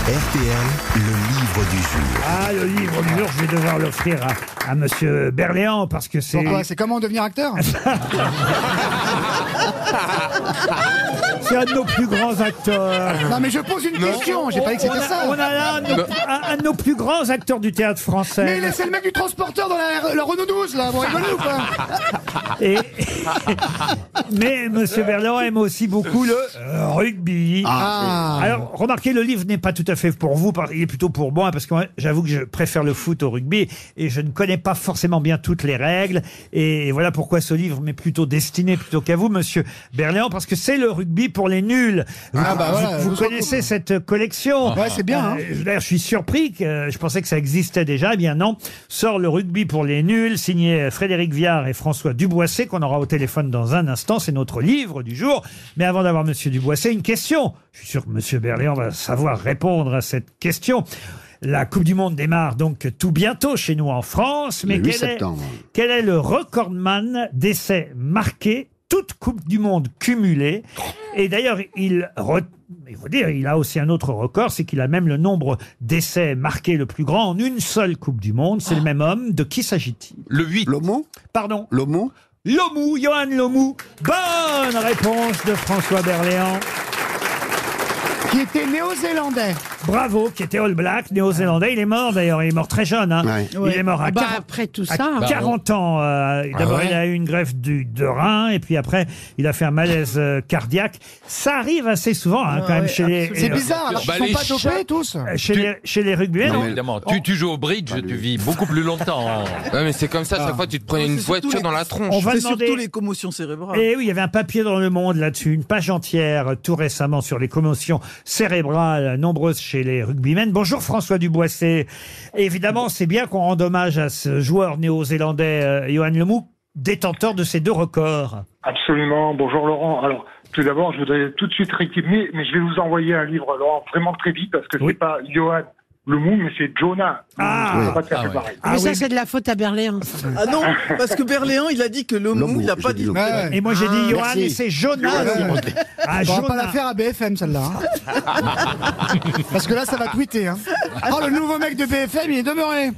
RTL, le livre du jour.
Ah, le livre du jour, je vais devoir l'offrir à, à Monsieur Berléand parce que c'est
Pourquoi C'est comment devenir acteur
c'est un de nos plus grands acteurs.
Non, mais je pose une question, j'ai pas dit que
On
c'était
a-
ça.
On a là un de nos- un, un de nos plus grands acteurs du théâtre français.
Mais laissez le mec du transporteur dans la, la Renault 12, là, vous rigolez ou quoi
Et- Mais Monsieur Berléand aime aussi beaucoup le euh, rugby.
Ah.
Alors, remarquez, le livre n'est pas tout à fait pour vous, par- il est plutôt pour moi, parce que moi, j'avoue que je préfère le foot au rugby, et je ne connais pas forcément bien toutes les règles. Et voilà pourquoi ce livre m'est plutôt destiné plutôt qu'à vous, Monsieur Berléand, parce que c'est le rugby pour les nuls. Vous,
Ah, bah
vous-
voilà,
vous
nous
connaissez cette collection.
Ouais, c'est bien, hein.
Euh, D'ailleurs, je suis surpris que euh, je pensais que ça existait déjà. Eh bien non, sort le rugby pour les nuls, signé Frédéric Viard et François Duboisset, qu'on aura au téléphone dans un instant. C'est notre livre du jour. Mais avant d'avoir Monsieur Duboisset, une question. Je suis sûr que Monsieur Berléand va savoir répondre à cette question. La Coupe du Monde démarre donc tout bientôt chez nous en France. Mais
Le 8
quel est-
septembre.
quel est le recordman d'essais marqués toute Coupe du Monde cumulée Et d'ailleurs, il, re- il faut dire, il a aussi un autre record, c'est qu'il a même le nombre d'essais marqués le plus grand en une seule Coupe du Monde. C'est le même homme. De qui s'agit-il
Le 8. L'homo
Pardon
L'homo
Lomou, Johan Lomou. Bonne réponse de François Berléand.
qui était néo-zélandais.
Bravo, qui était All Black, néo-zélandais. Il est mort d'ailleurs, il est mort très jeune. hein.
Ouais.
Il est mort à,
Bah,
40
après tout
à
ça.
hein.
40 ans. euh,
Ah
D'abord,
ouais
il a eu une greffe du, de rein, et puis après, il a fait un malaise euh, cardiaque. Ça arrive assez souvent, hein, quand
Ah
même,
ouais,
chez les.
absolument. C'est bizarre,
alors
alors, ils Bah, sont les pas dopés, chats- tous
Chez
Tu-
les, chez les rugbyens,
Non,
non.
mais évidemment. Tu, tu joues au bridge, tu vis beaucoup plus
Oh.
longtemps. ouais, mais c'est comme ça, chaque fois tu te
Ah,
prenais une voiture dans la tronche.
On va
C'est
demander-
surtout les commotions cérébrales.
Et Eh oui, il y avait un papier dans Le Monde là-dessus, une page entière euh, tout récemment sur les commotions cérébrales euh, nombreuses chez les rugbymen. Bonjour François Duboisset. Évidemment, c'est bien qu'on rende hommage à ce joueur néo-zélandais euh, Johan Lemou, détenteur de ces deux records.
Absolument. Bonjour Laurent. Alors, tout d'abord, je voudrais tout de suite rectifier, mais je vais vous envoyer un livre, Laurent, vraiment très vite, parce que c'est pas Johan Lemou, mais c'est Jonah. Ah,
Mais ça, c'est de la faute à Berléans.
Ah non, parce que Berléand, il a dit que l'homme,
L'homme,
il a
j'ai
pas
dit
dit.
l'homme. Ouais. Et moi, j'ai dit Ah, Johan, merci. et c'est Jonas.
Ah,
Ah,
on va
Jonah.
pas la faire à BFM celle-là. hein. Parce que là, ça va tweeter. Hein. Oh, le nouveau mec de BFM, il est demeuré.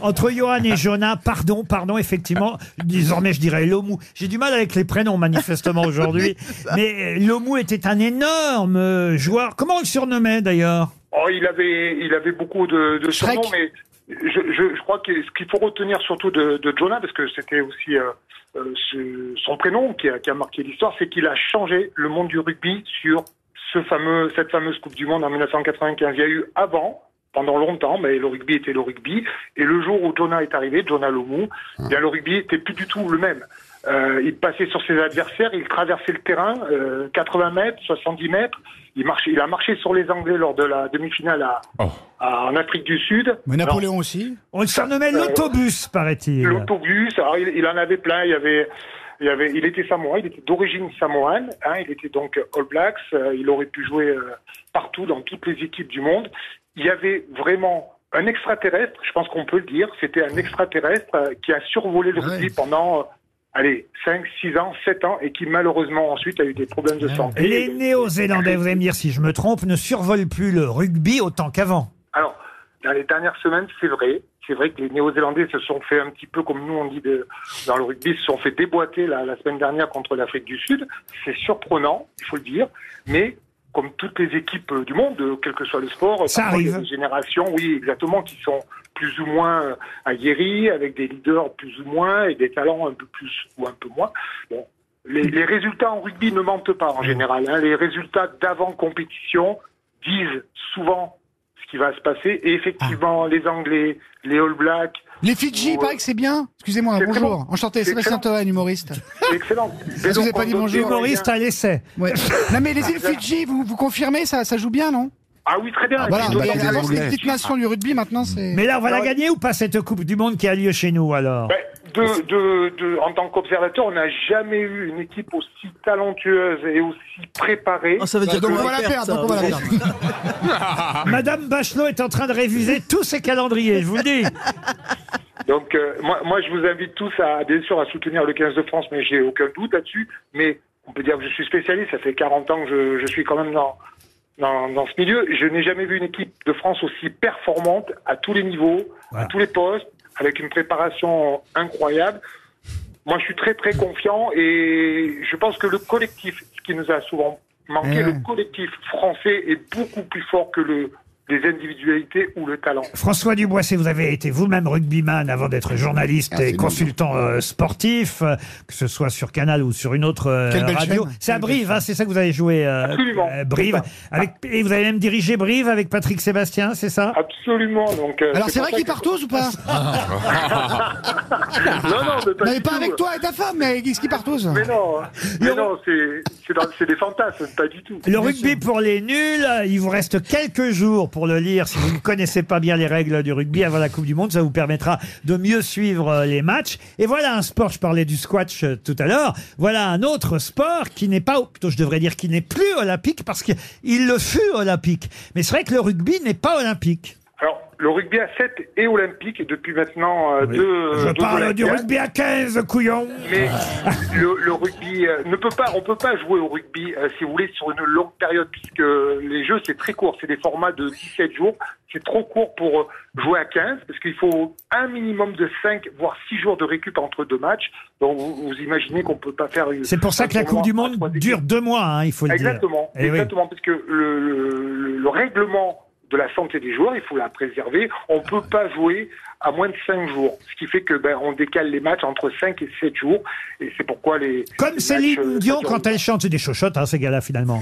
Entre Johan et Jonah, pardon, pardon, effectivement, désormais je dirais Lomou. J'ai du mal avec les prénoms manifestement aujourd'hui, mais euh, Lomou était un énorme euh, joueur. Comment on le surnommait d'ailleurs
Oh, il avait, il avait beaucoup de, de surnoms, mais je, je, je crois que ce qu'il faut retenir surtout de, de Jonah, parce que c'était aussi euh, euh, ce- son prénom qui a, qui a marqué l'histoire, c'est qu'il a changé le monde du rugby sur ce fameux, cette fameuse Coupe du Monde en 1995. Il y a eu avant, pendant longtemps, mais le rugby était le rugby, et le jour où Jonah est arrivé, Jonah Lomu, eh bien le rugby était plus du tout le même. Euh, il passait sur ses adversaires, il traversait le terrain, euh, 80 mètres, 70 mètres. Il, marchait, il a marché sur les Anglais lors de la demi-finale à- à- en Afrique du Sud.
Mais Napoléon aussi.
On le surnommait
Euh,
l'autobus, paraît-il.
L'autobus, alors il, il en avait plein. Il y avait, il y avait, il était samoan, il était d'origine samoane. hein, il était donc All Blacks. euh, il aurait pu jouer euh, partout dans toutes les équipes du monde. Il y avait vraiment un extraterrestre. Je pense qu'on peut le dire. C'était un extraterrestre euh, qui a survolé le rugby pendant. euh, Allez, 5, 6 ans, 7 ans, et qui malheureusement ensuite a eu des problèmes de santé.
Les Néo-Zélandais, vous allez me dire si je me trompe, ne survolent plus le rugby autant qu'avant.
Alors, dans les dernières semaines, c'est vrai. C'est vrai que les Néo-Zélandais se sont fait un petit peu, comme nous on dit de- dans le rugby, se sont fait déboîter la, la semaine dernière contre l'Afrique du Sud. C'est surprenant, il faut le dire. Mais comme toutes les équipes euh, du monde, euh, quel que soit le sport,
Ça
parfois, il y a
arrive.
des générations, oui, exactement, qui sont plus ou moins euh, aguerries, avec des leaders plus ou moins et des talents un peu plus ou un peu moins. Bon, les, les résultats en rugby ne mentent pas en général. hein. Les résultats d'avant compétition disent souvent ce qui va se passer. Et effectivement, les Anglais, les All Blacks.
Ah. Les Fidji, il
ou,
paraît que c'est bien. Excusez-moi,
C'est
bonjour.
excellent.
Enchanté,
C'est
Sébastien Thoen, humoriste.
euh, Excellent.
Parce que vous avez pas dit bonjour. Ah,
Humoriste à l'essai.
Ouais. Non, mais les îles Fidji, vous, vous confirmez, ça, ça joue bien, non
Ah oui, très bien.
Ah, voilà,
Et donc,
bah,
les
avant, c'était
Anglais.
une petite nation du rugby, maintenant c'est.
Mais là, on va la
Alors-
gagner ou pas cette Coupe du Monde qui a lieu chez nous alors
Ben, de, de, de- en tant qu'observateur, on n'a jamais eu une équipe aussi talentueuse et aussi préparée.
Ah, ça veut dire
Donc
qu'on va
on va la
perdre,
perdre,
ça,
donc on va la
oui.
perdre.
Madame Bachelot est en train de réviser tous ses calendriers, je vous le dis.
Donc, euh, moi, moi, je vous invite tous à, bien sûr, à soutenir le 15 de France, mais j'ai aucun doute là-dessus. Mais on peut dire que je suis spécialiste. Ça fait 40 ans que je, je suis quand même dans, dans, dans ce milieu. Je n'ai jamais vu une équipe de France aussi performante à tous les niveaux, à tous les postes, avec une préparation incroyable. Moi, je suis très, très confiant et je pense que le collectif, ce qui nous a souvent
Ouais.
manqué, le collectif français est beaucoup plus fort que le, les individualités ou le talent.
François Duboisset, vous avez été vous-même rugbyman avant d'être journaliste
Ah,
et
Absolument.
consultant euh, sportif, euh, que ce soit sur Canal ou sur une autre euh,
Quelle belle
radio.
chaîne.
C'est à Brive, hein, c'est ça que vous avez joué, euh,
Absolument.
euh, Brive. Avec, et vous avez même dirigé Brive avec Patrick Sébastien, c'est ça Ah,
Absolument. Donc, euh,
Alors c'est
pour
vrai
ça
qu'ils
que-
partent tous ou pas
non, non, mais pas,
Mais
du
pas
tout.
avec toi et ta femme, mais qu'est-ce qu'ils partent tous
Mais non, mais non, c'est c'est dans- c'est des fantasmes, pas du tout.
Le rugby pour les nuls, euh, il vous reste quelques jours pour le lire. Si vous ne connaissez pas bien les règles du rugby avant la Coupe du Monde, ça vous permettra de mieux suivre euh, les matchs. Et voilà un sport, je parlais du squash euh, tout à l'heure, voilà un autre sport qui n'est pas, ou plutôt je devrais dire qui n'est plus olympique parce qu'il le fut olympique. Mais c'est vrai que le rugby n'est pas olympique.
Alors, le rugby à 7 est olympique depuis maintenant euh, deux.
Je
deux
parle du
Olympiades.
rugby à 15, couillon.
Mais le, le rugby euh, ne peut pas, on peut pas jouer au rugby, euh, si vous voulez, sur une longue période, puisque les jeux, c'est très court. C'est des formats de 17 jours. C'est trop court pour euh, jouer à 15, parce qu'il faut un minimum de 5, voire 6 jours de récup entre deux matchs. Donc, vous, vous imaginez qu'on peut pas faire une.
C'est pour ça que la
un
Coupe du
tournoi
Monde dure deux mois, hein, il faut le dire.
Exactement,
Eh oui.
exactement, parce que le, le- le règlement de la santé des joueurs, il faut la préserver. On
Ah
peut pas jouer à moins de 5 jours, ce qui fait que ben, on décale les matchs entre 5 et 7 jours, et c'est pourquoi les
Comme
les matchs,
Céline
euh,
Dion
durent-
quand elle chante, c'est des chochottes, hein, ces gars-là, finalement.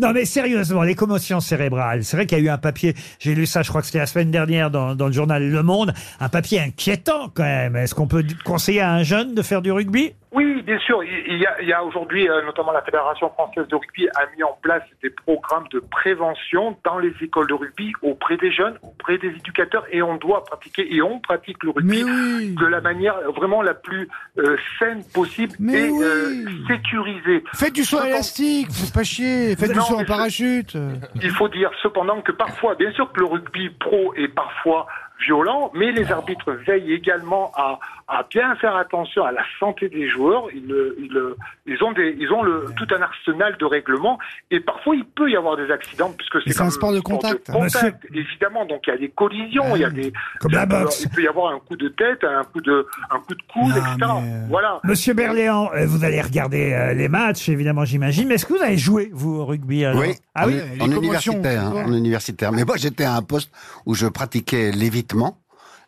Non mais sérieusement, les commotions cérébrales, c'est vrai qu'il y a eu un papier, j'ai lu ça je crois que c'était la semaine dernière dans, dans le journal Le Monde, un papier inquiétant quand même. Est-ce qu'on peut d- conseiller à un jeune de faire du rugby
Oui, bien sûr. Il y a, il y a aujourd'hui, euh, notamment la Fédération française de rugby a mis en place des programmes de prévention dans les écoles de rugby auprès des jeunes, auprès des éducateurs, et on doit pratiquer et on pratique le rugby de la manière vraiment la plus euh, saine possible et euh, sécurisée.
Faites du saut élastique, vous pas chier. Faites
Non,
du saut
mais
en
je-
parachute.
Il faut dire cependant que parfois, bien sûr que le rugby pro est parfois violent, mais les arbitres veillent également à, à bien faire attention à la santé des joueurs. Ils, euh, ils, euh, ils ont, des, ils ont le, tout un arsenal de règlements et parfois il peut y avoir des accidents puisque
Mais
c'est
c'est un
quand
sport
même
de contact.
contact, évidemment. Donc il y a des collisions, il y a des
Comme la
il peut-
boxe.
Il peut y avoir un coup de tête, un coup de, un coup de coude, etc. Voilà.
Monsieur Berléand, euh, vous allez regarder euh, les matchs évidemment j'imagine, mais est-ce que vous avez joué vous au rugby alors
Oui,
ah
en,
oui,
en universitaire, hein, en universitaire. Mais moi, j'étais à un poste où je pratiquais l'évitement.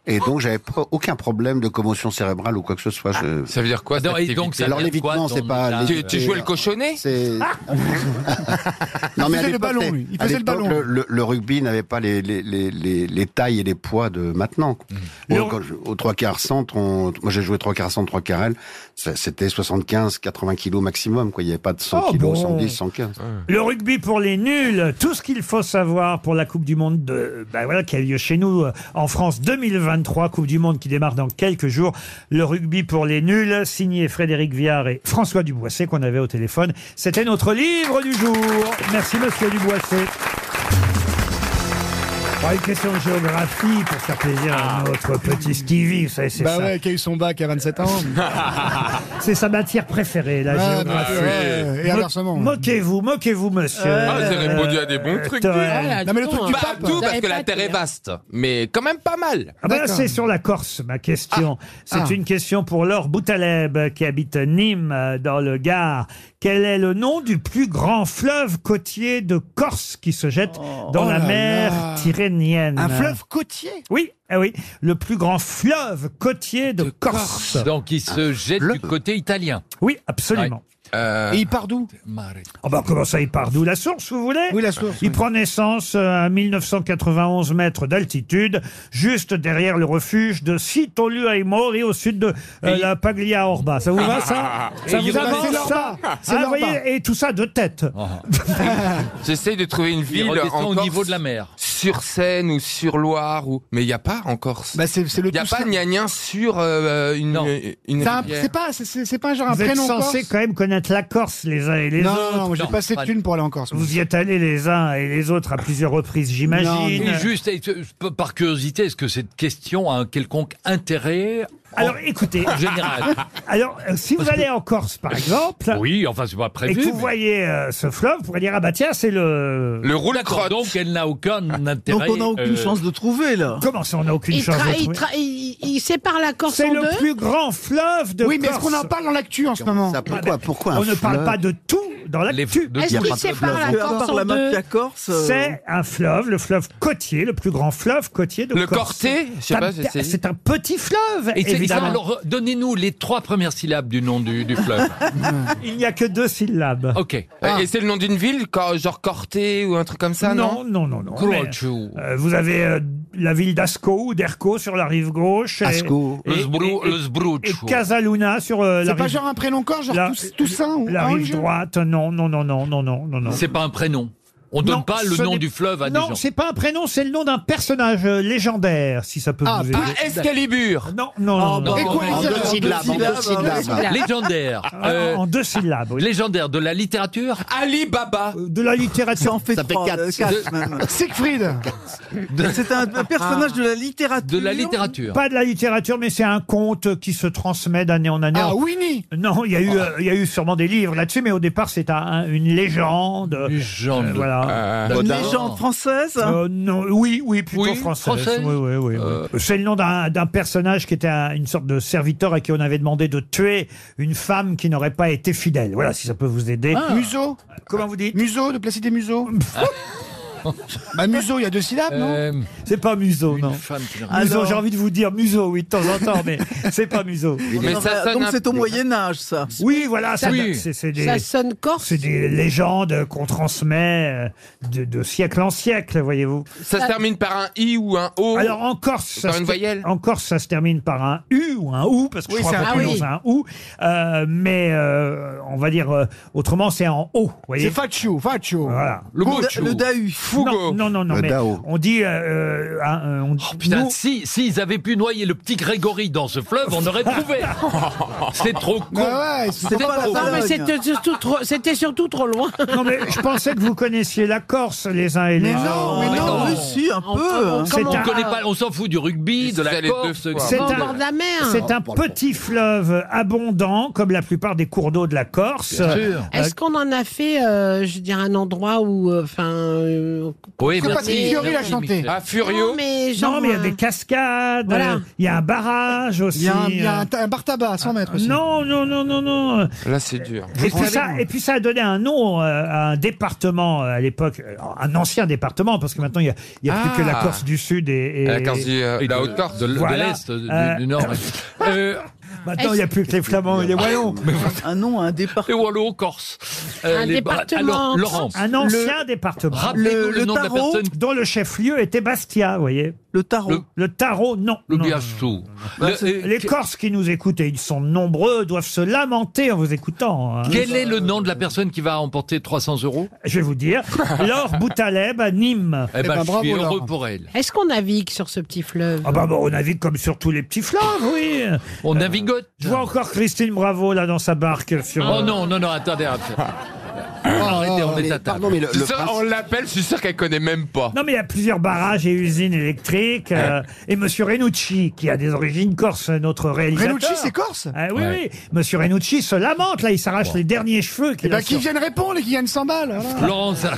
Et donc, j'avais pas- aucun problème de commotion cérébrale ou quoi que ce soit.
Ah, Ça veut dire quoi cette activité
Alors, l'évitement, c'est pas.
Tu,
l'éviter,
tu jouais le
euh,
cochonnet
C'est.
Il
à
faisait le
l'époque,
ballon,
les-
lui. Il
à
faisait le
l'époque,
ballon.
Le, le- le rugby n'avait pas les, les, les, les, les tailles et les poids de maintenant.
Mmh.
Bon, quand je- au trois quarts centre, on- moi j'ai joué trois quarts centre, trois quarts aile, ça- c'était 75, 80 kilos maximum. Quoi. Il n'y avait pas de 100
Oh,
kilos,
bon.
110, 115.
Le rugby pour les nuls, tout ce qu'il faut savoir pour la Coupe du Monde de, bah voilà, qui a lieu chez nous euh, en France 2023, Coupe du Monde qui démarre dans quelques jours. Le rugby pour les nuls, signé Frédéric Viard et François Duboisset qu'on avait au téléphone. C'était notre livre du jour. Merci Monsieur Duboisset. Ah, une question de géographie pour faire plaisir à notre petit Stevie, vous savez, c'est
Bah
ça.
ouais, qui a eu son bac à 27 ans.
C'est sa matière préférée, la
Ah,
géographie.
bah, ouais, et
Mo-
inversement.
Moquez-vous, moquez-vous, monsieur.
Ah, j'ai
Euh,
répondu à des bons trucs.
Toen.
Ah,
dis donc. Pas à tout, parce que la Terre est
hein.
vaste. Mais quand même pas mal.
Ah bah là, c'est sur la Corse, ma question. C'est
Ah.
une question pour Laure Boutaleb, qui habite Nîmes, euh, dans le Gard. Quel est le nom du plus grand fleuve côtier de Corse qui se jette dans
Oh
la
là
mer
là.
Tyrrhénienne
Un fleuve côtier
Oui, ah oui, le plus grand fleuve côtier de, Corse.
Donc il se jette du côté italien. Euh,
Oui, absolument.
Et il part d'où
Ah bah comment ça, il part d'où La source, vous voulez
Oui, la source.
Il prend naissance euh, à 1991 mètres d'altitude, juste derrière le refuge de Sitolu Aimori au sud de euh, la Paglia Orba. Ça vous va ça
Et
Ça
il
vous
repasse
avance
l'Orba.
ça
C'est
Ah, vous
l'Orba.
voyez, Et tout ça de tête.
J'essaye de trouver une ville
redescend
en
au
Corse,
niveau de la mer.
Sur Seine ou sur Loire ou mais il y a pas en Corse. Il y a pas Nianien sur euh, une une
C'est un-
rivière.
C'est pas, c'est- c'est c'est pas genre un
Vous êtes
prénom
censés
corse
quand même connaître la Corse les uns et les
Non,
autres.
non, moi, j'ai pas assez de thunes pour aller en Corse.
Vous y êtes allés les uns et les autres à plusieurs reprises, j'imagine.
Oui, juste, et, euh, par curiosité, est-ce que cette question a un quelconque intérêt
Alors écoutez,
en général
Alors, euh, si vous
Parce que-
allez en Corse, par exemple,
Oui, enfin, c'est pas
et
prévu.
que vous
mais-
voyez euh, ce fleuve, vous pourrez dire, ah bah tiens, c'est le...
D'accord, Donc elle n'a aucun intérêt. euh,
on n'a aucune chance
de trouver là.
Comment ça, on n'a aucune
Il,
chance
tra-
de
il,
trouver
tra- il- il sépare la Corse
C'est
en
le
deux.
plus grand fleuve de
Oui, mais est-ce
Corse. Ah, bah,
qu'on en parle dans l'actu en ce moment
Pourquoi, pourquoi un
On ne parle
fleuve
pas de tout dans l'actu.
de- Est-ce il y a qu'il pas de sépare fleuve. la
Parce
Corse
que à part en la deux mafia corse, euh,
C'est un fleuve, le fleuve côtier, le plus grand fleuve côtier de
Le
Corse.
Corté Je sais
Ça-
pas, c'est-
C'est un petit fleuve,
Et c'est-
évidemment.
alors, donnez-nous les trois premières syllabes du nom du, du fleuve.
Il n'y a que deux syllabes.
Ok.
Et c'est le nom d'une ville, cor- genre Corté ou un truc comme ça, non
Non, non, non, non.
Crochu.
Mais, euh, vous avez euh, la ville d'Asco ou d'Erco sur la rive gauche. et-
Asco.
et-
Le Sbrou-
et-
le Sbroucho.
et Casaluna sur euh, la
C'est
rive...
pas genre un prénom corse, genre
la-
Tous- Toussaint ou
la rive
Ange
droite. Non, non, non, non, non, non, non, non.
C'est pas un prénom. On donne
Non,
pas le
ce
nom
n'est-
du fleuve à des
Non,
gens.
c'est pas un prénom, c'est le nom d'un personnage euh, légendaire, si ça peut
Ah,
vous aider.
pas Excalibur.
Non, non, non. non,
bah,
non.
Et quoi, en les deux syllabes, syllabes, en deux en deux syllabes. syllabes. Légendaire.
Ah,
Euh,
en deux syllabes, oui.
Légendaire de la littérature Ali Baba.
De la littérature.
en fait
trois, euh, quatre, même.
Siegfried
C'est un,
Ah.
un personnage de la littérature. De la littérature.
Pas de la littérature, mais c'est un conte qui se transmet d'année en année.
Ah,
Winnie Non, il y, a eu, euh, il y a eu sûrement des livres là-dessus, mais au départ, c'est un- un- une légende.
Euh, Légende. Euh,
voilà.
Une légende française
Euh, non, oui, oui, plutôt
Oui,
française.
française.
Oui, oui, oui, oui.
Euh.
C'est le nom d'un d'un personnage qui était un- une sorte de serviteur à qui on avait demandé de tuer une femme qui n'aurait pas été fidèle. Voilà, si ça peut vous aider.
Ah. Museau
Comment vous dites Ah,
Museau, de Placide et Museau Bah, Museau, il y a deux syllabes, non
Euh, C'est pas museau, non. Museau,
Alors-
j'ai envie de vous dire museau, oui, de temps en temps, mais c'est pas museau.
Donc c'est au Moyen Âge, ça.
Oui, voilà, ça,
Oui.
c'est- c'est des-
Ça
sonne corse.
C'est des légendes qu'on transmet euh, de, de siècle en siècle, voyez-vous.
Ça se termine par un i ou un o.
Alors en Corse,
Par
se-
une voyelle.
en Corse, ça se termine par un U ou un OU, parce que
Oui,
je crois
c'est
pas
un-
plus
ah
long,
oui.
c'est un OU. Euh, mais euh, on va dire euh, autrement, c'est en O. vous voyez
C'est Faccio, Faccio.
Voilà.
Le Bon- Bocho. le Dahu.
Fougo. Non, non, non,
Le
mais
Dao.
on dit. euh, euh, un- euh, on-
Oh,
Putain,
nous-
si, s'ils avaient pu noyer le petit Grégory dans ce fleuve, on aurait trouvé. c'est trop
Ah
con.
C'était non, mais c'était surtout trop- c'était surtout trop loin.
Non, mais je pensais que vous connaissiez la Corse, les uns et les autres.
si, un peu.
hein.
Comme
C'est
Oh, on
un-
connaît pas, on s'en fout du rugby, de la
allez
Corse.
deux fois.
C'est
Bon,
un,
bordel.
c'est un petit fleuve abondant, comme la plupart des cours d'eau de la Corse.
Bien sûr.
Euh,
Est-ce qu'on en a fait, euh, je veux dire, un endroit où, euh, enfin, euh,
Oui,
mais-
Ah, Furio.
Non, mais genre,
non, mais il y a
euh,
des cascades, euh, il
voilà.
y a un barrage aussi.
Il y a un, il y a un,
euh. Ah,
ta- un bar tabac à 100 mètres aussi.
Non, non, non, non, non.
Là, c'est dur.
Et puis, ça, et puis ça a donné un nom euh, à un département euh, à l'époque, euh, un ancien département, parce que maintenant il n'y a, il y a
Ah.
plus que la Corse du Sud et, et-
La Corse du- euh,
Et
la
de-
Haute-Corse.
de l- de
Voilà.
l'Est, du-
Euh,
du Nord. Euh,
Maintenant il n'y a plus que les Flamands et
Ah,
les Wallons.
Un nom, Ah un départ.
Les Wallo Corse. Euh,
Un département
bah, Alors,
en
Laurent.
Un ancien département.
Rappelez-nous le, nom de la personne.
dont le chef-lieu était Bastia, vous voyez.
Le tarot.
Le, tarot, non.
Le
non, non.
Biastou.
Non,
Le-
c'est- les Corses qui nous écoutent, et ils sont nombreux, doivent se lamenter en vous écoutant. hein.
Quel est le nom de la personne qui va remporter 300 euros
Je vais vous dire. Laure Boutaleb à Nîmes.
Eh ben, je suis heureux pour elle.
Est-ce qu'on navigue sur ce petit fleuve
Ah bah bon, on navigue comme sur tous les petits fleuves, oui. Euh,
On navigote.
Je vois encore Christine Bravo là dans sa barque sur. euh,
Oh non, non, non, attendez. attendez. Arrêtez, on est à table.
Je suis sûr, on l'appelle, je suis sûr qu'elle connaît même pas.
Non mais il y a plusieurs barrages et usines électriques euh, et Monsieur Renucci qui a des origines corses, notre réalisateur.
Renucci, c'est corse
Ah oui
Ouais.
oui. Monsieur Renucci se lamente là, il s'arrache les derniers cheveux.
Eh
qu'il
ben,
a
qui
sur-
viennent répondre et qui gagnent 100 balles voilà.
Laurent, ça,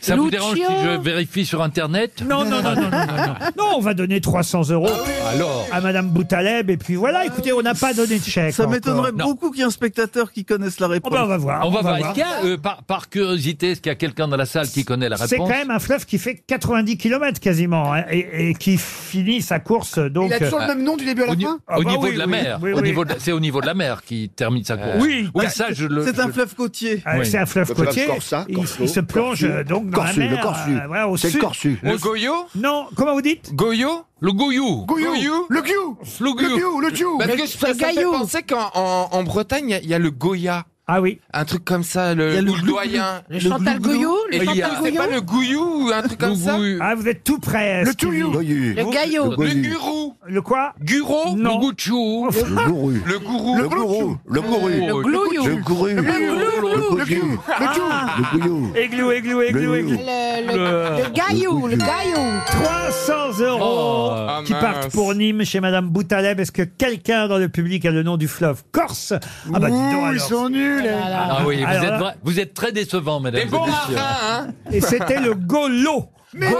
ça vous dérange si je vérifie sur Internet
Non, non, non, non, non, non, non.
Ah,
Non, on va donner 300 euros
Alors
à Madame Boutaleb et puis voilà. Écoutez, on n'a pas donné de chèque.
Ça m'étonnerait
encore.
beaucoup qu'il y ait un spectateur qui connaisse la réponse.
Oh ben, on va voir.
On va
on
voir.
va
Est-ce
voir.
qu'il y a, euh, par, par curiosité, est-ce qu'il y a quelqu'un dans la salle qui connaît la réponse
C'est quand même un fleuve qui fait 90 km quasiment hein, et, et qui finit sa course donc. euh,
Il a toujours le même nom du début à la
Au, ni-
fin
Ah
au
bah
niveau
oui,
de la
oui,
mer.
oui,
Au
oui. Euh,
niveau de la- C'est au niveau de la mer qui termine sa course.
oui, bah,
Ouais,
oui,
ça, je le.
C'est un
je-
fleuve côtier.
Euh, C'est un fleuve
Le fleuve
côtier.
Corsa,
il,
Corso,
il se plonge
Corsu.
euh, donc dans
Corsu,
la
le
mer.
Corsu.
euh, voilà, au
C'est le
sud.
Corsu.
Au
Le
su-
Goyo
Non, comment vous dites
Goyo Le Goyou
Gouillou. Le Guyou
Le
Le Guyou,
Goyou
le Guyou
Parce que
Mais-
ça, ça fait penser qu'en en- en Bretagne, il y a- il y, a le Goya.
Ah oui.
Un truc comme ça,
Il y a
le,
le
ou le
glou-
doyen.
Le Chantal Goyot Le
Et il y a-
Chantal
C'est
Goyot
pas le Goyou ou un truc comme ça
Gougou-
Ah, vous êtes tout près.
Le
Stevie.
Touyou
Goyu.
Le Gaillot
Le Guru
Le quoi
Guro
Non.
Gougou-tchou.
Le gourou.
Le Gourou
Le gourou. Le gourou.
Le Glouillou
Le gourou. Le
Le Guyou
gourou.
Le Guyou
Le gourou.
Églou, églou, églou,
Le-
églou.
Le, le, le Gaillou Le
oh.
Gaillou
300 euros
Ah,
qui
mince.
partent pour Nîmes chez Madame Boutaleb. Est-ce que quelqu'un dans le public a le nom du fleuve Corse Ah bah dis donc
Ouh, ils
alors. bah,
sont nuls eh. les-
Ah oui, vous
Alors
êtes,
là-
vra- vous êtes très décevant, mesdames
Des bons
et messieurs.
marins, hein
Et c'était le Golo.
Mais non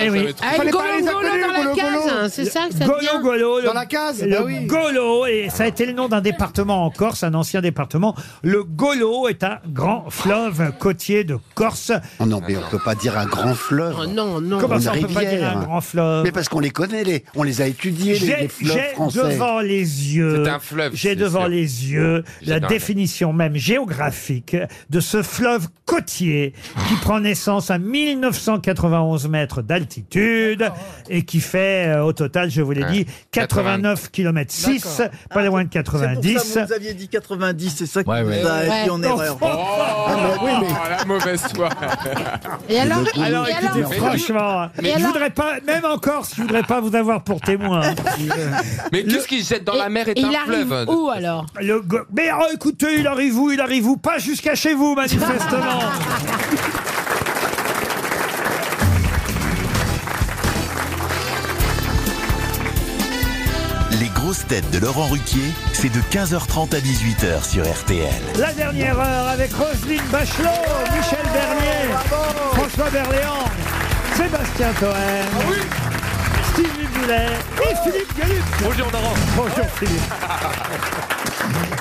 Eh oui.
Ah, le
Fallait pas les
Golo,
inconnus,
Golo dans la
Golo,
case,
Golo.
hein, c'est
Ah,
ça que ça
Golo,
devient
Golo, le-
Dans la case,
le
bah oui.
Golo, et ça a été le nom d'un département en Corse, un ancien département. Le Golo est un grand fleuve côtier de Corse.
Oh non, mais on peut pas dire un grand fleuve.
Oh non, non.
Comment
Une
ça, on peut pas
rivière.
dire un grand fleuve
Mais parce qu'on les connaît, les, on les a étudiés, les, les
J'ai
fleuves
j'ai
français.
devant les yeux,
C'est un fleuve,
j'ai
c'est
devant
sûr.
les yeux
C'est
la
dingue.
définition même géographique de ce fleuve côtier qui prend naissance à 1940 291 mètres d'altitude et qui fait, euh, au total, je vous l'ai dit, 89 km 6,
D'accord. Ah,
pas loin de
C'est pour
90.
ça que vous nous aviez dit 90, c'est ça qui
Ouais,
nous
ouais.
a
Ouais.
mis en
Non.
erreur. Ah,
Oh,
la mauvaise foi.
Et alors-
Alors
et
écoutez,
alors-
franchement,
Mais
je
alors-
voudrais pas, même encore, je voudrais pas vous avoir pour témoin. hein.
Mais qu'est-ce qu'il jette dans la mer est
et
un
il arrive
fleuve. hein,
où, alors Le go- Mais oh, écoutez, il arrive où Il arrive où Pas jusqu'à chez vous, manifestement.
Les grosses têtes de Laurent Ruquier, c'est de 15h30 à 18h sur RTL.
La dernière heure avec Roselyne Bachelot, Michel Bernier, François Berléand, Sébastien Toen,
Ah
Stevie Boulet et Philippe Gallup. Bonjour Laurent. Bonjour Philippe.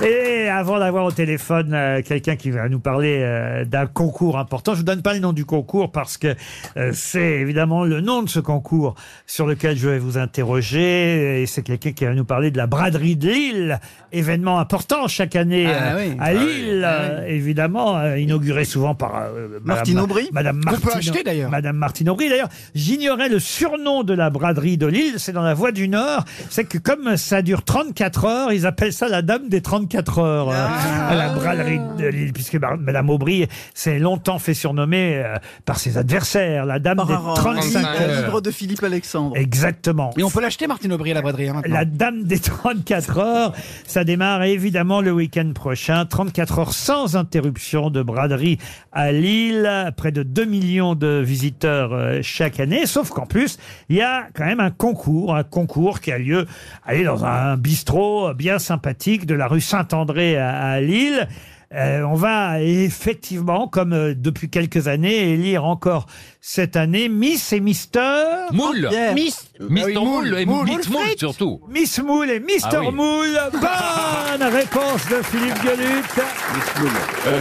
Et avant d'avoir au téléphone euh, quelqu'un qui va nous parler euh, d'un concours important, je vous donne pas le nom du concours parce que euh, c'est évidemment le nom de ce concours sur lequel je vais vous interroger. Et c'est quelqu'un qui va nous parler de la braderie de Lille, événement important chaque année
Ah
euh,
oui. Ah
à Lille, euh, évidemment, euh, inauguré souvent par euh, Madame-
Martine Aubry.
Madame
Qu'on peut
Martine-
acheter, d'ailleurs.
Madame Martine Aubry. D'ailleurs, j'ignorais le surnom de la braderie de Lille, c'est dans la Voie du Nord. C'est que comme ça dure 34 heures, ils appellent ça la Dame des 34 heures, euh,
Ah.
à la braderie de Lille, puisque Mar- Madame Aubry s'est longtemps fait surnommer euh, par ses adversaires, la Dame
Par
des
un
35
livre- un
heures.
livre de Philippe Alexandre.
Exactement.
Et on peut l'acheter, Martine Aubry, à la braderie, hein, maintenant.
La Dame des 34 heures, ça démarre évidemment le week-end prochain. 34 heures sans interruption de braderie à Lille. Près de 2 millions de visiteurs euh, chaque année. Sauf qu'en plus, il y a quand même un concours, un concours qui a lieu allez, dans un bistrot bien sympathique de la rue Saint-André à, à Lille. Euh, on va effectivement, comme euh, depuis quelques années, élire encore cette année Miss et Mister Ah,
Moule.
Miss,
Miss Ah oui, Moule Moule et Moule. Miss Moule Frites. surtout.
Miss Moule et Mister
Ah oui.
Moule. Bonne réponse de Philippe Gueluc.
Euh,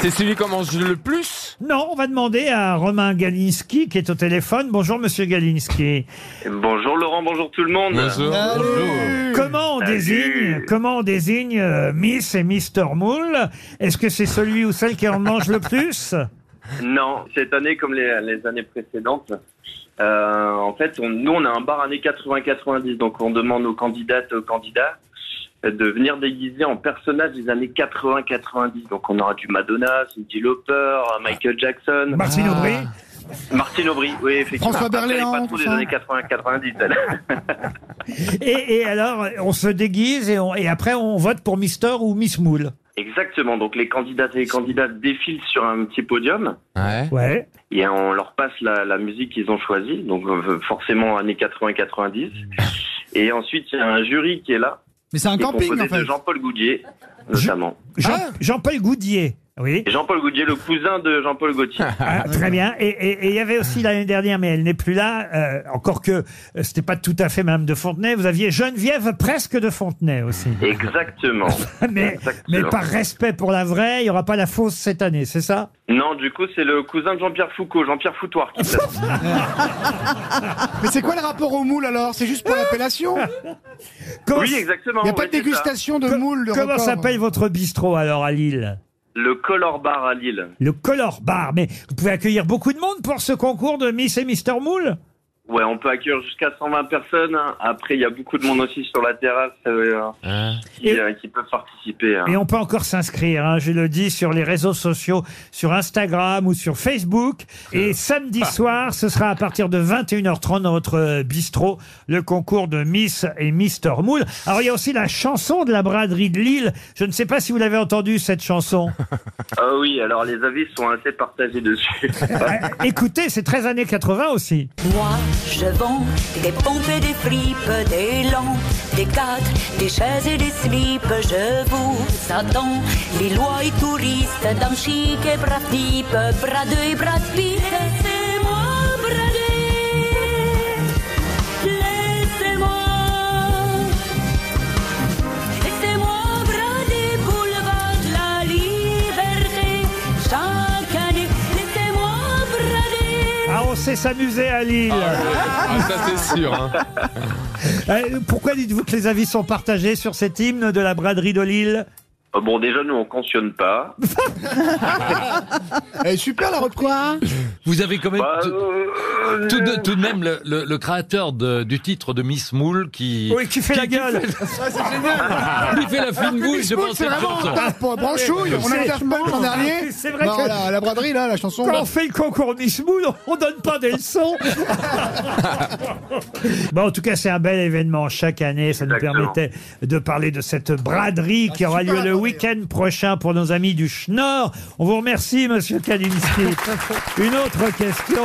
C'est celui qu'on mange le plus
Non, on va demander à Romain Galinski qui est au téléphone. Bonjour Monsieur Galinski.
Bonjour Laurent, bonjour tout le monde.
Bonjour.
Comment on
Salut.
désigne, comment on désigne euh, Miss et Mister Moule Est-ce que c'est celui ou celle qui en mange le plus
Non, cette année, comme les, les années précédentes, euh, en fait, on- nous, on a un bar années 80-90, donc on demande aux candidates, aux candidats euh, de venir déguiser en personnages des années 80-90. Donc on aura du Madonna, Cindy Lauper, euh, Michael Jackson.
Martine Aubry
Martine Aubry, oui, effectivement.
Ah. François
Après, elle est
Berléand,
pas trop
tout
des
ça.
années 80-90, elle.
et, et alors, on se déguise et, on- et après on vote pour Mister ou Miss Moule.
Exactement. Donc les candidates et les candidats défilent sur un petit podium.
Ouais.
Ouais.
Et on leur passe la, la musique qu'ils ont choisie, donc euh, forcément années 80-90. Et ensuite, il y a un jury qui est là.
Mais c'est un
qui est
camping,
composé
en fait.
de Jean-Paul Goudier, notamment.
Jean-
Ah.
Jean-Paul Goudier. Oui.
Et Jean-Paul Goudier, le cousin de Jean-Paul Gaultier.
Ah, très bien. Et- Et et il y avait
Ah.
aussi l'année dernière, mais elle n'est plus là, euh, encore que euh, c'était pas tout à fait Madame de Fontenay. Vous aviez Geneviève presque de Fontenay aussi.
Exactement.
Mais,
Exactement.
mais par respect pour la vraie, il n'y aura pas la fausse cette année, c'est ça
Non, du coup, c'est le cousin de Jean-Pierre Foucault, Jean-Pierre Foutoir qui s'appelle.
Mais c'est quoi le rapport au moule, alors C'est juste pour
Ah.
l'appellation
Oui, exactement,
Il n'y a pas
ouais,
de
c'est ça.
dégustation de moule, le hein.
Comment
record.
s'appelle votre bistrot alors à Lille
Le Color Bar à Lille.
Le Color Bar. Mais vous pouvez accueillir beaucoup de monde pour ce concours de Miss et Mister Moule
Ouais, on peut accueillir jusqu'à 120 personnes. hein. Après, il y a beaucoup de monde aussi sur la terrasse euh, qui, euh, qui peuvent participer. hein.
Et on peut encore s'inscrire, hein, je le dis, sur les réseaux sociaux, sur Instagram ou sur Facebook.
Euh.
Et
Ah.
samedi soir, ce sera à partir de 21h30 dans notre euh, bistrot, le concours de Miss et Mister Moule. Alors il y a aussi la chanson de la braderie de Lille. Je ne sais pas si vous l'avez entendue, cette chanson.
Ah oui, alors les avis sont assez partagés dessus.
Écoutez, c'est 13 années 80 aussi.
Moi, je vends des pompes et des fripes, des lampes, des cadres, des chaises et des slips. Je vous attends, Lillois et touristes, dames chic et bras pipe, bras deux et bras de pipe. Laissez-moi brader, laissez-moi, laissez-moi brader, boulevard de la liberté. Chaque année, laissez-moi brader.
Ah, on sait s'amuser à Lille.
Ah, ça c'est sûr. hein.
Euh, Pourquoi dites-vous que les avis sont partagés sur cet hymne de la braderie de Lille
Euh, Bon, déjà, nous, on cautionne pas.
Elle est super la reprise. Quoi
Vous avez quand même
Bah,
tout,
euh,
tout de, tout de même le, le- le créateur de- du titre de Miss Moule qui
Oui, qui fait la gueule.
c'est génial.
Lui fait la fine
Alors que
bouille,
Miss
je
Moon,
pense,
C'est
cette
vraiment
chanson.
un pour branchouille. On a
C'est-
un Punk l'an dernier.
Ah, C'est vrai
Bah,
que-
la, la braderie, là, la chanson.
Quand on fait le concours Miss Moon, on donne pas des leçons. Bon, en tout cas, c'est un bel événement chaque année. Ça nous
Exactement.
permettait de parler de cette braderie
Ah,
qui aura lieu le week-end prochain pour nos amis du Schnorr. On vous remercie, monsieur Kalinski. Une autre question.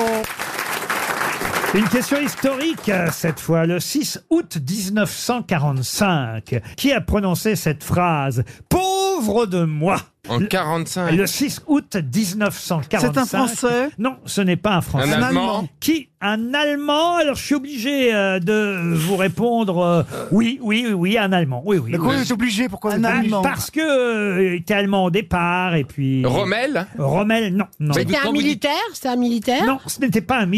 Une question historique, euh, cette fois, le 6 août 1945. Qui a prononcé cette phrase Pauvre de moi
En 45.
Le 6 août 1945.
C'est un Français
Non, ce n'est pas un Français.
Un Allemand
Qui Un Allemand Alors, je suis obligé euh, de vous répondre euh, oui, oui, oui, oui, un Allemand. Oui, oui.
Mais
oui.
quoi, c'est obligé Pourquoi vous êtes obligé
Parce que euh, il était allemand au départ et puis.
Rommel
Rommel, non. non.
C'était un militaire C'était un militaire
Non, ce n'était pas un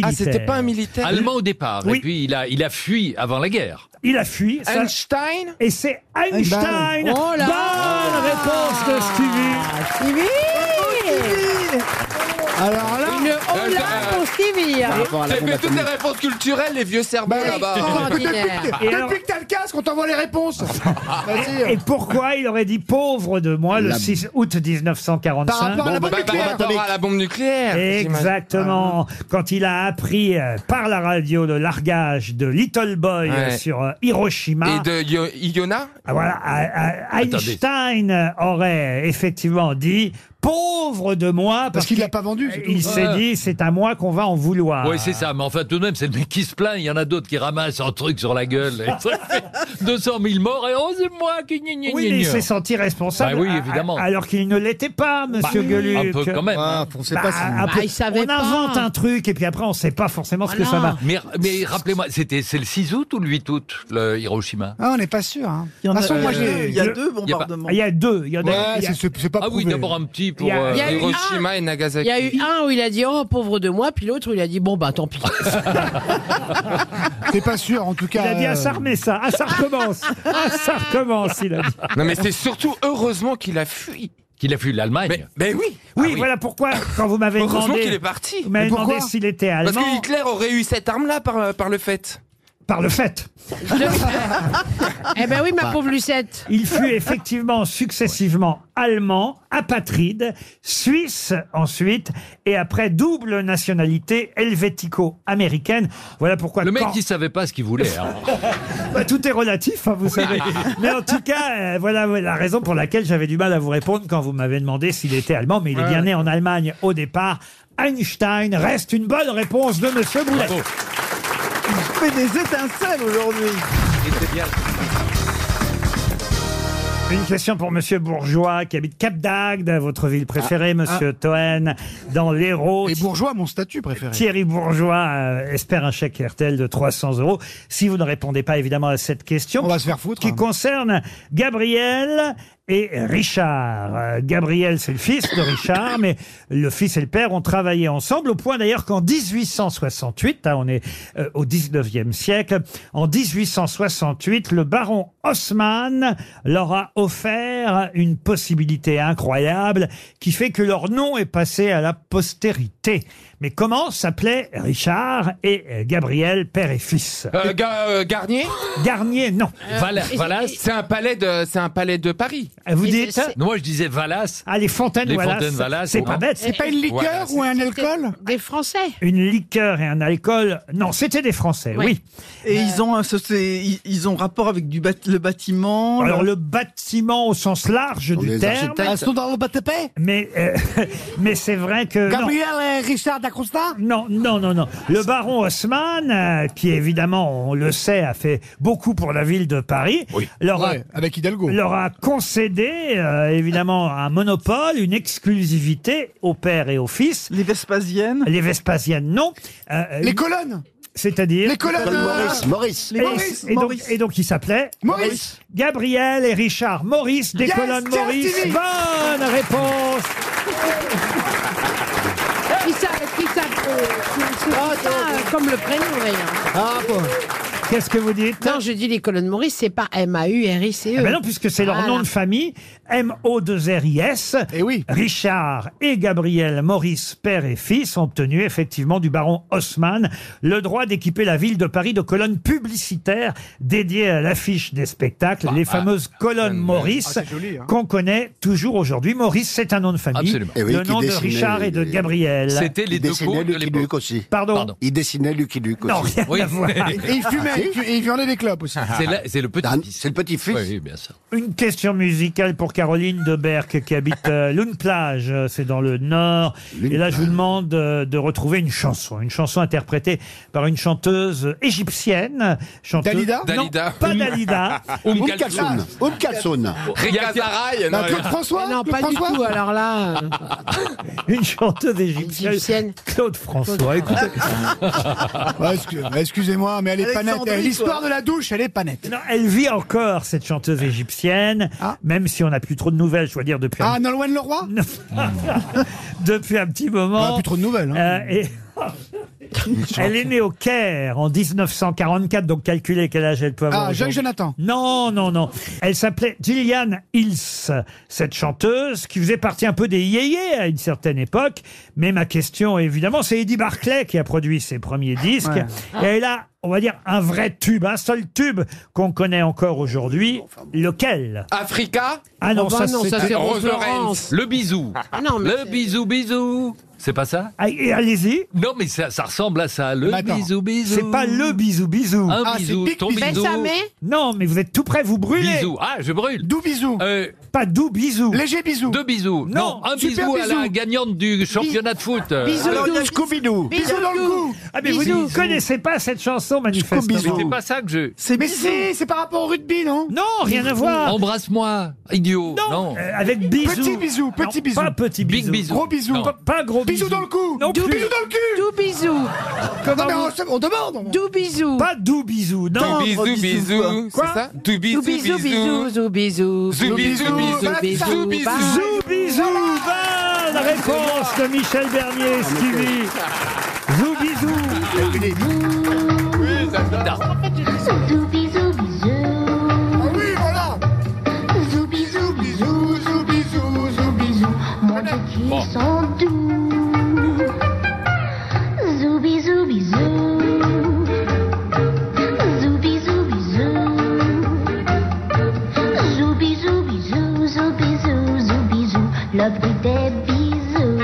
Ah,
militaire.
Allemand au départ,
Oui.
et puis il a, il a fui avant la guerre.
Il a fui. ça-
Einstein
Et c'est Einstein.
Oh là
Bonne réponse de
Ah,
Stevie.
Alors là.
Une
Euh,
hola
Ah,
euh,
pour Stevie.
hein.
Ah,
T'as fait toutes les réponses culturelles, les vieux cerveaux
Bah
là-bas. hein.
Depuis
Et alors-
que t'as le casque, on t'envoie les réponses. Vas-y.
Et pourquoi il aurait dit pauvre de moi le
La-
6 août 1945
Par rapport à la
Bah,
bombe
bah, par
nucléaire.
rapport à la bombe nucléaire. Ah.
Exactement. Quand il a appris euh, par la radio le largage de Little Boy euh,
Ouais.
sur euh, Hiroshima.
Et de Yo- Iona
Ah, Voilà, à- à-
Attendez.
Einstein aurait effectivement dit pauvre de moi parce, qu'il l'a
pas vendu. c'est tout.
Il s'est
Ouais.
dit c'est à moi qu'on va en vouloir.
Oui, c'est ça, mais enfin tout de même, c'est le mec qui se plaint, il y en a d'autres qui ramassent un truc sur la gueule, et ça fait 200 000 morts, et oh, c'est moi qui gna, gna,
Oui,
gna,
mais il
gna.
s'est senti responsable.
Bah oui,
a- a-
évidemment.
Alors qu'il ne l'était pas, monsieur
Bah,
Gueluc.
un peu quand même. Ah, on sait pas si-
un
Bah,
peu.
il savait
on
pas.
invente un truc et puis après, on ne sait pas forcément ce que ça va.
Mais, mais rappelez-moi, c'était c'est le 6 août ou le 8 août, le Hiroshima
Ah, on n'est pas sûr. Hein.
Il y en a-
De toute façon, moi,
euh,
j'ai-
il y a
le-
deux
Il y a pas-
bombardements.
Il y a deux. Il y en a-
Ouais,
il y a-
c'est-
c'est pas
Ah oui,
prouvé.
d'abord un petit
Il
pour
y a-
euh,
Il y a eu Il
Hiroshima et
y a
Nagasaki.
eu un où il a dit Oh, pauvre de moi, puis l'autre où il a dit Bon, bah tant pis.
T'es pas sûr, en tout
Il
cas.
a dit
euh,
ah ça remet ça, ah ça recommence, ah ça recommence, il a dit.
Non, mais c'est surtout heureusement qu'il a fui.
qu'il a fui l'Allemagne.
Ben oui.
Oui, voilà pourquoi quand vous m'avez
Heureusement
demandé,
qu'il est parti.
vous m'avez
Mais pourquoi
demandé s'il était
Parce
allemand
que Hitler aurait eu cette arme-là par, par le fait.
par le fait.
eh ben oui, ma pauvre Lucette.
Il fut effectivement successivement allemand, apatride, suisse ensuite, et après double nationalité helvético-américaine. Voilà pourquoi
Le mec,
quand-
il savait pas ce qu'il voulait. hein.
Bah, tout est relatif, hein, vous savez. Mais en tout cas, euh, voilà la raison pour laquelle j'avais du mal à vous répondre quand vous m'avez demandé s'il était allemand, mais il est bien né en Allemagne au départ. Einstein reste une bonne réponse de Monsieur Boulet.
Bravo.
Il fait des étincelles aujourd'hui.
Une question pour Monsieur Bourgeois qui habite Cap d'Agde, votre ville préférée, Monsieur Toen, dans l'Hérault.
Ah. Les bourgeois, mon statut préféré.
Thierry Bourgeois euh, espère un chèque RTL de 300 euros. Si vous ne répondez pas évidemment à cette question,
On va se faire foutre.
qui
hein.
concerne Gabriel et Richard. Euh, Gabriel, c'est le fils de Richard, mais le fils et le père ont travaillé ensemble, au point d'ailleurs qu'en 1868, hein, on est euh, au 19e siècle, en 1868, le baron Haussmann leur a offert une possibilité incroyable qui fait que leur nom est passé à la postérité. Mais comment s'appelaient Richard et euh, Gabriel, père et fils
Euh, Ga- euh, Garnier
Garnier, non.
Vala- Valas
C'est un palais de, c'est un palais de Paris.
Euh, Vous
Et
dites
c'est-
Non, Moi, je disais Valas.
Ah, les fontaines
Les
Wallace.
fontaines Wallace,
C'est
non.
pas bête.
C'est
c'est-
pas une liqueur
Voilà, c'est-
ou un
C'était
Ah,
alcool
Des Français.
Une liqueur et un alcool. Non, c'était des Français, oui.
Oui.
Et ils ont, un- ce- c'est- ils- ils ont rapport avec du bat- le bâtiment.
Alors,
le-
le bâtiment au sens large du
les
terme.
Elles sont dans le BTP
Mais, euh, mais c'est vrai que. non.
Gabriel et Richard Dacosta
Non, non, non, non. Le baron Haussmann, euh, qui évidemment, on le sait, a fait beaucoup pour la ville de Paris, leur, a,
Ouais, avec Hidalgo.
leur a concédé euh, évidemment un monopole, une exclusivité au père et au fils.
Les Vespasiennes.
Les Vespasiennes, non. Euh,
Les colonnes
C'est-à-dire.
Les colonnes euh,
Maurice.
Les
Et-
Maurice.
et, donc,
Maurice.
et donc, il s'appelait
Maurice
Gabriel et Richard Maurice des
Yes,
colonnes
Pierre
Maurice.
Stevie.
Bonne réponse.
Ah, Qui ça, qui ça, euh, c'est- c'est- c'est ça, euh, comme le prénom, rien.
Ah bon
Qu'est-ce que vous dites
Non, je dis les colonnes Maurice, c'est pas M-A-U-R-I-C-E.
Ah ben non, puisque c'est leur
E. Voilà.
nom de famille, M-O-2-R-I-S.
Eh
Et oui. Richard et Gabriel Maurice, père et fils, ont obtenu effectivement du baron Haussmann le droit d'équiper la ville de Paris de colonnes publicitaires dédiées à l'affiche des spectacles, les
ah,
fameuses colonnes Maurice,
Ah, c'est joli, hein.
qu'on connaît toujours aujourd'hui. Maurice, c'est un nom de famille.
Absolument. Eh oui,
le
qui
nom de
dessinait
Richard et de Gabriel.
Il dessinait Lucky Luke aussi.
Pardon. Pardon.
Il dessinait Lucky Luke aussi.
Non, rien Oui. à voir.
Et, et il
Ah,
fumait, il fu- et il vendait des clopes aussi.
C'est la-
C'est le petit
Ah, C'est le petit fils.
Oui, bien sûr.
Une question musicale pour Caroline de Berck qui habite euh, Lune-Plage, euh, c'est dans le Nord. Et là, je vous demande euh, de retrouver une chanson, une chanson interprétée par une chanteuse égyptienne. Chanteuse...
Dalida
Non,
Dalida.
pas Dalida.
Oum Kalsoun. Oum Kalsoun.
Rika Zaraï, non, Ah, Claude
François Ah, Non, pas du tout, alors là.
Une chanteuse égyptienne.
Égyptienne.
Claude François, écoutez.
Ouais, excu- Ah, Excusez-moi, mais elle est pas nette.
Alexandrie,
L'histoire
quoi.
de la douche, elle est pas nette.
Non, elle vit encore, cette chanteuse égyptienne, même si on n'a plus trop de nouvelles, je dois dire, depuis un
Ah, Nolwenn Leroy Hmm.
depuis un petit moment. Euh,
On a plus trop de nouvelles, hein.
et... Elle est née au Caire en 1944, donc calculez quel âge elle peut avoir.
Ah, Jacques
aujourd'hui.
Jonathan.
Non, non, non. Elle s'appelait Gillian Hills, cette chanteuse qui faisait partie un peu des yéyés à une certaine époque. Mais ma question, évidemment, c'est Eddie Barclay qui a produit ses premiers disques.
Ouais.
Et elle a, on va dire, un vrai tube, un seul tube qu'on connaît encore aujourd'hui. Lequel
Africa
Ah
Oh, bah
non, ça, c'était-
Rose Lawrence.
Le bisou. le bisou, bisou. C'est pas ça
Ah, et allez-y.
Non, mais ça, ça ressemble à ça. Le bisou, bisou.
C'est pas le bisou, bisou.
Un Ah, bisou, c'est pic, ton bisou. Bessamé
Non, mais vous êtes tout près, vous brûlez.
Bisou. Ah, je brûle. Euh,
Doux bisou.
Pas doux bisou.
Léger bisou.
Deux bisous. Non, un
super
bisou, à
bisou.
la gagnante du championnat de foot.
Bisous,
Alors,
doux.
il y a Scooby-Doo.
Bisous dans le cou. Ah, mais vous ne connaissez pas cette chanson, manifestement.
C'est pas ça que je.
Mais si, c'est par rapport au rugby, non
Non, rien à voir.
Embrasse-moi, idiot. Non.
Euh, avec bisous.
Petit bisou, petit
Non,
bisou.
Pas petit
Big
bisou.
bisou.
Gros bisou.
Non.
Pas, pas gros bisou.
Bisou dans le cou.
Non
Doux
plus.
bisou dans le cul.
Doux bisou.
Non, mais
vous-
on, se- on demande.
Doux bisou.
Pas doux bisou. Non.
Doux bisou, bisou,
Quoi
c'est ça Doux bisou,
bisou, zou
bisou.
bisou.
Zou bisou, bisou,
zou bisou,
zou
bye.
bisou.
Zou bisou. Bonne réponse de Michel Bernier, Stevie. Zou bisou.
Oui, j'adore.
Zou bisou bisou. Ah oui, voilà. Zou bisou bisou, zou bisou, zou bisou. Mon petit
Bon.
sont doux. Zou bisou bisou. Zou bisou bisou. Zou bisou bisou, zou bisou, zou bisou. Le bruit des bisous.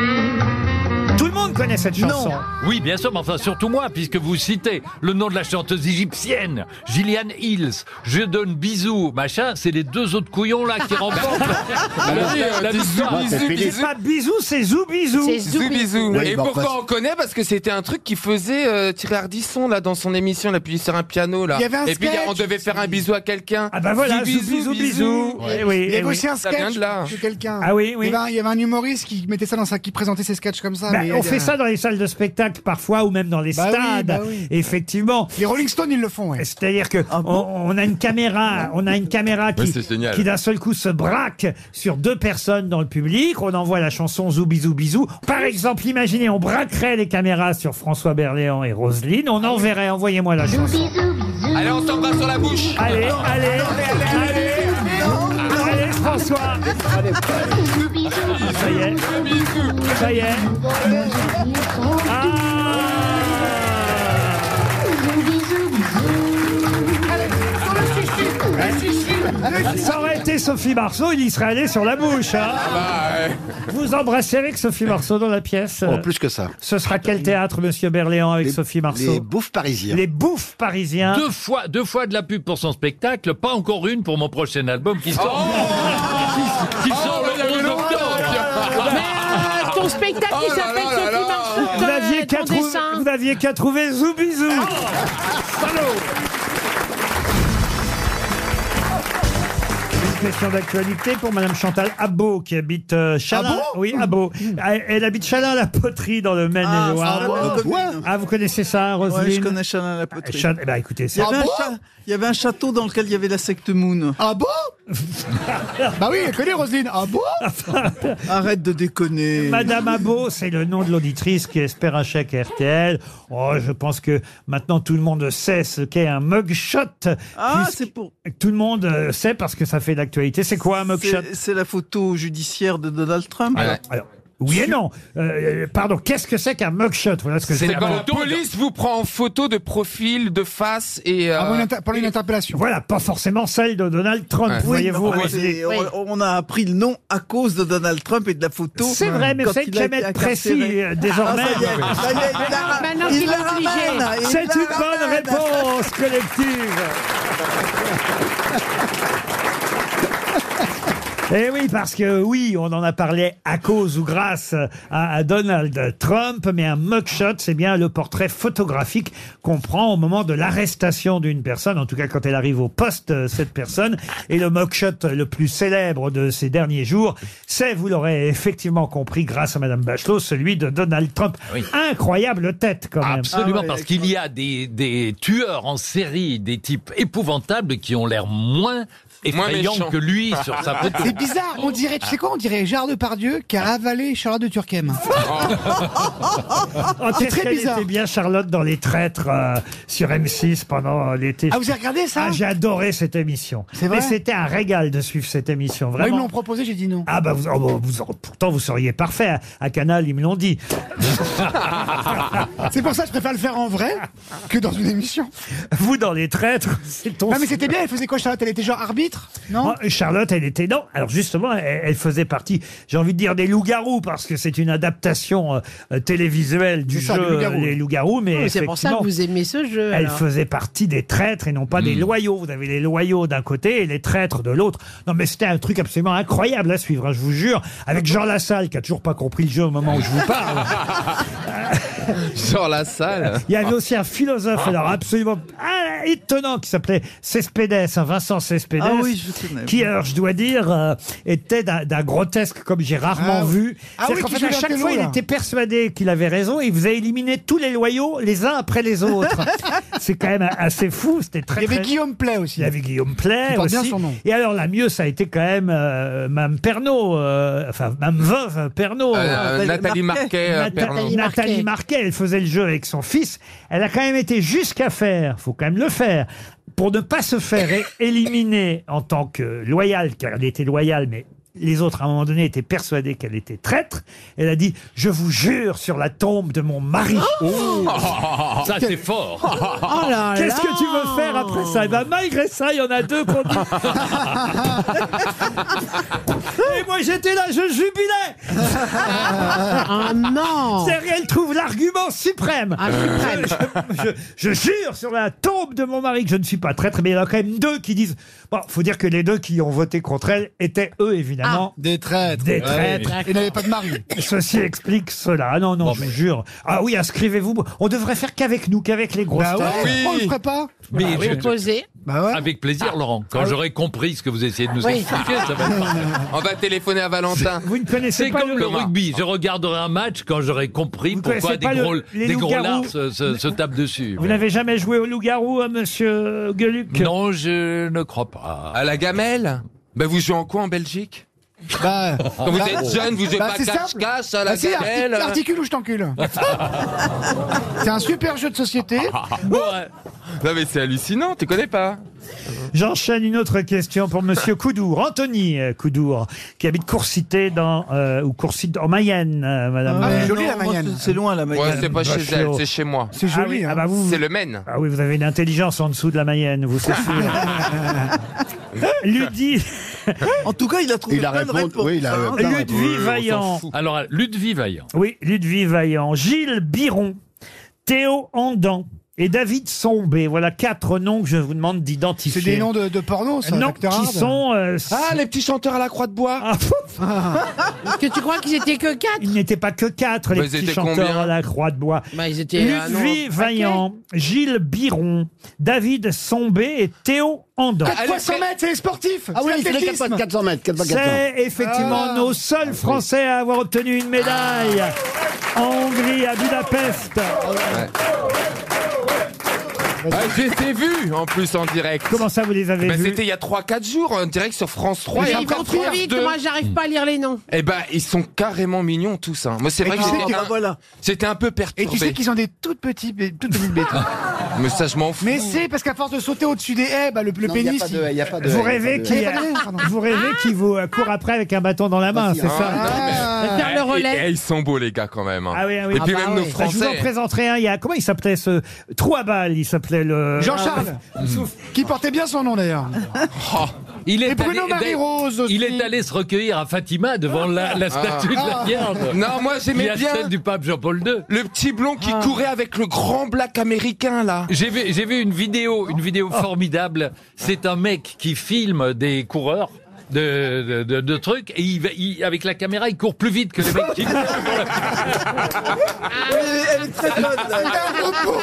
Tout le monde connaît cette chanson.
Oui, bien sûr, mais enfin, surtout moi, puisque vous citez le nom de la chanteuse égyptienne, Gillian Hills. Je donne bisous, machin, c'est les deux autres couillons là qui remportent.
oui, euh, dis
victoire.
bisous, bisous,
C'est pas bisou, Ah, c'est zou bisou.
C'est
Zou bah, bisou.
Oui,
Et
bon,
pourquoi
parce-
on connaît Parce que c'était un truc qui faisait euh, Thierry Ardisson là dans son émission, il appuyait sur un piano là.
Il y avait un
Et puis
sketch
on devait faire un bisou à quelqu'un.
Ah bah voilà, zou bisou, bisou. Eh oui,
Il y
eh
avait
oui.
aussi un
Ça
sketch
vient de là.
chez quelqu'un.
Ah oui, oui.
Il y, avait, un- il y avait un humoriste qui mettait ça dans sa, qui présentait ses sketchs comme ça.
Bah,
mais- euh,
on fait ça dans les salles de spectacle parfois ou même dans les
Bah oui,
stades.
bah oui.
Effectivement.
Les Rolling Stones, ils le font. ouais.
C'est-à-dire que on, on a une caméra, on a une caméra
Ouais,
qui,
c'est génial.
qui d'un seul coup se braque sur deux personnes dans le public. On envoie la chanson Zou bisou bisou. Par exemple, imaginez, on braquerait les caméras sur François Berléand et Roselyne.
Ah
On enverrait, envoyez-moi la chanson.
Allez, on s'embrasse sur la bouche.
Allez, allez, allez, allez, François. Ça y est, ça y est. Ça aurait été Sophie Marceau, il y serait allé sur la bouche. hein. Vous embrassez avec Sophie Marceau dans la pièce.
Oh, plus que ça.
Ce sera quel théâtre, Monsieur Berléand, avec Sophie Marceau
Les bouffes parisiens.
Les bouffes parisiens.
Deux fois, deux fois de la pub pour son spectacle, pas encore une pour mon prochain album qui sort.
Oh
qui, qui sort le 11 octobre.
euh,
Ah, ton spectacle qui s'appelle Sophie Marceau.
Vous n'aviez qu'à trouver, vous n'aviez qu'à trouver Zou Bisou. Une question d'actualité pour Madame Chantal Abo qui habite euh, Chalin. oui, Abo. Elle- Elle habite Chalin la poterie dans le Maine-et-Loire.
Ah, Chalin, la commune.
Ah, vous connaissez ça,
Ouais,
Roselyne
je connais Chalin la poterie.
Ah, Chalin- eh ben, écoutez,
il y,
ça-
avait un
Ah bon
cha- il y avait un château dans lequel il y avait la secte Moon.
Ah bon Bah oui, elle connaît Roselyne. Ah bon
Arrête de déconner.
Madame Abo, c'est le nom de l'auditrice qui espère un chèque RTL. Oh, je pense que maintenant tout le monde sait ce qu'est un mugshot.
Ah,
puisque
c'est pour.
Tout le monde euh, sait parce que ça fait l'actualité. C'est quoi un mugshot
C'est- C'est la photo judiciaire de Donald Trump.
Alors- alors, Oui et non. Euh, pardon, qu'est-ce que c'est qu'un mugshot Voilà ce que
C'est quand la
avant.
police vous prend en photo de profil, de face et.
Ah,
euh,
une interpellation. Voilà, pas forcément celle de Donald Trump,
Ouais.
voyez-vous.
Oui,
Roselyne.
c'est- on, on a appris le nom à cause de Donald Trump et de la photo.
C'est vrai, mais
quand
vous savez
il
que
a
les
été
mettre
incarcéré.
précis euh, désormais.
Ah, ça y est, ça y est, il la ra-
Maintenant,
il
c'est
la
obligé.
ramène, il
C'est
la
une bonne
ramène.
réponse collective. Eh oui, parce que oui, on en a parlé à cause ou grâce à, à Donald Trump, mais un mugshot, c'est bien le portrait photographique qu'on prend au moment de l'arrestation d'une personne, en tout cas quand elle arrive au poste, euh, cette personne. Et le mugshot le plus célèbre de ces derniers jours, c'est, vous l'aurez effectivement compris grâce à Madame Bachelot, celui de Donald Trump. Incroyable tête quand même.
Absolument, parce qu'il y a des, des tueurs en série, des types épouvantables qui ont l'air moins
Moins
effrayants
méchants.
que lui sur sa photo.
C'est bizarre, on dirait, tu sais quoi, on dirait Gérard Depardieu qui a avalé Charlotte de Turquem.
Oh,
C'est
qu'est-ce
très
qu'elle
bizarre.
était bien Charlotte dans Les Traîtres euh, sur M6 pendant euh, l'été.
Ah, vous avez regardé ça
Ah, J'ai adoré cette émission.
C'est vrai
Mais c'était un régal de suivre cette émission,
Moi, ils me
vraiment.
l'ont proposé, j'ai dit non.
ah bah vous, oh, bah, vous aurez- pourtant vous seriez parfait à, à Canal ils me l'ont dit.
C'est pour ça que je préfère le faire en vrai que dans une émission.
vous dans les traîtres c'est ton.
Non mais c'était bien, elle faisait quoi Charlotte Elle était genre arbitre Non
Oh, Charlotte, elle était non. Alors justement, elle, elle faisait partie, j'ai envie de dire, des loups-garous, parce que c'est une adaptation euh, euh, télévisuelle du
C'est ça,
jeu
des loups-garous.
Les loups-garous, mais
Oui, c'est pour ça que
effectivement,
vous euh, aimez ce jeu.
Elle
alors.
faisait partie des traîtres et non pas
Hmm.
des loyaux. Vous avez les loyaux d'un côté et les traîtres de l'autre. Non, mais c'était un truc absolument incroyable à suivre, hein, je vous jure. Avec Jean Lassalle, qui a toujours pas compris le jeu au moment où je vous parle.
Genre la salle.
Il y avait aussi un philosophe, alors absolument ah, étonnant, qui s'appelait Cespedes, hein, Vincent Cespedes.
Ah oui, je le connais.
Qui, alors, je dois dire, euh, était d'un d'un grotesque comme j'ai rarement
Ah oui.
vu.
Ah
C'est-à-dire
oui,
qu'en
qui
fait, à
jouait à
chaque
Othello,
fois, il
là.
était persuadé qu'il avait raison et il faisait éliminer tous les loyaux les uns après les autres. C'est quand même assez fou. C'était très.
Il y avait
très-
Guillaume Play aussi.
Il y avait Guillaume Play
Qui porte bien
aussi.
son nom.
Et alors, la mieux, ça a été quand même euh, Mme Pernaud, euh, enfin, Mme Veuve Pernaud. hein.
Euh, euh, Nathalie Marquet, euh,
Nathalie-
Pernaud.
Nathalie
Marquet.
Marquet, elle faisait le jeu avec son fils. Elle a quand même été jusqu'à faire, faut quand même le faire, pour ne pas se faire é- éliminer en tant que loyale, car elle était loyale, mais les autres, à un moment donné, étaient persuadés qu'elle était traître. Elle a dit « Je vous jure sur la tombe de mon mari
Oh.
Oh
Oh
Ça, c'est fort.
Qu'est-ce que tu veux faire après ça Et ben, malgré ça, il y en a deux pour dire. Et moi, j'étais là, je jubilais
Ah non
C'est-à-dire, elle trouve l'argument suprême
Ah, suprême.
Je, je- je jure sur la tombe de mon mari que je ne suis pas traître, mais il y en a quand même deux qui disent... Bon, faut dire que les deux qui ont voté contre elle étaient, eux,
Ah.
évidemment...
Des traîtres.
Des
Ouais.
traîtres.
Il n'avait pas de mari.
Ceci explique cela. Ah non, non, je vous jure. Ah oui, inscrivez-vous. On devrait faire qu'avec nous, qu'avec les grosses
Bah ouais,
têtes.
pourquoi on le ferait pas
Mais
Bah
je-
Posé.
Avec plaisir, Laurent. Quand j'aurai compris ce que vous essayez de nous
Oui.
expliquer, ça va être parfait.
On va téléphoner à Valentin.
Vous ne connaissez
C'est
pas
comme le rugby. Je regarderai un match quand j'aurai compris pourquoi
connaissez
des
pas le-
gros,
les
des gros
loups-garous
lards se, se- se tapent dessus.
Vous n'avez jamais joué au loup-garou, hein,
euh,
monsieur Gueluc
Non, je ne crois pas.
À la gamelle Ben vous jouez en quoi en Belgique
Bah,
Quand vous
bah,
êtes jeune, vous jouez
bah,
pas
c'est simple.
cache-cache à la
Bah, si, arti-
gamelle.
Articule ou je t'encule C'est un super jeu de société.
Ah, Non mais c'est hallucinant, tu connais pas
J'enchaîne une autre question pour Monsieur Coudour, Anthony euh, Coudour, qui habite Courcité dans euh, ou Courcité en Mayenne, euh, Madame.
Ah,
euh,
non, moi, c'est- C'est loin la Mayenne. Bah,
Ouais, c'est pas chez elle,
Bachelot.
c'est chez moi.
C'est joli, Ah oui, hein. ah bah vous-
C'est le Maine.
Ah oui, vous avez une intelligence en dessous de la Mayenne, vous c'est sûr. Ludie,
En tout cas, il a trouvé
Il a
plein de
répondu-
réponses,
oui, il a-
hein.
plein de
Ah, Ludwig
réponses.
Vaillant.
Alors, Ludwig Vaillant.
oui, Ludwig Vaillant, Gilles Biron, Théo Andan, et David Sombé. Voilà quatre noms que je vous demande d'identifier.
C'est des noms de, de porno, ça
Non,
d'acteurs
qui
arabes
sont... euh,
Ah,
les petits chanteurs à la croix de bois
Ah. que tu crois qu'ils étaient que quatre
Ils n'étaient pas que quatre,
Mais
les
ils
petits
étaient
chanteurs
combien
à la croix de bois.
Bah, ils étaient, euh, non,
Ludwig
un paquet.
Vaillant, Gilles Biron, David Sombé et Théo Andant.
400 mètres, c'est les sportifs
Ah oui,
c'est
il fallait
l'athlétisme. Ah.
4 400 mètres, 4 400.
C'est effectivement nos seuls Français à avoir obtenu une médaille
Ah
en Hongrie, à Budapest.
Ah, j'ai été vu en plus en direct.
Comment ça vous les avez
ben,
vus
C'était il y a 3-4 jours en direct sur France 3.
Mais
et
ils
après
vont trop
France
vite,
2.
moi j'arrive pas à lire les noms.
Eh ben, ils sont carrément mignons tous. Hein. Moi, c'est
Et
vrai que
tu sais
j'étais
que-
un, c'était un peu
Et
perturbé.
tu sais qu'ils ont des toutes petites, bé- toutes petites bêtes.
Mais ça, je m'en fous. Ah,
Mais c'est parce qu'à force de sauter au-dessus des haies, bah, le, le
Non, y a
pénis.
pas de- y a pas de-
Vous
y a
rêvez
pas de-
qui vous rêvez qui vous euh, court après avec un bâton dans la
Ah,
main, c'est ça
Eh, eh, ils sont beaux, les gars, quand même. hein.
Ah oui, ah oui.
Et puis
Ah bah
même
oui.
nos Français.
Je vous en présenterai un. Il y a, comment il s'appelait ce trois balles Il s'appelait le
Jean-Charles,
Ah,
qui portait bien son nom d'ailleurs.
Il est,
Et Bruno
allé,
Marie
d'ailleurs,
Rose aussi.
il est allé se recueillir à Fatima devant la, la statue de la
Ah.
Vierge.
Non, moi, j'aimais
Il y a
bien-
celle du pape Jean-Paul Ah. II.
Le petit blond qui courait avec le grand black américain, là.
J'ai vu, j'ai vu une vidéo, une vidéo formidable. C'est un mec qui filme des coureurs. De, de, de- de trucs et il va- il- avec la caméra il court plus vite que les mecs qui
Une
Ah, C'est un robot,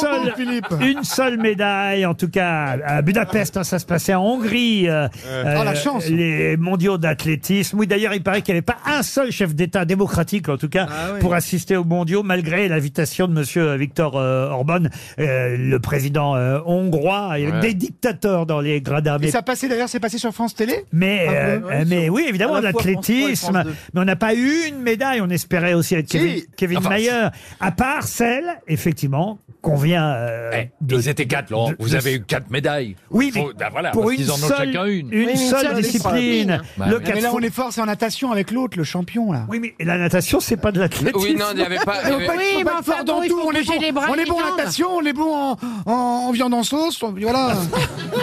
seule,
Philippe.
une seule médaille, en tout cas à Budapest, hein, ça se passait en Hongrie. euh,
Oh, la chance.
Les mondiaux d'athlétisme. Oui, d'ailleurs, il paraît qu'il n'y avait pas un seul chef d'État démocratique, en tout cas,
Ah oui.
pour assister aux mondiaux, malgré l'invitation de Monsieur Victor euh, Orban, euh, le président euh, hongrois. Il y avait
Ouais.
des dictateurs dans les gradins.
Et
mais-
ça passait d'ailleurs, c'est passé sur France Télé
mais, euh,
Ah, ouais,
euh,
ouais,
mais
sur-
oui, évidemment,
à la fois France
l'athlétisme.
trois et France
Mais on n'a pas eu une médaille. On espérait aussi avec
Si.
Kevin, Kevin
Enfin,
Mayer. À part celle, effectivement, qu'on vient. euh,
Eh, Ils étaient quatre, Laurent. Vous avez eu quatre médailles.
Oui,
Faut-
mais
bah voilà,
pour
parce
une
qu'ils en ont
seule-
chacun une.
une Oui, mais une seule seule discipline. discipline.
Bah
Le
oui.
Mais là,
quatre
on est fort, c'est en natation avec l'autre, le champion là.
Oui, mais la natation, c'est pas de l'athlétisme.
Oui, non, il n'y avait pas. il y
Mais on
avait-
peut pas-
Oui,
on peut
mais
pas être
enfin
fort
bon,
dans
il
tout.
faut
On est
bouger
bon,
les bras
on
et
est
les
bon en
jambes.
natation, on est bon en, en- en viande en sauce, on, voilà.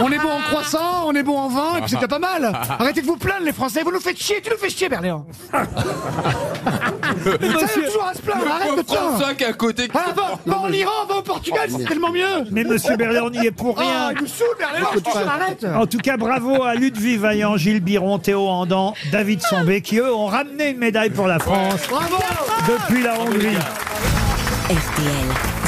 on est bon en croissant, on est bon en vin, et puis c'est déjà pas mal. Arrêtez de vous plaindre, les Français, vous nous faites chier, tu nous fais chier, Berléand. Mais ça, il y a toujours à se plaindre,
Le
arrête
pauvre
de te plaindre.
François qui Oh, est à côté. qui
Voilà,
se
va,
porte.
va en Iran, va au Portugal, c'est tellement mieux.
Mais Monsieur Berléand n'y est pour
Ah,
rien.
il nous saoule, Berléand, je te jure, arrête.
En tout cas, bravo à Ludwig Vaillant, Gilles Biron, Théo Andan, David Sambé, qui eux ont ramené une médaille pour la France
Bravo
depuis la Hongrie.
RTL,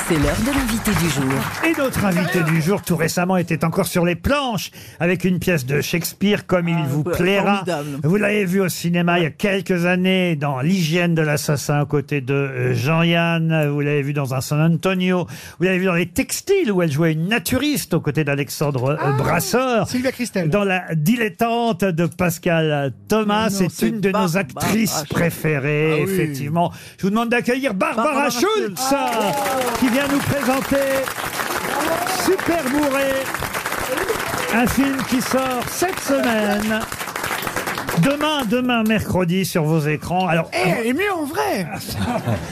c'est l'heure de l'invité du jour.
Et notre invité du jour, tout récemment, était encore sur les planches avec une pièce de Shakespeare, comme il vous
Ah, ouais,
plaira.
formidable.
Vous l'avez vu au cinéma il y a quelques années dans L'hygiène de l'assassin aux côtés de euh, Jean-Yann. Vous l'avez vu dans un San Antonio. Vous l'avez vu dans les textiles où elle jouait une naturiste aux côtés d'Alexandre euh,
Ah,
Brasseur.
Sylvia Christel.
Dans la dilettante de Pascal Thomas.
Mais non,
C'est
c'est
une de nos
Barbara
actrices
Schultz.
préférées,
Ah oui.
effectivement. Je vous demande d'accueillir Barbara,
Barbara
Schultz,
Schultz.
qui vient nous présenter Super Bourré, un film qui sort cette semaine. Demain, demain, mercredi, sur vos écrans. Alors,
Eh, elle est mieux en vrai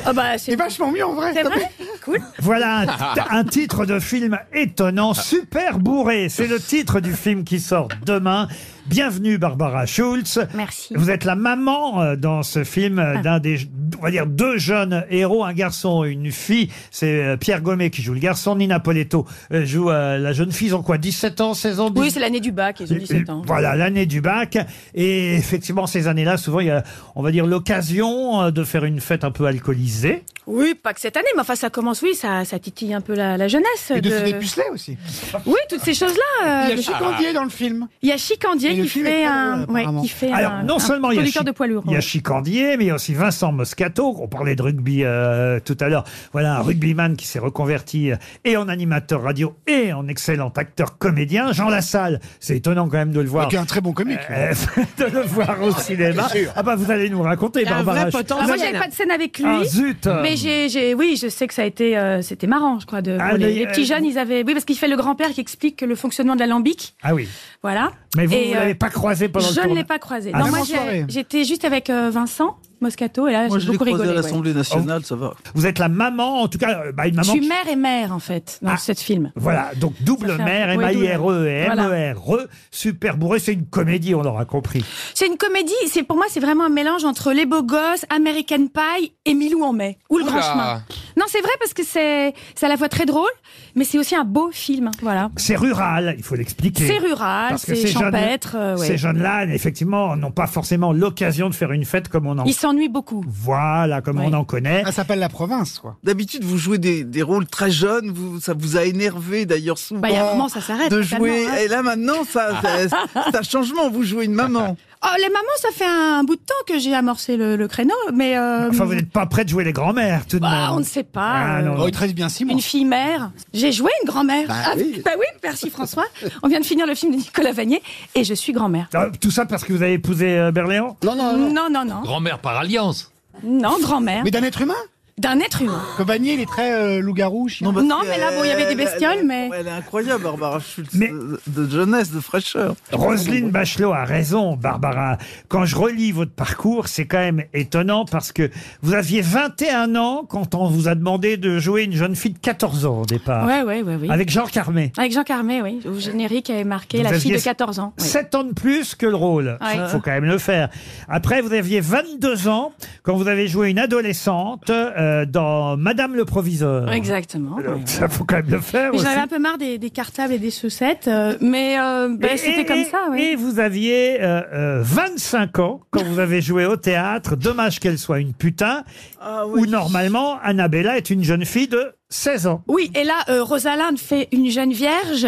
Ah bah
C'est
c'est
vachement mieux en vrai
C'est vrai Cool.
voilà un, t- un titre de film étonnant, Super Bourré. C'est le titre du film qui sort demain. Bienvenue, Barbara Schulz.
Merci. Ah.
Vous êtes la maman euh, dans ce film euh, d'un des, on va dire, deux jeunes héros, un garçon et une fille. C'est euh, Pierre Gomet qui joue le garçon, Nina Poletto euh, joue euh, la jeune fille. Ils ont quoi, 17 ans, 16 ans
Oui,
18
c'est l'année du bac, ils ont 17 ans.
Voilà, l'année du bac. Et effectivement, ces années-là, souvent, il y a, on va dire, l'occasion euh, de faire une fête un peu alcoolisée.
Oui, pas que cette année, mais enfin ça commence, oui, ça, ça titille un peu la, la jeunesse.
Et de se dépuceler aussi.
Oui, toutes ces choses-là. euh,
Il y a Chicandier dans le film.
Il y a Chicandier
Et le
qui
film
fait,
est
un,
drôle,
ouais,
apparemment.
qui fait
Alors,
un,
non
un
seulement il y a,
producteur
Chi-
de poids lourd.
il y a
ouais.
Chicandier, mais il y a aussi Vincent Moscato. On parlait de rugby euh, tout à l'heure. Voilà un rugbyman qui s'est reconverti euh, et en animateur radio et en excellent acteur comédien. Jean Lassalle, c'est étonnant quand même de le voir.
Qui est un très bon comique.
euh, de le voir au cinéma.
Bien sûr.
Ah bah vous allez nous raconter,
un
Barbara.
vrai
Sch-
potentiel.
Alors, Ah, moi, j'avais pas de scène avec lui.
Ah, zut.
Mais j'ai, j'ai- oui, je sais que ça a été, euh, c'était marrant, je crois. De,
Ah,
pour les,
mais,
les petits
euh,
jeunes,
vous-
ils avaient, oui, parce qu'il fait le grand-père qui explique le fonctionnement de l'alambic.
Ah oui.
Voilà.
Mais vous,
Et, euh,
vous l'avez pas croisé pendant le
Je ne
tournage.
l'ai pas croisé.
Ah,
non,
même
moi,
en
j'ai-
soirée.
j'étais juste avec euh, Vincent Moscato, et là,
Moi,
j'ai
je l'ai
beaucoup
croisé
rigolé.
à
ouais.
l'Assemblée nationale, ça va.
Vous êtes la maman, en tout cas, euh, bah, une
Je
maman.
suis
qui-
mère et mère, en fait, dans
Ah.
ce film.
Voilà, donc double
Ça fait un-
mère,
oui,
M-A-I-R-E et
double. Voilà.
M-E-R-E, E super bourré, c'est une comédie, on l'aura compris.
C'est une comédie, c'est pour moi c'est vraiment un mélange entre Les Beaux Gosses, American Pie et Milou en mai ou Le Grand
Oula.
Chemin.
Non, c'est vrai parce que c'est c'est à la fois très drôle, mais c'est aussi un beau film. Voilà.
C'est rural, il faut l'expliquer.
C'est rural,
Parce que ces
c'est
jeunes-
champêtre, euh, ouais.
Ces jeunes-là, effectivement, n'ont pas forcément l'occasion de faire une fête comme on en.
Ils s'ennuient beaucoup.
Voilà, comme on en connaît.
Ça s'appelle la province, quoi.
D'habitude, vous jouez des, des rôles très jeunes, vous, ça vous a énervé d'ailleurs souvent.
Bah, il y a un moment, ça s'arrête,
De
totalement,
jouer.
hein. Ah.
Et là maintenant, ça, ça- c'est un changement, vous jouez une maman.
Oh, les mamans, ça fait un bout de temps que j'ai amorcé le, le créneau, mais euh,
Enfin, vous n'êtes pas prêt de jouer les grands-mères, tout de
bah,
même.
on ne sait pas.
Ah, non,
euh,
Oh,
non.
Une fille mère. J'ai joué une grand-mère.
Bah
Ah,
oui.
bah oui, merci François. On vient de finir le film de Nicolas Vanier et je suis grand-mère.
Ah, Tout ça parce que vous avez épousé euh, Berléand
Non, non, non. Non, non, non.
Grand-mère par alliance.
Non, grand-mère.
Mais d'un être humain
D'un être humain.
Cavanier, il est très euh, loup-garou, chien.
Non, mais là, bon, il y avait des bestioles, mais.
Elle est incroyable, Barbara Schultz, de, de jeunesse, de fraîcheur.
Roselyne Bachelot a raison, Barbara. Quand je relis votre parcours, c'est quand même étonnant parce que vous aviez 21 ans quand on vous a demandé de jouer une jeune fille de 14 ans au départ.
Ouais, ouais, ouais, oui.
Avec Jean Carmé.
Avec Jean Carmé, oui. Au générique, avait marqué
Vous
la fille
aviez
de 14 ans. oui.
7 ans de plus que le rôle.
Ouais.
Il faut quand même le faire. Après, vous aviez 22 ans quand vous avez joué une adolescente euh, dans Madame le Proviseur.
Exactement. oui.
Ça faut quand même Ah. le faire.
Mais J'en
aussi.
avais un peu marre des, des cartables et des chaussettes, euh, mais euh, ben,
Et-
c'était
et-
comme
et-
ça. oui.
Et vous aviez euh, euh, 25 ans quand vous avez joué au théâtre. Dommage qu'elle soit une putain.
Ah
Où normalement, Annabella est une jeune fille de 16 ans.
Oui, et là, euh, Rosalinde fait une jeune vierge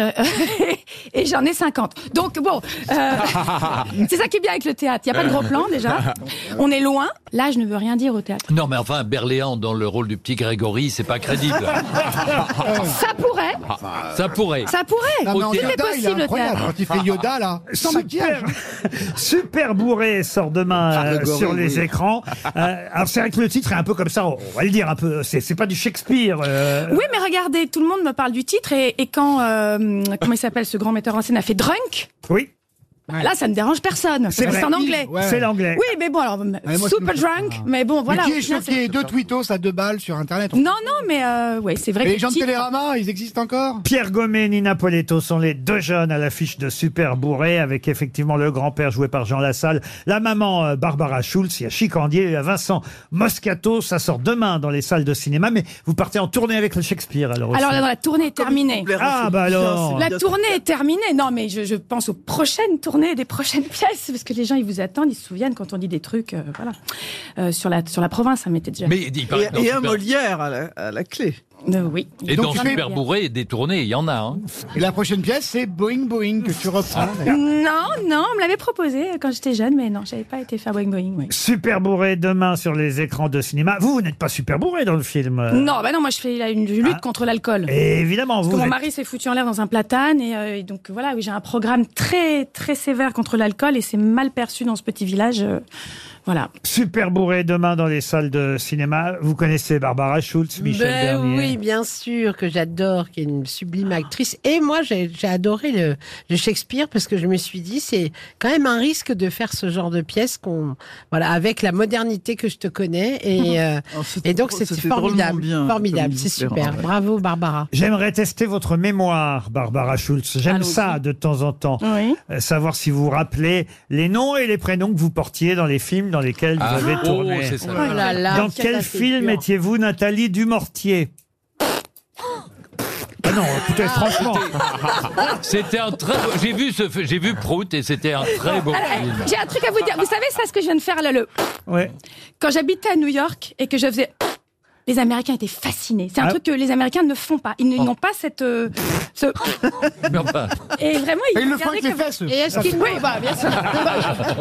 et j'en ai 50. Donc bon, euh, c'est ça qui est bien avec le théâtre. Il n'y a pas de gros plan déjà. On est loin. Là, je ne veux rien dire au théâtre.
Non, mais enfin, Berléand dans le rôle du petit Grégory, c'est pas crédible.
Ça pourrait.
Ça pourrait.
Ça pourrait.
Non, mais en
Tout est
Yoda, il est
possible au
incroyable.
théâtre.
Quand il fait Yoda,
là, sans
super, super bourré sort demain euh,
Grégory,
sur les
oui.
écrans. Euh, alors c'est vrai que le titre est un peu comme ça. On va le dire un peu. C'est c'est pas du Shakespeare.
hein.
euh,
Oui, mais regardez, tout le monde me parle du titre et, et quand euh, comment il s'appelle ce grand metteur en scène a fait Drunk.
Oui.
bah Là, ça ne dérange personne.
C'est
C'est
vrai.
en anglais.
Ouais. C'est l'anglais.
Oui, mais bon, alors,
moi, ça me
super
choque
drunk, mais bon, voilà.
Mais qui
au
est
final,
choqué Deux twittos à deux balles sur Internet.
c'est- Non, non, mais euh, ouais, c'est vrai
Et
que.
les gens de
titre-
Télérama, ils existent encore
Pierre Gomet et Nina Poletto sont les deux jeunes à l'affiche de Super Bourré, avec effectivement le grand-père joué par Jean Lassalle, la maman euh, Barbara Schulz, il y a Chicandier, il y a Vincent Moscato, ça sort demain dans les salles de cinéma, mais vous partez en tournée avec le Shakespeare alors aussi.
Alors là, non, la tournée est terminée.
Ah, bah alors.
La tournée est terminée. Non, mais je, je pense aux prochaines tournées des prochaines pièces, parce que les gens, ils vous attendent, ils se souviennent quand on dit des trucs, euh, voilà. Euh, sur, la, sur la province, ça m'était déjà.
Mais il paraît que dans
Et, et un
Super-
Molière à la, à la clé.
Euh, oui.
Et dans Super Bourré, des tournées, il y en a. hein.
Et la prochaine pièce, c'est Boeing Boeing que tu reprends.
Non, non, on me l'avait proposé quand j'étais jeune, mais non, j'avais pas été faire Boing Boing. oui.
Super Bourré demain sur les écrans de cinéma. Vous, vous n'êtes pas Super Bourré dans le film. euh. Ah.
Non, bah non, moi je fais la- une lutte contre l'alcool.
Et évidemment,
Parce
vous
que mon
êtes-
mari s'est foutu en l'air dans un platane et, euh, et donc voilà, oui, j'ai un programme très très sévère contre l'alcool et c'est mal perçu dans ce petit village. euh, voilà.
Super Bourré demain dans les salles de cinéma. Vous connaissez Barbara Schulz, Michel
Ben
Bernier.
oui, bien sûr que j'adore, qui est une sublime actrice. Et moi, j'ai j'ai adoré le, le Shakespeare parce que je me suis dit, c'est quand même un risque de faire ce genre de pièce qu'on, voilà, avec la modernité que je te connais. Et, euh, et donc,
drôle,
c'était
Oh, c'était drôlement
formidable,
bien,
formidable,
comme
c'est
différent,
super.
ouais.
Bravo, Barbara.
J'aimerais tester votre mémoire, Barbara Schulz. J'aime
Allons-y.
ça de temps en temps.
Oui.
Euh, savoir si vous vous rappelez les noms et les prénoms que vous portiez dans les films dans lesquels vous
Ah,
avez
oh,
tourné.
c'est ça.
Oh là là,
dans
ça, ça
quel
fait
film
dur.
étiez-vous Nathalie Dumortier Ah non, écoutez, franchement.
C'était un très. beau- J'ai vu ce, j'ai vu Prout et c'était un Ah, très beau
Alors,
film.
J'ai un truc à vous dire. Vous savez ça ce que je viens de faire là le
Ouais.
quand j'habitais à New York et que je faisais les Américains étaient fascinés. C'est un
Ah.
truc que les Américains ne font pas. Ils ne- ils n'ont pas cette euh, ce
Mais enfin,
et vraiment
Et ils le font
regardaient
avec les
comme-
fesses. Ah,
Et est-ce qu'ils oui, bah, bien sûr.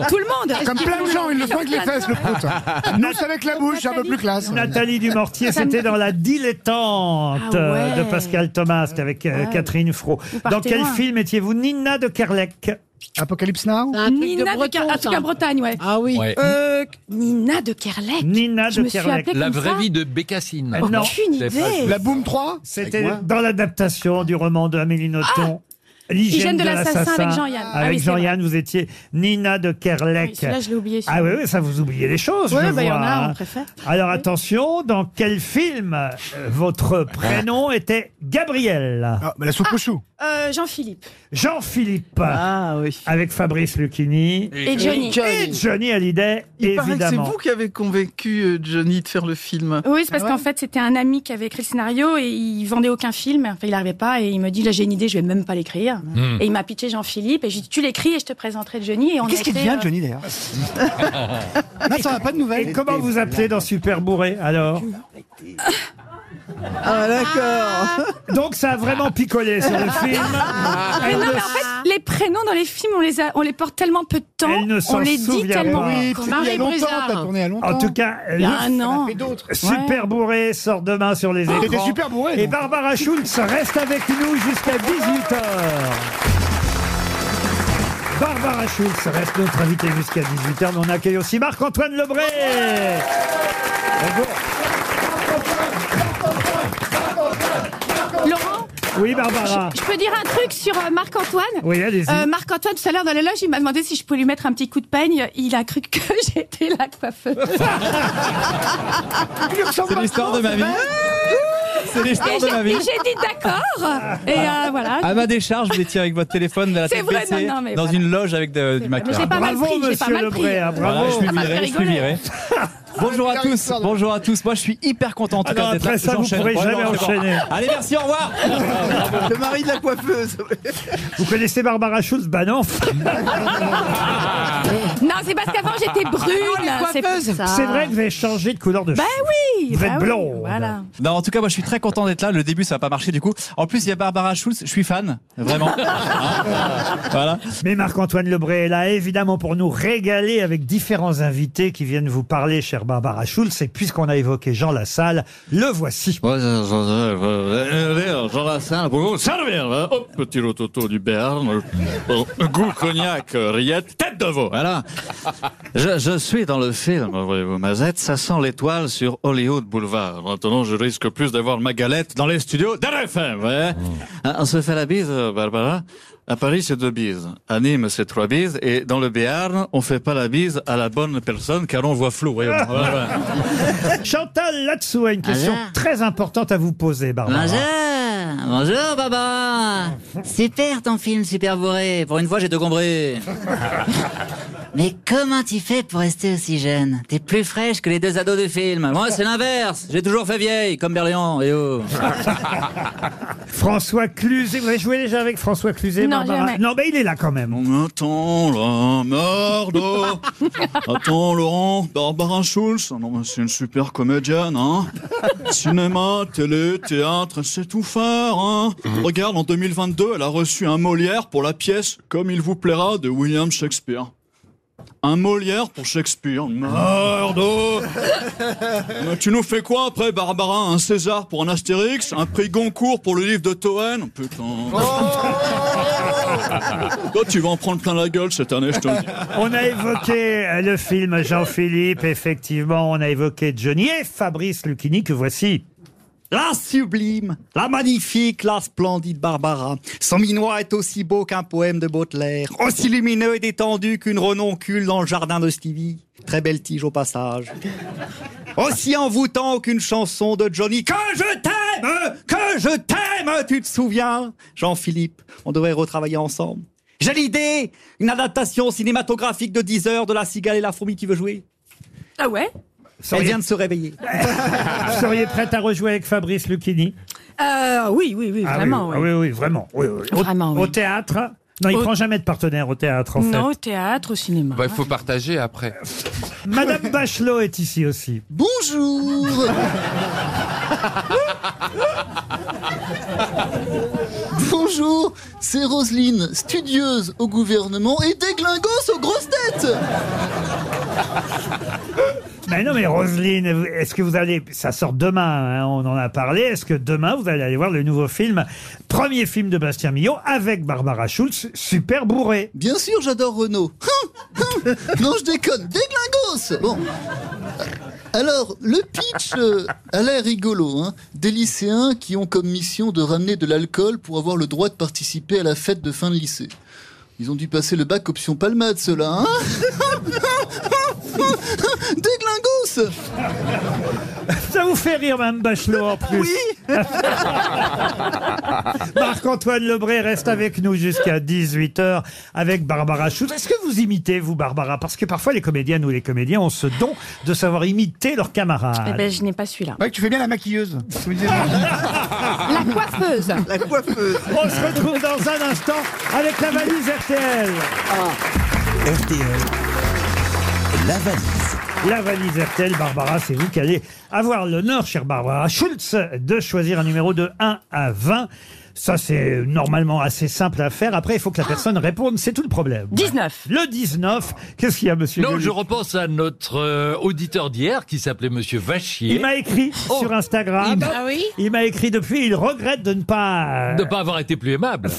Tout le monde.
Comme plein de gens, ils le font avec les fesses, le prout. hein. Nous, c'est avec la bouche, c'est un peu plus
Ah,
classe.
Nathalie Dumortier, c'était dans La Dilettante
Ah ouais.
euh, de Pascal Thomas, c'était avec euh,
Ouais.
Catherine Fro.
Vous
Dans
partez
quel
loin.
film étiez-vous Nina de Kerlec
Apocalypse Now
Nina de, Car- un truc à Bretagne, ouais.
Ah oui.
Ouais.
Euh, Nina de Kerlec.
Nina
Je me suis appelée
la
comme
vraie
ça.
vie de Bécassine.
Ah, non. Aucune
C'est pas-
idée. La
Boom 3
C'était dans l'adaptation du roman de Amélie Nothomb. L'hygiène
Hygiène Ah! de l'assassin avec Jean-Yann. Ah
Avec
oui, c'est
Jean-Yann, vous étiez Nina de Kerlec.
Oui, celui-là, je l'ai oublié,
Ah oui,
celui-là.
oui, ça vous oubliez les choses.
Ouais,
je
bah, il y en
vois,
a,
hein.
on préfère.
Alors attention, dans quel film euh, votre prénom était Gabriel
Ah, la soupe au chou.
Ah,
Euh, Jean-Philippe.
Jean-Philippe.
Ah,
Avec Fabrice Lucchini.
Et Johnny.
Et Johnny Hallyday,
Il paraît que c'est
évidemment.
vous qui avez convaincu euh, Johnny de faire le film.
Oui, c'est parce
Ah ouais
qu'en fait, c'était un ami qui avait écrit le scénario et il vendait aucun film. Enfin, il n'arrivait pas et il me dit là, j'ai une idée, je vais même pas l'écrire.
Hmm.
Et il m'a pitché Jean-Philippe et j'ai dit tu l'écris et je te présenterai Johnny. Et on
Qu'est-ce
a
qu'il
écrit,
devient,
euh,
Johnny, d'ailleurs Non, ça n'a pas de nouvelles.
Et comment vous appelez dans Super Bourré alors
Ah, d'accord.
Donc ça a vraiment picolé sur le
Ah,
film.
Mais
Elle
non,
ne
mais en fait, les prénoms dans les films, on les, a- on les porte tellement peu de temps,
Elle ne
on
s'en
les dit
souvient
tellement.
pas. Oui,
Comme
c'était il y a longtemps, t'as tourné
il y a
En tout cas,
il y a
le-
un an.
Super Bourré sort demain sur les
Ah,
écrans.
t'étais super bourré,
Et
donc.
Barbara Schultz reste avec nous jusqu'à 18h. Barbara Schultz reste notre invitée jusqu'à 18h, mais on accueille aussi Marc-Antoine Lebré. Bonjour.
Laurent
Oui, Barbara.
Je peux dire un truc sur euh, Marc-Antoine
Oui, allez-y.
Euh, Marc-Antoine, tout à l'heure dans la loge, il m'a demandé si je pouvais lui mettre un petit coup de peigne. Il a cru que j'étais la coiffeuse.
C'est l'histoire de ma vie. C'est l'histoire
Et
de
j'ai-
ma vie. Ah.
et J'ai dit d'accord. Et euh, voilà.
À ma décharge, vous étiez avec votre téléphone de la
C'est
tête
vrai,
baissée
non, non, mais
dans
voilà.
une loge avec de- du
Mais
maquillage.
j'ai pas mal
Bravo,
pris, j'ai pas
monsieur
mal pris.
Lebré, hein, bravo. Voilà, je suis
Ah,
Ça m'a
viré,
fait
je suis
rigoler.
viré. Bonjour à tous, bonjour à tous. Moi, je suis hyper content en tout
Alors,
cas d'être
après
là.
ça, vous
J'enchaîne.
pourrez
Bon,
jamais
non, c'est bon.
enchaîner.
Allez, merci, au revoir.
Le mari de la coiffeuse.
Vous connaissez Barbara Schultz Bah non.
Non, c'est parce qu'avant j'étais brune. C'est pour ça.
C'est vrai que vous avez changé de couleur de
Bah
cheveux.
oui.
Vous
bah
êtes
oui,
blonde.
Voilà.
Non, en tout cas, moi, je suis très content d'être là. Le début, ça va pas marcher du coup. En plus, il y a Barbara Schulz. Je suis fan, vraiment. voilà.
Mais Marc-Antoine Lebré est là, évidemment, pour nous régaler avec différents invités qui viennent vous parler, chère Barbara Schulz. Et puisqu'on a évoqué Jean Lassalle, le voici.
Jean Lassalle, pour vous servir. hein. Hop, petit rototo du Béarn. Oh, Goût cognac, euh, rillette, tête de veau. Voilà. Je, je suis dans le film, voyez-vous, Mazette. Ça sent l'étoile sur Hollywood Boulevard. Maintenant, je risque plus d'avoir ma galette dans les studios d'RFM. ouais. Hein, On se fait la bise, euh, Barbara. À Paris, c'est deux bises. À Nîmes, c'est trois bises. Et dans le Béarn, on fait pas la bise à la bonne personne car on voit flou. voyez-vous. Voilà, voilà.
Chantal Latsou a une question
Bonjour.
très importante à vous poser, Barbara.
Bonjour Bonjour Baba Super ton film, super bourré Pour une fois, j'ai te compris Mais comment tu fais pour rester aussi jeune T'es plus fraîche que les deux ados du film Moi, c'est l'inverse J'ai toujours fait vieille, comme Berléon, et oh
François Cluzet, vous avez joué déjà avec François Cluzet,
Non,
Barbara
jamais.
Non, mais il est là quand même.
Attends, la mordo. Attends, Laurent, Barbara Schulz. Non, mais c'est une super comédienne, hein. Cinéma, télé, théâtre, c'est tout faire, hein. Regarde, en 2022, elle a reçu un Molière pour la pièce Comme il vous plaira de William Shakespeare. Un Molière pour Shakespeare. Mordo Mais tu nous fais quoi après, Barbara Un César pour un Astérix Un prix Goncourt pour le livre de Toen Putain.
Oh.
Toi, tu vas en prendre plein la gueule cette année, je te le dis.
On a évoqué euh, le film Jean-Philippe, effectivement, on a évoqué Johnny et Fabrice Lucchini, que voici.
La sublime, la magnifique, la splendide Barbara. Son minois est aussi beau qu'un poème de Baudelaire,
Oh.
aussi lumineux et détendu qu'une renoncule dans le jardin de Stevie. Très belle tige au passage. Aussi envoûtant qu'une chanson de Johnny. Que je t'aime, que je t'aime, tu te souviens Jean-Philippe, on devrait retravailler ensemble. J'ai l'idée, une adaptation cinématographique de 10 heures de La cigale et la fourmi qui veut jouer.
Ah ouais
Elle vient de se réveiller.
Vous seriez prête à rejouer avec Fabrice Lucchini
Euh, oui, oui, oui,
Ah
vraiment.
oui,
oui.
ah oui, oui, vraiment. oui, oui. Au, au théâtre Non, il
Au-
prend jamais de partenaire au théâtre, en
Non, au
fait.
théâtre, au cinéma.
Bah, il faut partager après.
Bah,
Madame Bachelot est ici aussi.
Bonjour
Bonjour, c'est Roselyne, studieuse au gouvernement et déglingos aux grosses têtes
Mais non, mais Roselyne, vous- est-ce que vous allez... Ça sort demain, hein, on en a parlé. Est-ce que demain, vous allez aller voir le nouveau film, premier film de Bastien Millon, avec Barbara Schulz, super bourré
Bien sûr, j'adore Renault. Hum, hum. non, je déconne, déglingos Bon. Alors, le pitch euh, a l'air rigolo. Hein. Des lycéens qui ont comme mission de ramener de l'alcool pour avoir le droit de participer à la fête de fin de lycée. Ils ont dû passer le bac option palmade, ceux-là. Hein
Déglingos
Ça vous fait rire, Mme Bachelot, en plus. Oui Marc-Antoine Lebré reste avec nous jusqu'à 18h avec Barbara Schultz. Est-ce que vous imitez, vous, Barbara Parce que parfois, les comédiennes ou les comédiens ont ce don de savoir imiter leurs camarades.
Eh ben, je n'ai pas celui-là.
Ouais, tu fais bien la maquilleuse.
La coiffeuse. La coiffeuse.
On se retrouve dans un instant avec la valise RTL.
Ah. RTL. La valise.
La valise RTL, Barbara, c'est vous qui allez avoir l'honneur, chère Barbara Schultz, de choisir un numéro de 1 à 20. Ça, c'est normalement assez simple à faire. Après, il faut que la personne réponde. C'est tout le problème.
19.
Le 19. Qu'est-ce qu'il y a, monsieur
Non,
Gueluc
je repense à notre euh, auditeur d'hier qui s'appelait Monsieur Vachier.
Il m'a écrit sur
Oh. Il
Instagram.
m'a-
Il m'a écrit depuis. Il regrette de ne pas.
De ne pas avoir été plus aimable.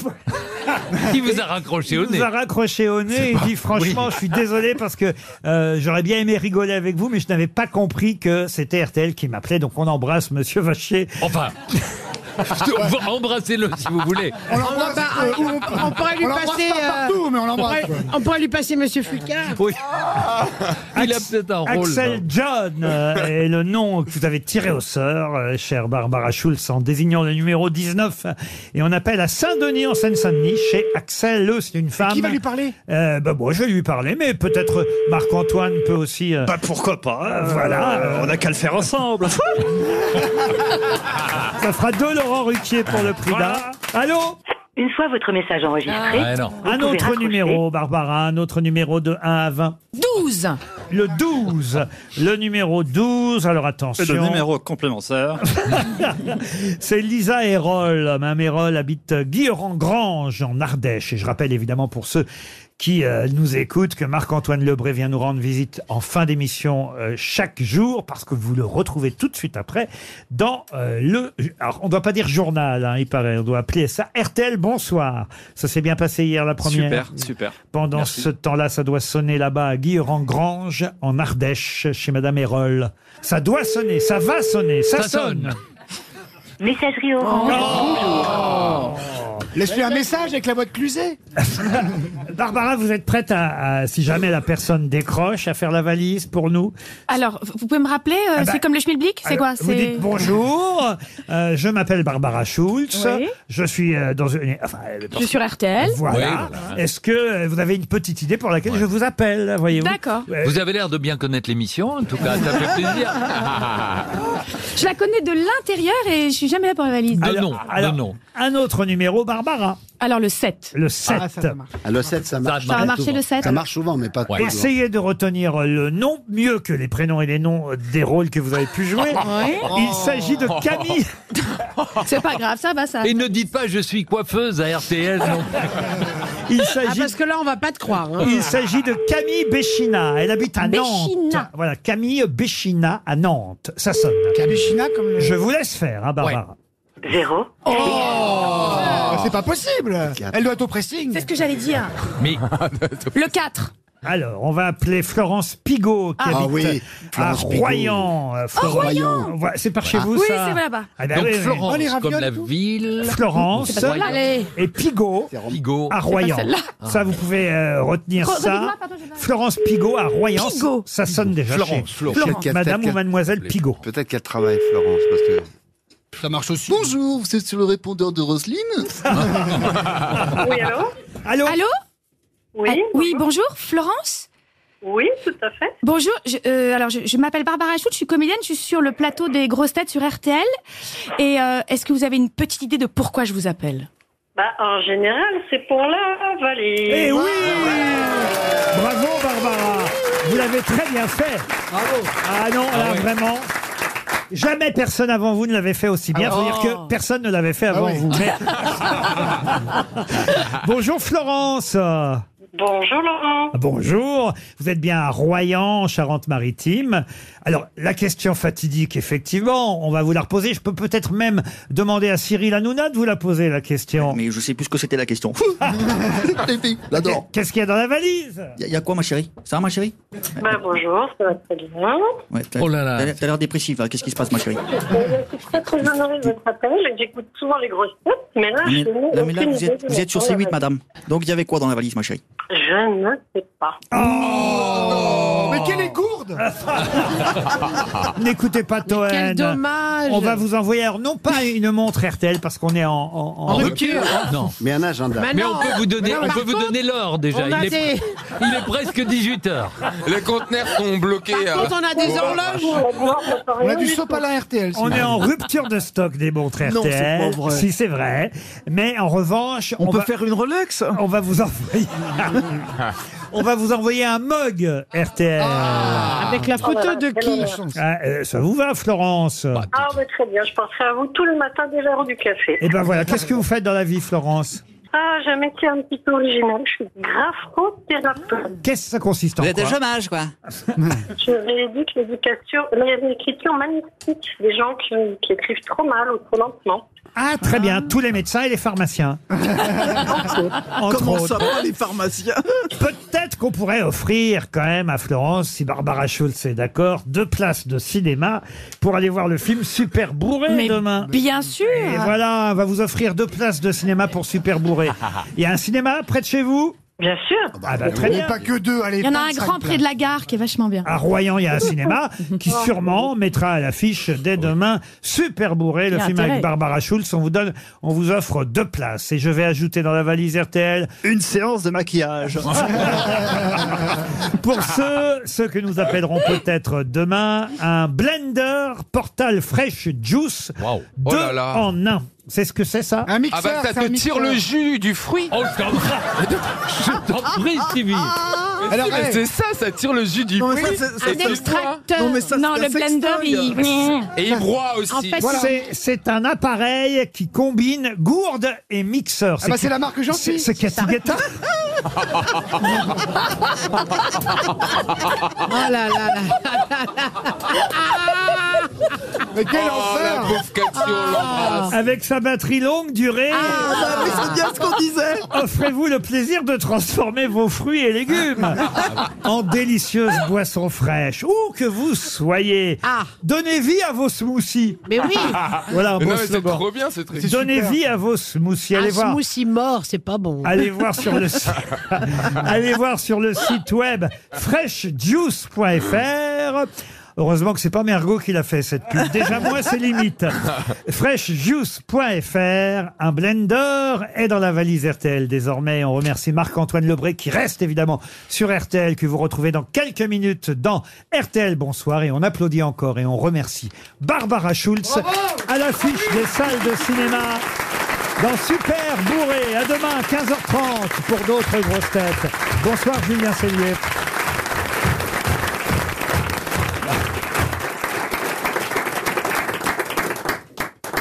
qui vous a raccroché au
Il
nez.
nous a raccroché au nez
C'est
et
pas-
dit franchement
Oui.
je suis désolé parce que euh, j'aurais bien aimé rigoler avec vous mais je n'avais pas compris que c'était RTL qui m'appelait donc on embrasse monsieur Vacher.
Enfin. Embrassez-le si vous voulez.
On
l'embrasse, euh, où on- on pourrait lui passer, euh, on pourrait- On pourrait lui passer Monsieur Foucard.
Il a peut-être un rôle.
Axel John euh, est le nom que vous avez tiré au sort, euh, chère Barbara Schulz, en désignant le numéro 19. Et on appelle à Saint-Denis, en Seine-Saint-Denis, chez Axel. Eux, c'est une femme.
qui va lui parler
euh, bah, Moi, je vais lui parler, mais peut-être Marc-Antoine peut aussi. Bah, pourquoi pas Voilà. euh, on n'a qu'à le faire ensemble. Ça fera deux Laurent Ruquier pour le prix
Voilà.
d'un. Allô
Une fois votre message
Ah.
enregistré,
Ah.
vous
Un
pouvez
autre
raccrocher.
numéro, Barbara, un autre numéro de 1 à 20. 12 Le 12 Le numéro 12, alors attention.
Et le numéro complémentaire.
C'est Lisa Hérol. Mme Hérol habite Guilherand-Grange, en Ardèche. Et je rappelle évidemment pour ceux qui euh, nous écoutent que Marc-Antoine Lebré vient nous rendre visite en fin d'émission euh, chaque jour, parce que vous le retrouvez tout de suite après dans euh, le... Alors, on ne doit pas dire journal, hein, il paraît. On doit appeler ça RTL Bonsoir. Ça s'est bien passé hier, la première.
Super, super.
Pendant
Merci.
ce temps-là, ça doit sonner là-bas à Guilherand-Grange, en Ardèche, chez Madame Hérol. Ça doit sonner, ça va sonner, ça,
Ça sonne.
sonne.
Messagerie
Oh.
orange. Bonjour.
Oh. Laisse-lui un message avec la voix de Cluzet.
Barbara, vous êtes prête à, à- si jamais la personne décroche, à faire la valise pour nous
Alors, vous pouvez me rappeler, euh,
Ah bah,
c'est comme le schmilblick C'est quoi
Alors, Vous
c'est-
dites bonjour, euh, je m'appelle Barbara Schulz,
Oui.
je suis euh, dans une... enfin, euh,
Je suis sur RTL.
Voilà.
Oui, voilà.
Est-ce que euh, vous avez une petite idée pour laquelle je vous appelle, voyez-vous
D'accord.
Ouais.
Vous avez l'air de bien connaître l'émission, en tout cas, ça fait plaisir.
Je la connais de l'intérieur et je suis jamais là pour la valise.
De nom,
alors,
de nom.
Un autre numéro, Barbara.
Alors le 7.
Le 7.
Ah, le 7, ça marche.
Ça a marché,
souvent.
le 7.
Ça marche souvent, mais pas toujours.
Essayez de retenir le nom mieux que les prénoms et les noms des rôles que vous avez pu jouer.
Ouais.
Il s'agit de Camille.
C'est pas grave, ça va, ça.
Et ne dites pas je suis coiffeuse à RTL non
Il s'agit
Ah, parce que là, on va pas te croire. hein.
Il s'agit de Camille Béchina. Elle habite à Nantes.
Béchina.
Voilà, Camille Béchina à Nantes. Ça sonne. Camille Béchina comme Je vous laisse faire, hein, Barbara.
Zéro.
Oh.
Oh. C'est pas possible. Elle doit être au pressing.
C'est ce que j'allais dire.
Mais
Le 4.
Alors, on va appeler Florence Pigot, qui
Ah. Ah
habite
oui,
à
Florence Pigot.
Royan. Euh, Florence-
Royan.
Voilà, C'est par chez vous,
Oui, c'est
ça
là-bas.
Ah ben
Donc
oui, oui.
Florence, comme la ville.
Florence
Royan.
Allez.
et Pigot
Pigot.
à Royan.
celle-là.
Ça, vous pouvez euh, retenir
Re-
ça.
redis-moi, pardon, j'ai pas-
Florence Pigot à Royan.
Pigot.
Ça sonne déjà
Florence,
chez-
Florence.
chez
Peut-être
Madame
qu'elle-
ou Mademoiselle
les-
Pigot.
Peut-être qu'elle travaille, Florence, parce que.
Ça marche aussi.
Bonjour, vous êtes sur le répondeur de Roselyne
Ah, Oui, allô
Allô
Allô
Oui,
Ah, oui, bonjour, Florence
Oui, tout à fait.
Bonjour, je, euh, alors je, je m'appelle Barbara Schultz, je suis comédienne, je suis sur le plateau des grosses têtes sur RTL. Et euh, est-ce que vous avez une petite idée de pourquoi je vous appelle
Bah, en général, c'est pour la valise.
Eh oui Bravo Barbara Vous l'avez très bien fait Bravo Ah non, là vraiment Jamais personne avant vous ne l'avait fait aussi bien.
Ah ouais.
C'est-à-dire que personne ne l'avait
Ah
fait avant
oui.
vous. Mais- Bonjour Florence.
Bonjour Laurent.
Bonjour. Vous êtes bien à Royan, en Charente-Maritime. Alors la question fatidique, effectivement, on va vous la reposer. Je peux peut-être même demander à Cyril Hanouna de vous la poser la question.
Mais je sais plus ce que c'était la question.
Magnifique, j'adore.
Qu'est-ce qu'il y a dans la valise
Il y, a quoi, ma chérie Ça va, ma chérie
Bah, bonjour, ça va très bien.
ouais, t'as-
Oh là là.
t'as l'air- T'as l'air dépressive. hein. Qu'est-ce qui se passe, ma chérie
Euh, Je suis pas très honorée de votre appel. J'écoute souvent les grosses têtes, mais là,
Mais-
je n'ai
non, mais là,
aucune
vous
idée
êtes,
de
vous êtes sur
la valise.
C8, madame. Donc, il y avait quoi dans la valise, ma chérie
Je ne sais pas.
Oh,
Mais
Arrêtez les gourdes
Oh
N'écoutez pas Toen.
quel dommage.
On va vous envoyer, alors, non pas une montre RTL, parce qu'on est en,
En rupture. Non.
Mais un agenda.
Mais
Mais
on peut vous donner,
Mais non,
on
par
peut vous
contre,
donner l'heure déjà.
on a
Il est,
des-
il est presque 18 h Les conteneurs sont bloqués.
euh,
On a du sopalin RTL.
Oh. On est en rupture de stock des montres
Non, c'est
RTL.
pas vrai.
Si c'est vrai. Mais en revanche,
On peut
faire une Rolex. On va vous envoyer. on va vous envoyer un mug RTL.
Avec la photo
de qui
Ah, euh, Ça vous va, Florence
Bah.
Ah, ouais, très bien, je penserai à vous tout le matin dès l'heure du café.
Eh ben voilà. Qu'est-ce que vous faites dans la vie, Florence
Ah, j'ai un métier un petit peu original. Je suis graphothérapeute.
Qu'est-ce que ça consiste en
Vous êtes au
quoi
chômage, quoi.
Je rééduque l'éducation, mais il y a une écriture magnifique. Des gens qui, qui écrivent trop mal ou trop lentement.
Ah, très bien. Tous les médecins et les pharmaciens. Entre
Comment ça
autres.
va, les pharmaciens
Peut-être qu'on pourrait offrir quand même à Florence, si Barbara Schulz est d'accord, deux places de cinéma pour aller voir le film Super Bourré
Mais
demain.
bien sûr.
Ah.
Et voilà, on va vous offrir deux places de cinéma pour Super Bourré. Il y a un cinéma près de chez vous
Bien sûr.
Ah bah, très bien.
pas que deux, allez.
Il y en a un
plein de
grand
cinq,
près de la gare qui est vachement bien.
À Royan, il y a un cinéma qui
Oh.
sûrement mettra à l'affiche dès demain Super Bourré, le
Il y a
film
intérêt.
avec Barbara Schulz. On vous donne, on vous offre deux places. Et je vais ajouter dans la valise RTL
Une séance de maquillage.
Pour ceux, ceux que nous appellerons peut-être demain, un blender Portal Fresh Juice deux
Oh là là.
en un. C'est ce que c'est ça Un
Ah bah ça te tire le jus du fruit. Oh, je t'en prie. Je t'en prie, Stevie.
Ah.
Mais
Alors,
si, mais
hey.
c'est ça, ça tire le jus du
Non, mais
fruit.
ça, c'est- ça,
Et
c'est-
tu bois.
Non, mais ça, non, le blender, il.
Et il broie aussi.
En fait,
Mmh. C'est- C'est un appareil qui combine gourde et mixeur.
Ah bah,
qui-
c'est la marque Gentil.
c'est- C'est Cathy Guetta.
Oh là là là
Mais quel enfer
Ah.
Avec sa batterie longue durée.
bah oui, c'est bien ce qu'on disait.
Offrez-vous le plaisir de transformer vos fruits et légumes en délicieuses boissons fraîches. Où que vous soyez, donnez vie à vos smoothies.
Ah. Mais oui.
Voilà un
Mais
beau
non, mais c'est
slogan.
trop bien ce truc.
Donnez vie à vos smoothies. Allez
Un
voir.
smoothie mort, c'est pas bon.
Allez voir sur le site, allez voir sur le site web freshjuice.fr. Heureusement que c'est pas Mergot qui l'a fait cette pub. Déjà moi c'est limite. Freshjuice.fr, un blender est dans la valise RTL désormais. On remercie Marc-Antoine Lebré qui reste évidemment sur RTL que vous retrouvez dans quelques minutes dans RTL Bonsoir et on applaudit encore et on remercie Barbara Schulz à l'affiche des salles de cinéma dans Super Bourré. À demain, 15h30 pour d'autres grosses têtes. Bonsoir, Julien Cellier.